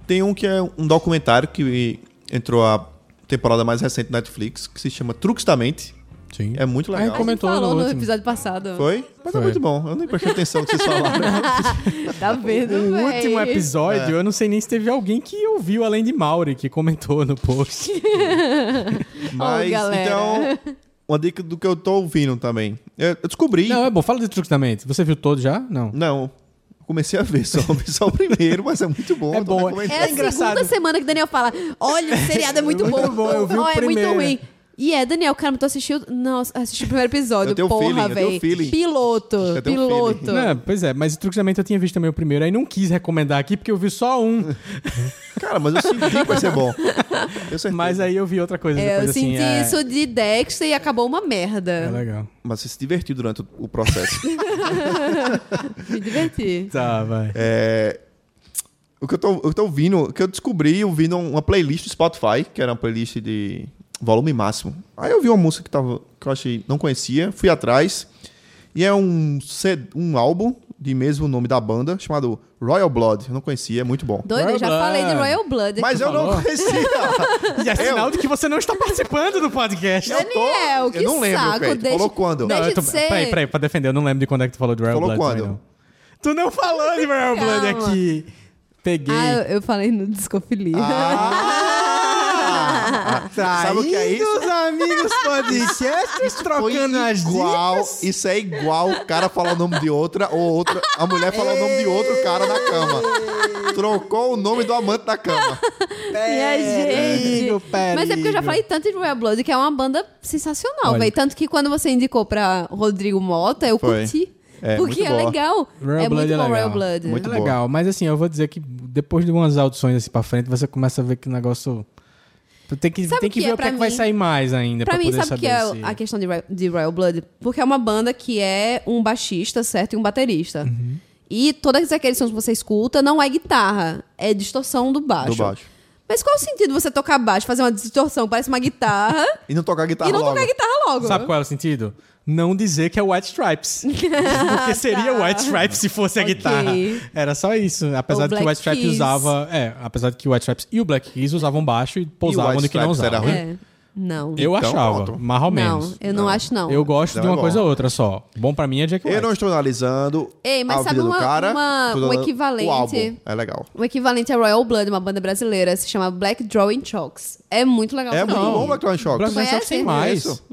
Speaker 3: Tem um que é um documentário que entrou a temporada mais recente da Netflix, que se chama Truques da Mente.
Speaker 1: Sim.
Speaker 3: É muito legal.
Speaker 1: Ah, eu Comentou
Speaker 2: a gente
Speaker 1: no
Speaker 2: falou no,
Speaker 1: último.
Speaker 2: episódio passado.
Speaker 3: Foi? Mas
Speaker 1: Foi.
Speaker 3: é muito bom. Eu nem prestei atenção no que vocês falaram.
Speaker 2: Tá vendo,
Speaker 1: O
Speaker 2: véi?
Speaker 1: último episódio, eu não sei nem se teve alguém que ouviu além de Mauri, que comentou no post.
Speaker 3: Mas,
Speaker 2: galera.
Speaker 3: então, uma dica do que eu tô ouvindo também. Eu eu descobri...
Speaker 1: Não, é bom. Fala de truques da mente. Você viu todo já? Não.
Speaker 3: Não, comecei a ver só, vi só o primeiro, mas é muito bom.
Speaker 1: É
Speaker 3: tô
Speaker 1: bom, é.
Speaker 3: recomendando.
Speaker 2: É a
Speaker 1: É engraçado.
Speaker 2: segunda semana que o Daniel fala: Olha, o seriado é muito,
Speaker 1: Muito
Speaker 2: bom.
Speaker 1: bom, eu vi o
Speaker 2: Ó, é muito
Speaker 1: primeiro.
Speaker 2: ruim. E é, Daniel, caramba, tu assistiu. Não, assisti o primeiro episódio.
Speaker 3: Eu
Speaker 1: um
Speaker 3: tenho feeling,
Speaker 2: porra,
Speaker 3: eu tenho
Speaker 2: velho.
Speaker 3: feeling.
Speaker 2: Piloto.
Speaker 3: Eu tenho
Speaker 2: piloto.
Speaker 1: Não, pois é, mas o truques da mente eu tinha visto também o primeiro, aí não quis recomendar aqui porque eu vi só um.
Speaker 3: Cara, mas eu senti que vai ser bom. Eu certeza.
Speaker 1: Mas aí eu vi outra coisa
Speaker 2: É,
Speaker 1: depois,
Speaker 2: eu
Speaker 1: assim.
Speaker 2: senti
Speaker 1: é-
Speaker 2: isso de Dexter e acabou uma
Speaker 1: É
Speaker 2: merda.
Speaker 1: legal.
Speaker 3: Mas você se divertiu durante o- o processo.
Speaker 2: Me diverti.
Speaker 1: Tá, vai.
Speaker 3: É, O que eu tô, eu tô ouvindo, o que eu descobri ouvindo uma playlist do Spotify, que era uma playlist de volume máximo. Aí eu vi uma música que, tava, que eu achei, não conhecia, fui atrás. E é um, C- um álbum de mesmo nome da banda, chamado Royal Blood. Eu não conhecia, é muito bom.
Speaker 2: Doido, eu já
Speaker 1: Royal
Speaker 2: falei de
Speaker 1: Blood.
Speaker 2: Royal Blood.
Speaker 3: Mas eu não
Speaker 1: falou?
Speaker 3: conhecia.
Speaker 1: E é sinal de que você não está participando do podcast. Ah,
Speaker 3: Eu tô-
Speaker 2: Daniel, que
Speaker 3: eu não lembro,
Speaker 2: saco,
Speaker 3: Kate.
Speaker 2: deixa-
Speaker 3: Falou quando?
Speaker 2: deixa-
Speaker 1: eu
Speaker 2: de ser.
Speaker 1: Peraí, peraí, pra defender, eu não lembro de quando é que tu falou de Royal
Speaker 3: Falou
Speaker 1: Blood. também,
Speaker 3: quando?
Speaker 1: não. Tu não falou de Royal Blood
Speaker 2: Calma.
Speaker 1: aqui. Peguei. Ah,
Speaker 2: Ah, eu, eu falei no Discofilia.
Speaker 3: Ah! Sabe o que é isso?
Speaker 1: Os amigos podcasts trocando as
Speaker 3: igual,
Speaker 1: dicas.
Speaker 3: Isso é igual o cara falar o nome de outra ou outra, a mulher falar o nome de outro cara na cama. Trocou o nome do amante da cama.
Speaker 2: Minha gente.
Speaker 1: Perigo,
Speaker 2: Mas é porque eu já
Speaker 1: perigo.
Speaker 2: falei tanto de Royal Blood, que é uma banda sensacional,
Speaker 1: Olha.
Speaker 2: velho. Tanto que quando você indicou pra Rodrigo Mota, eu
Speaker 3: Foi.
Speaker 2: curti.
Speaker 3: É,
Speaker 2: porque
Speaker 3: muito
Speaker 2: é
Speaker 3: boa.
Speaker 2: legal.
Speaker 1: Royal
Speaker 2: é
Speaker 1: Blood
Speaker 2: muito
Speaker 1: é
Speaker 2: bom Royal
Speaker 1: legal.
Speaker 2: Blood.
Speaker 3: Muito
Speaker 1: é
Speaker 3: boa.
Speaker 1: legal, mas assim, eu vou dizer que depois de umas audições assim pra frente, você começa a ver que o negócio. Tu tem que,
Speaker 2: Sabe
Speaker 1: tem que,
Speaker 2: que é
Speaker 1: ver o que
Speaker 2: pra
Speaker 1: é que vai
Speaker 2: mim?
Speaker 1: sair mais ainda pra,
Speaker 2: Pra mim,
Speaker 1: poder
Speaker 2: sabe o
Speaker 1: saber
Speaker 2: que é
Speaker 1: se...
Speaker 2: a questão de, Roy- de Royal Blood? Porque é uma banda que é um baixista, certo? E um baterista.
Speaker 1: Uhum.
Speaker 2: E todas aqueles sons que você escuta não é guitarra, é distorção do baixo.
Speaker 3: Do baixo.
Speaker 2: Mas qual o sentido você tocar baixo, fazer uma distorção, parece uma guitarra,
Speaker 3: E não tocar guitarra
Speaker 2: e não
Speaker 3: logo.
Speaker 2: tocar guitarra logo?
Speaker 1: Tá Sabe qual é o sentido? Não dizer que é White Stripes. é? Porque seria
Speaker 2: tá.
Speaker 1: White Stripes se fosse a
Speaker 2: Ok.
Speaker 1: guitarra. Era só isso. Apesar
Speaker 2: Ou
Speaker 1: de que o
Speaker 2: Black
Speaker 1: White Stripes
Speaker 2: Keys.
Speaker 1: usava. É, apesar de que o White Stripes e o Black Keys usavam baixo e pousavam
Speaker 3: White
Speaker 1: no que não
Speaker 3: Stripes
Speaker 1: usavam.
Speaker 3: era ruim?
Speaker 2: É. Não.
Speaker 1: né? Eu
Speaker 3: Então,
Speaker 1: achava,
Speaker 3: pronto.
Speaker 1: mais ou menos.
Speaker 2: Não, eu não, acho, não.
Speaker 1: Eu gosto
Speaker 3: Então
Speaker 1: de
Speaker 3: é
Speaker 1: uma
Speaker 3: bom.
Speaker 1: coisa ou outra só. Bom pra mim é Jack White.
Speaker 3: Eu não estou analisando
Speaker 2: Ei, mas
Speaker 3: a
Speaker 2: sabe
Speaker 3: vida
Speaker 2: uma-
Speaker 3: do cara.
Speaker 2: uma-
Speaker 3: estou
Speaker 2: um
Speaker 3: dando
Speaker 2: equivalente?
Speaker 3: O álbum. É legal.
Speaker 2: O equivalente é Royal Blood, uma banda brasileira, se chama Black Drawing Chalks. É muito legal.
Speaker 3: É
Speaker 2: também.
Speaker 3: muito bom o Background
Speaker 1: O
Speaker 3: Shock.
Speaker 1: Brasil
Speaker 2: Conhece?
Speaker 1: é tem mais. Hum.
Speaker 3: Isso.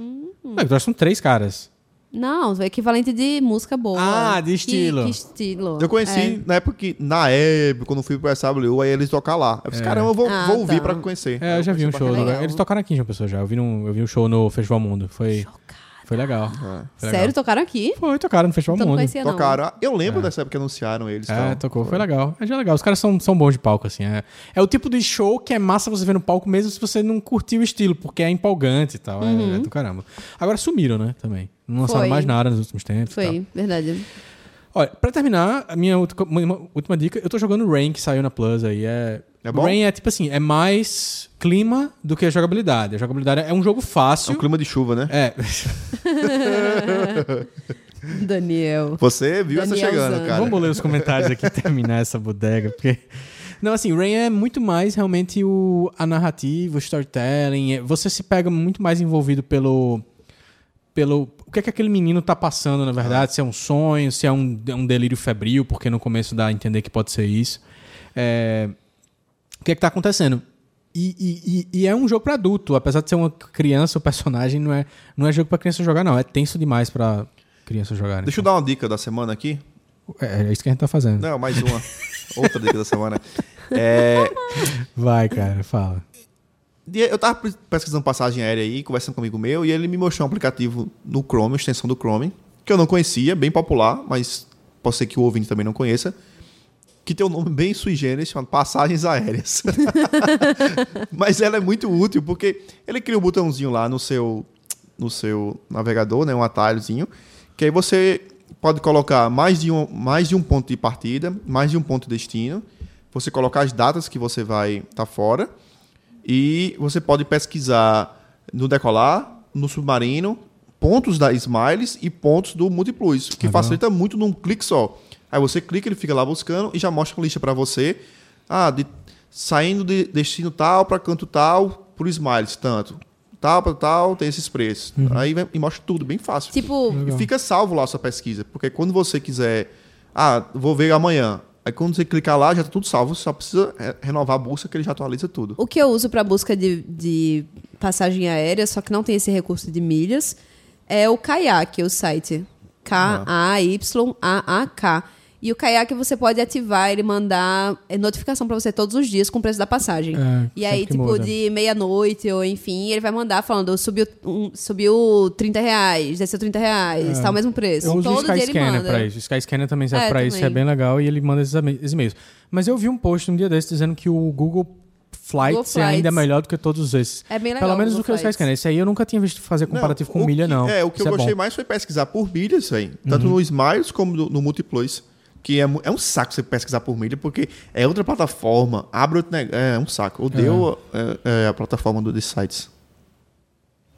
Speaker 1: Mas
Speaker 2: então
Speaker 1: nós são três caras.
Speaker 2: Não, é o equivalente de música boa.
Speaker 1: Ah, de
Speaker 2: Que-
Speaker 1: estilo.
Speaker 2: Que, estilo.
Speaker 3: Eu conheci
Speaker 2: É.
Speaker 3: na época que, na época, quando eu fui pro SW, aí eles tocar lá. Eu pensei, caramba, eu vou,
Speaker 2: Ah,
Speaker 3: vou ouvir
Speaker 2: tá.
Speaker 3: pra conhecer.
Speaker 1: É, eu já vi um
Speaker 3: conheci
Speaker 1: show.
Speaker 2: bacana.
Speaker 1: né?
Speaker 2: Legal.
Speaker 1: Eles tocaram aqui em João Pessoa já. Eu vi, um, eu vi um show no Festival Mundo. Foi, foi legal. Foi legal.
Speaker 2: Sério, tocaram aqui?
Speaker 1: Foi, tocaram no Festival
Speaker 2: Então não
Speaker 1: Mundo.
Speaker 2: conhecia, não.
Speaker 3: Tocaram. Ah, Eu lembro dessa época que anunciaram eles.
Speaker 1: É,
Speaker 3: tal.
Speaker 1: tocou, foi legal. É já legal. Os caras são, são bons de palco, assim. É, é o tipo de show que é massa você ver no palco, mesmo se você não curtir o estilo, porque é empolgante e tal. é- É, do caramba. Agora sumiram, né? Também. Não lançaram
Speaker 2: Uhum. Foi.
Speaker 1: mais nada nos últimos tempos. e tal.
Speaker 2: Foi,
Speaker 3: Tá.
Speaker 2: verdade.
Speaker 1: Olha, pra terminar, a minha ulti- uma- última dica, eu tô jogando Rain, que saiu na Plus aí. É,
Speaker 3: É bom?
Speaker 1: Rain é tipo assim, é mais clima do que a jogabilidade. A jogabilidade é um jogo
Speaker 3: É
Speaker 1: fácil.
Speaker 3: um clima de chuva, né?
Speaker 1: É,
Speaker 2: Daniel.
Speaker 3: Você viu essa
Speaker 2: Daniel
Speaker 3: chegando,
Speaker 2: Zan.
Speaker 3: cara.
Speaker 1: vamos ler os comentários aqui e terminar essa bodega, porque... Não, assim, Rain é muito mais realmente o, a narrativa, o storytelling. é- Você se pega muito mais envolvido pelo... pelo o que é que aquele menino tá passando, na verdade,
Speaker 3: Ah.
Speaker 1: se é um sonho, se é um, um delírio febril, porque no começo dá a entender que pode ser isso. É, o que é que tá acontecendo? E, e- e- e é um jogo pra adulto, apesar de ser uma criança, o personagem não é, não é jogo pra criança jogar, não. É tenso demais pra criança jogar. né?
Speaker 3: Deixa eu dar uma dica da semana aqui.
Speaker 1: É, é isso que a gente tá fazendo.
Speaker 3: Não, mais uma. Outra dica da semana. É,
Speaker 1: Vai, cara, fala.
Speaker 3: e eu tava pre- pesquisando passagem aérea aí, conversando com um amigo meu, e ele me mostrou um aplicativo no Chrome, uma extensão do Chrome, que eu não conhecia, bem popular, mas pode ser que o ouvinte também não conheça, que tem um nome bem sui generis, chamado Passagens Aéreas. mas ela é muito útil, porque ele cria um botãozinho lá no seu, no seu navegador, né, um atalhozinho, que aí você pode colocar mais de, um, mais de um ponto de partida, mais de um ponto de destino, você colocar as datas que você vai estar fora, e você pode pesquisar no decolar, no submarino, pontos da Smiles e pontos do Multiplus, que
Speaker 1: Legal.
Speaker 3: facilita muito num clique só. Aí você clica, ele fica lá buscando e já mostra uma lista para você. Ah, de- saindo de destino tal para canto tal, pro Smiles tanto. Tal para tal, tem esses preços. Aí vai- e mostra tudo, bem fácil.
Speaker 2: Tipo,
Speaker 3: E fica salvo lá a sua pesquisa, porque quando você quiser, ah, vou ver amanhã. Aí quando você clicar lá, já tá tudo salvo, você só precisa eh, renovar a busca que ele já atualiza tudo.
Speaker 2: o que eu uso pra busca de, de passagem aérea, só que não tem esse recurso de milhas, é o Kayak, o site. K-A-Y-A-A-K. E o Kayak você pode ativar, ele mandar é, notificação pra você todos os dias com o preço da passagem.
Speaker 1: É,
Speaker 2: e aí,
Speaker 1: sempre que
Speaker 2: tipo,
Speaker 1: muda.
Speaker 2: de meia-noite ou enfim, ele vai mandar falando, subiu, um, subiu 30 reais, desceu 30 reais, tá o mesmo preço.
Speaker 1: É. Eu uso o
Speaker 2: Todo dia
Speaker 1: Sky
Speaker 2: ele
Speaker 1: Scanner
Speaker 2: manda.
Speaker 1: pra isso. O Sky Scanner também serve
Speaker 2: É,
Speaker 1: pra isso, é
Speaker 2: também.
Speaker 1: bem legal e ele manda esses ame- esses e-mails. Mas eu vi um post um dia desses dizendo que o Google Flights,
Speaker 2: Google
Speaker 1: é ainda
Speaker 2: Flights.
Speaker 1: melhor do que todos esses.
Speaker 2: É bem legal
Speaker 1: Pelo
Speaker 2: o
Speaker 1: menos do
Speaker 2: Google
Speaker 1: que o Sky
Speaker 2: Flights.
Speaker 1: Scanner. Esse aí eu nunca tinha visto fazer comparativo
Speaker 3: Não,
Speaker 1: com
Speaker 3: o
Speaker 1: milha,
Speaker 3: que-
Speaker 1: não.
Speaker 3: É, o que
Speaker 1: Isso
Speaker 3: eu
Speaker 1: bom. Uhum.
Speaker 3: gostei mais foi pesquisar por milhas, velho. Tanto no Smiles como no, no Multiplus. Que é, mu- é um saco você pesquisar por milha, porque é outra plataforma, abre outro negócio. É, é um saco. Odeio é, é, a plataforma do, dos sites.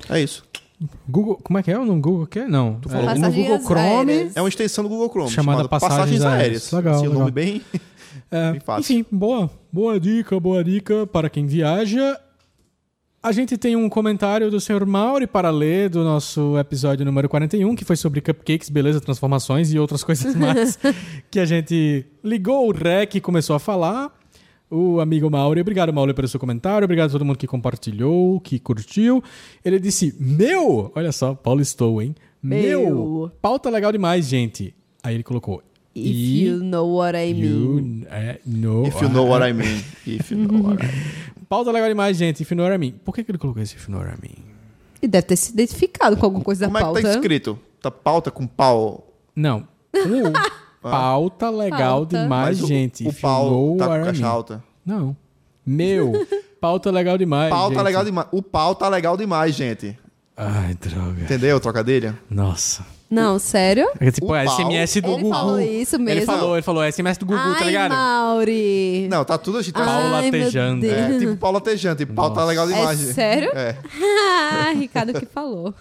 Speaker 3: É isso.
Speaker 1: Google, como é que é o nome? Google que Não.
Speaker 3: Tu
Speaker 1: É,
Speaker 3: falou.
Speaker 1: no Google
Speaker 2: Passagens
Speaker 1: Chrome. um
Speaker 2: aéreas.
Speaker 3: É uma extensão do Google Chrome,
Speaker 1: Chamada Passagens Aéreas. Legal,
Speaker 3: Assim, um nome
Speaker 1: legal.
Speaker 3: bem,
Speaker 1: É,
Speaker 3: bem fácil.
Speaker 1: Enfim, boa. Boa dica, boa dica para quem viaja. A gente tem um comentário do senhor Mauri para ler do nosso episódio número 41, que foi sobre cupcakes, beleza, transformações e outras coisas mais, que a gente ligou o rec e começou a falar. o amigo Mauri. Obrigado, Mauri, pelo seu comentário. Obrigado a todo mundo que compartilhou, que curtiu. Ele disse: Meu! Olha só, Paulo Estou, hein? Meu!
Speaker 2: Meu.
Speaker 1: Pauta legal demais, gente. Aí ele colocou:
Speaker 2: If you know what I mean.
Speaker 1: you, é, know,
Speaker 3: If you know what I mean. If you know what I mean.
Speaker 1: Pauta legal demais, gente. If you know what I mean. Por que, que ele colocou esse if you know what I mean?
Speaker 2: E deve ter se identificado com alguma coisa
Speaker 3: Como
Speaker 2: da
Speaker 3: é que
Speaker 2: pauta.
Speaker 3: tá escrito? Tá pauta com pau.
Speaker 1: Não. Um, pauta legal
Speaker 2: Pauta.
Speaker 1: demais,
Speaker 3: Ah. Mas o-
Speaker 1: gente.
Speaker 3: O,
Speaker 1: If you
Speaker 3: pau
Speaker 1: know
Speaker 3: tá
Speaker 1: what
Speaker 3: com
Speaker 1: I
Speaker 3: caixa
Speaker 1: mean.
Speaker 3: alta.
Speaker 1: Não. Meu, pauta legal demais.
Speaker 3: Pau tá
Speaker 1: gente.
Speaker 3: legal demais. O pau tá legal demais, gente.
Speaker 1: Ai, droga.
Speaker 3: Entendeu, trocadilha?
Speaker 1: Nossa.
Speaker 2: Não, sério?
Speaker 1: É tipo
Speaker 3: O pau-
Speaker 1: SMS do
Speaker 2: Ele
Speaker 1: Gugu.
Speaker 2: falou isso mesmo.
Speaker 1: Ele falou, ele falou SMS do Gugu,
Speaker 2: Ai,
Speaker 1: tá ligado?
Speaker 2: Mauri.
Speaker 3: Não, tá tudo agitado.
Speaker 1: Pau
Speaker 2: Ai, meu
Speaker 1: latejando. né?
Speaker 2: Deus.
Speaker 3: É, tipo pau latejante. Tipo, pau tá
Speaker 1: Nossa.
Speaker 3: legal
Speaker 2: Ah, É
Speaker 3: demais. gente.
Speaker 2: sério?
Speaker 3: É.
Speaker 2: Ah, Ricardo que falou.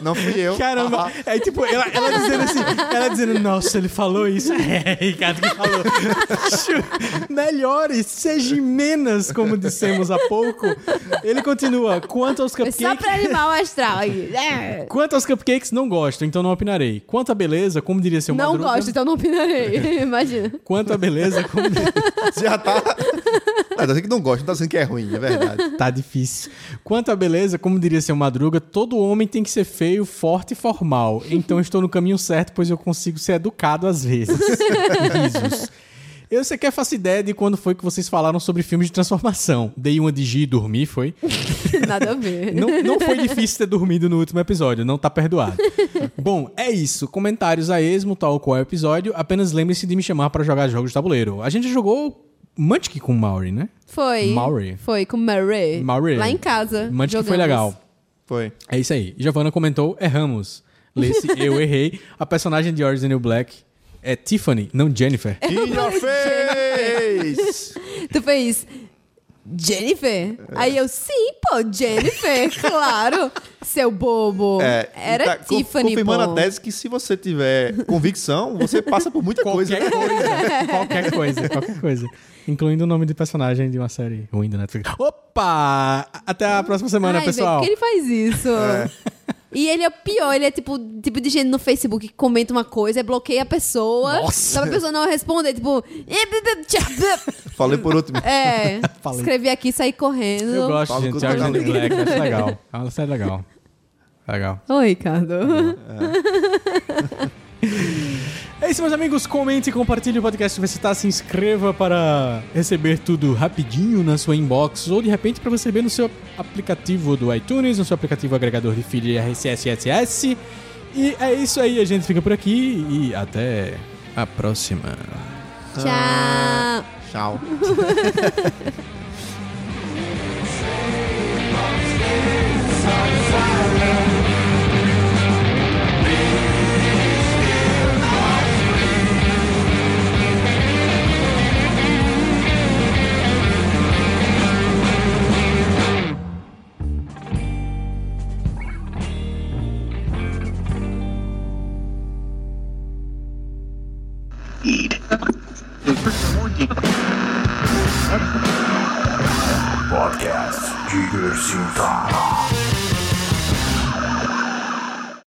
Speaker 3: Não fui eu.
Speaker 1: Caramba, é tipo, ela, ela dizendo assim, ela dizendo, nossa, ele falou isso. É, Ricardo que falou. Chu- Melhores, seja menos, como dissemos há pouco. Ele continua, quanto aos
Speaker 2: É Só
Speaker 1: cupcakes.
Speaker 2: pra animar o astral aí. É.
Speaker 1: Quanto aos cupcakes, não gosto, então não opinarei. Quanto à beleza, como diria seu
Speaker 2: Não
Speaker 1: Madruga-
Speaker 2: gosto, então não opinarei. Imagina.
Speaker 1: Quanto à beleza, como
Speaker 3: Já tá. Ah, tá dizendo que não gosta, não tá dizendo que é ruim, é verdade.
Speaker 1: Tá difícil. Quanto à beleza, como diria seu Madruga, todo homem tem que ser feio, forte e formal. Então estou no caminho certo, pois eu consigo ser educado às vezes. Risos. Eu sequer faço ideia de quando foi que vocês falaram sobre filmes de transformação. Dei uma de G e dormi, foi?
Speaker 2: Nada a ver.
Speaker 1: Não, não foi difícil ter dormido no último episódio, não tá perdoado. Bom, é isso. Comentários a esmo, tal qual é o episódio. Apenas lembre-se de me chamar pra jogar jogos de tabuleiro. A gente jogou Munchkin com o Mauri, né?
Speaker 2: Foi.
Speaker 1: Mauri.
Speaker 2: Foi com Murray.
Speaker 1: Mauri.
Speaker 2: Lá em casa.
Speaker 1: Munchkin foi
Speaker 2: jogamos.
Speaker 1: legal.
Speaker 3: Foi.
Speaker 1: É isso aí. Giovanna comentou, erramos. Lesse, eu errei. A personagem de Orange is the New Black é Tiffany, não Jennifer.
Speaker 2: É
Speaker 3: Minha fez!
Speaker 2: Tu fez.
Speaker 3: É.
Speaker 2: Jennifer? Aí eu, sim, pô, Jennifer, claro. Seu bobo.
Speaker 3: É,
Speaker 2: Era
Speaker 3: tá co-
Speaker 2: Tiffany,
Speaker 3: Confirmando
Speaker 2: pô.
Speaker 3: a tese que se você tiver convicção, você passa por muita coisa.
Speaker 1: Qualquer coisa. qualquer coisa, qualquer coisa. Incluindo o nome de personagem de uma série ruim da Netflix. Opa! Até a próxima semana,
Speaker 2: Ai, velho,
Speaker 1: pessoal.
Speaker 2: Por que ele faz isso? E ele é o pior, ele é tipo tipo de gente no Facebook que comenta uma coisa e bloqueia a pessoa.
Speaker 1: Nossa.
Speaker 2: Só pra pessoa não responder, tipo.
Speaker 3: Falei por último.
Speaker 2: É.
Speaker 1: Falei.
Speaker 2: Escrevi aqui e saí correndo.
Speaker 1: Eu gosto,
Speaker 3: Paulo
Speaker 1: gente, de
Speaker 3: Cusco
Speaker 1: Orange is the New
Speaker 3: Galego.
Speaker 1: Black. Acho legal. É uma série legal. Legal.
Speaker 2: Oi, Ricardo.
Speaker 1: É isso, meus amigos. Comente, compartilhe o podcast se você tá, se inscreva para receber tudo rapidinho na sua inbox ou de repente para você receber no seu aplicativo do iTunes, no seu aplicativo agregador de feed RSS SS. E é isso aí, a gente fica por aqui e até a próxima.
Speaker 2: Tchau.
Speaker 3: Tchau.
Speaker 4: Podcast Giger Sintara.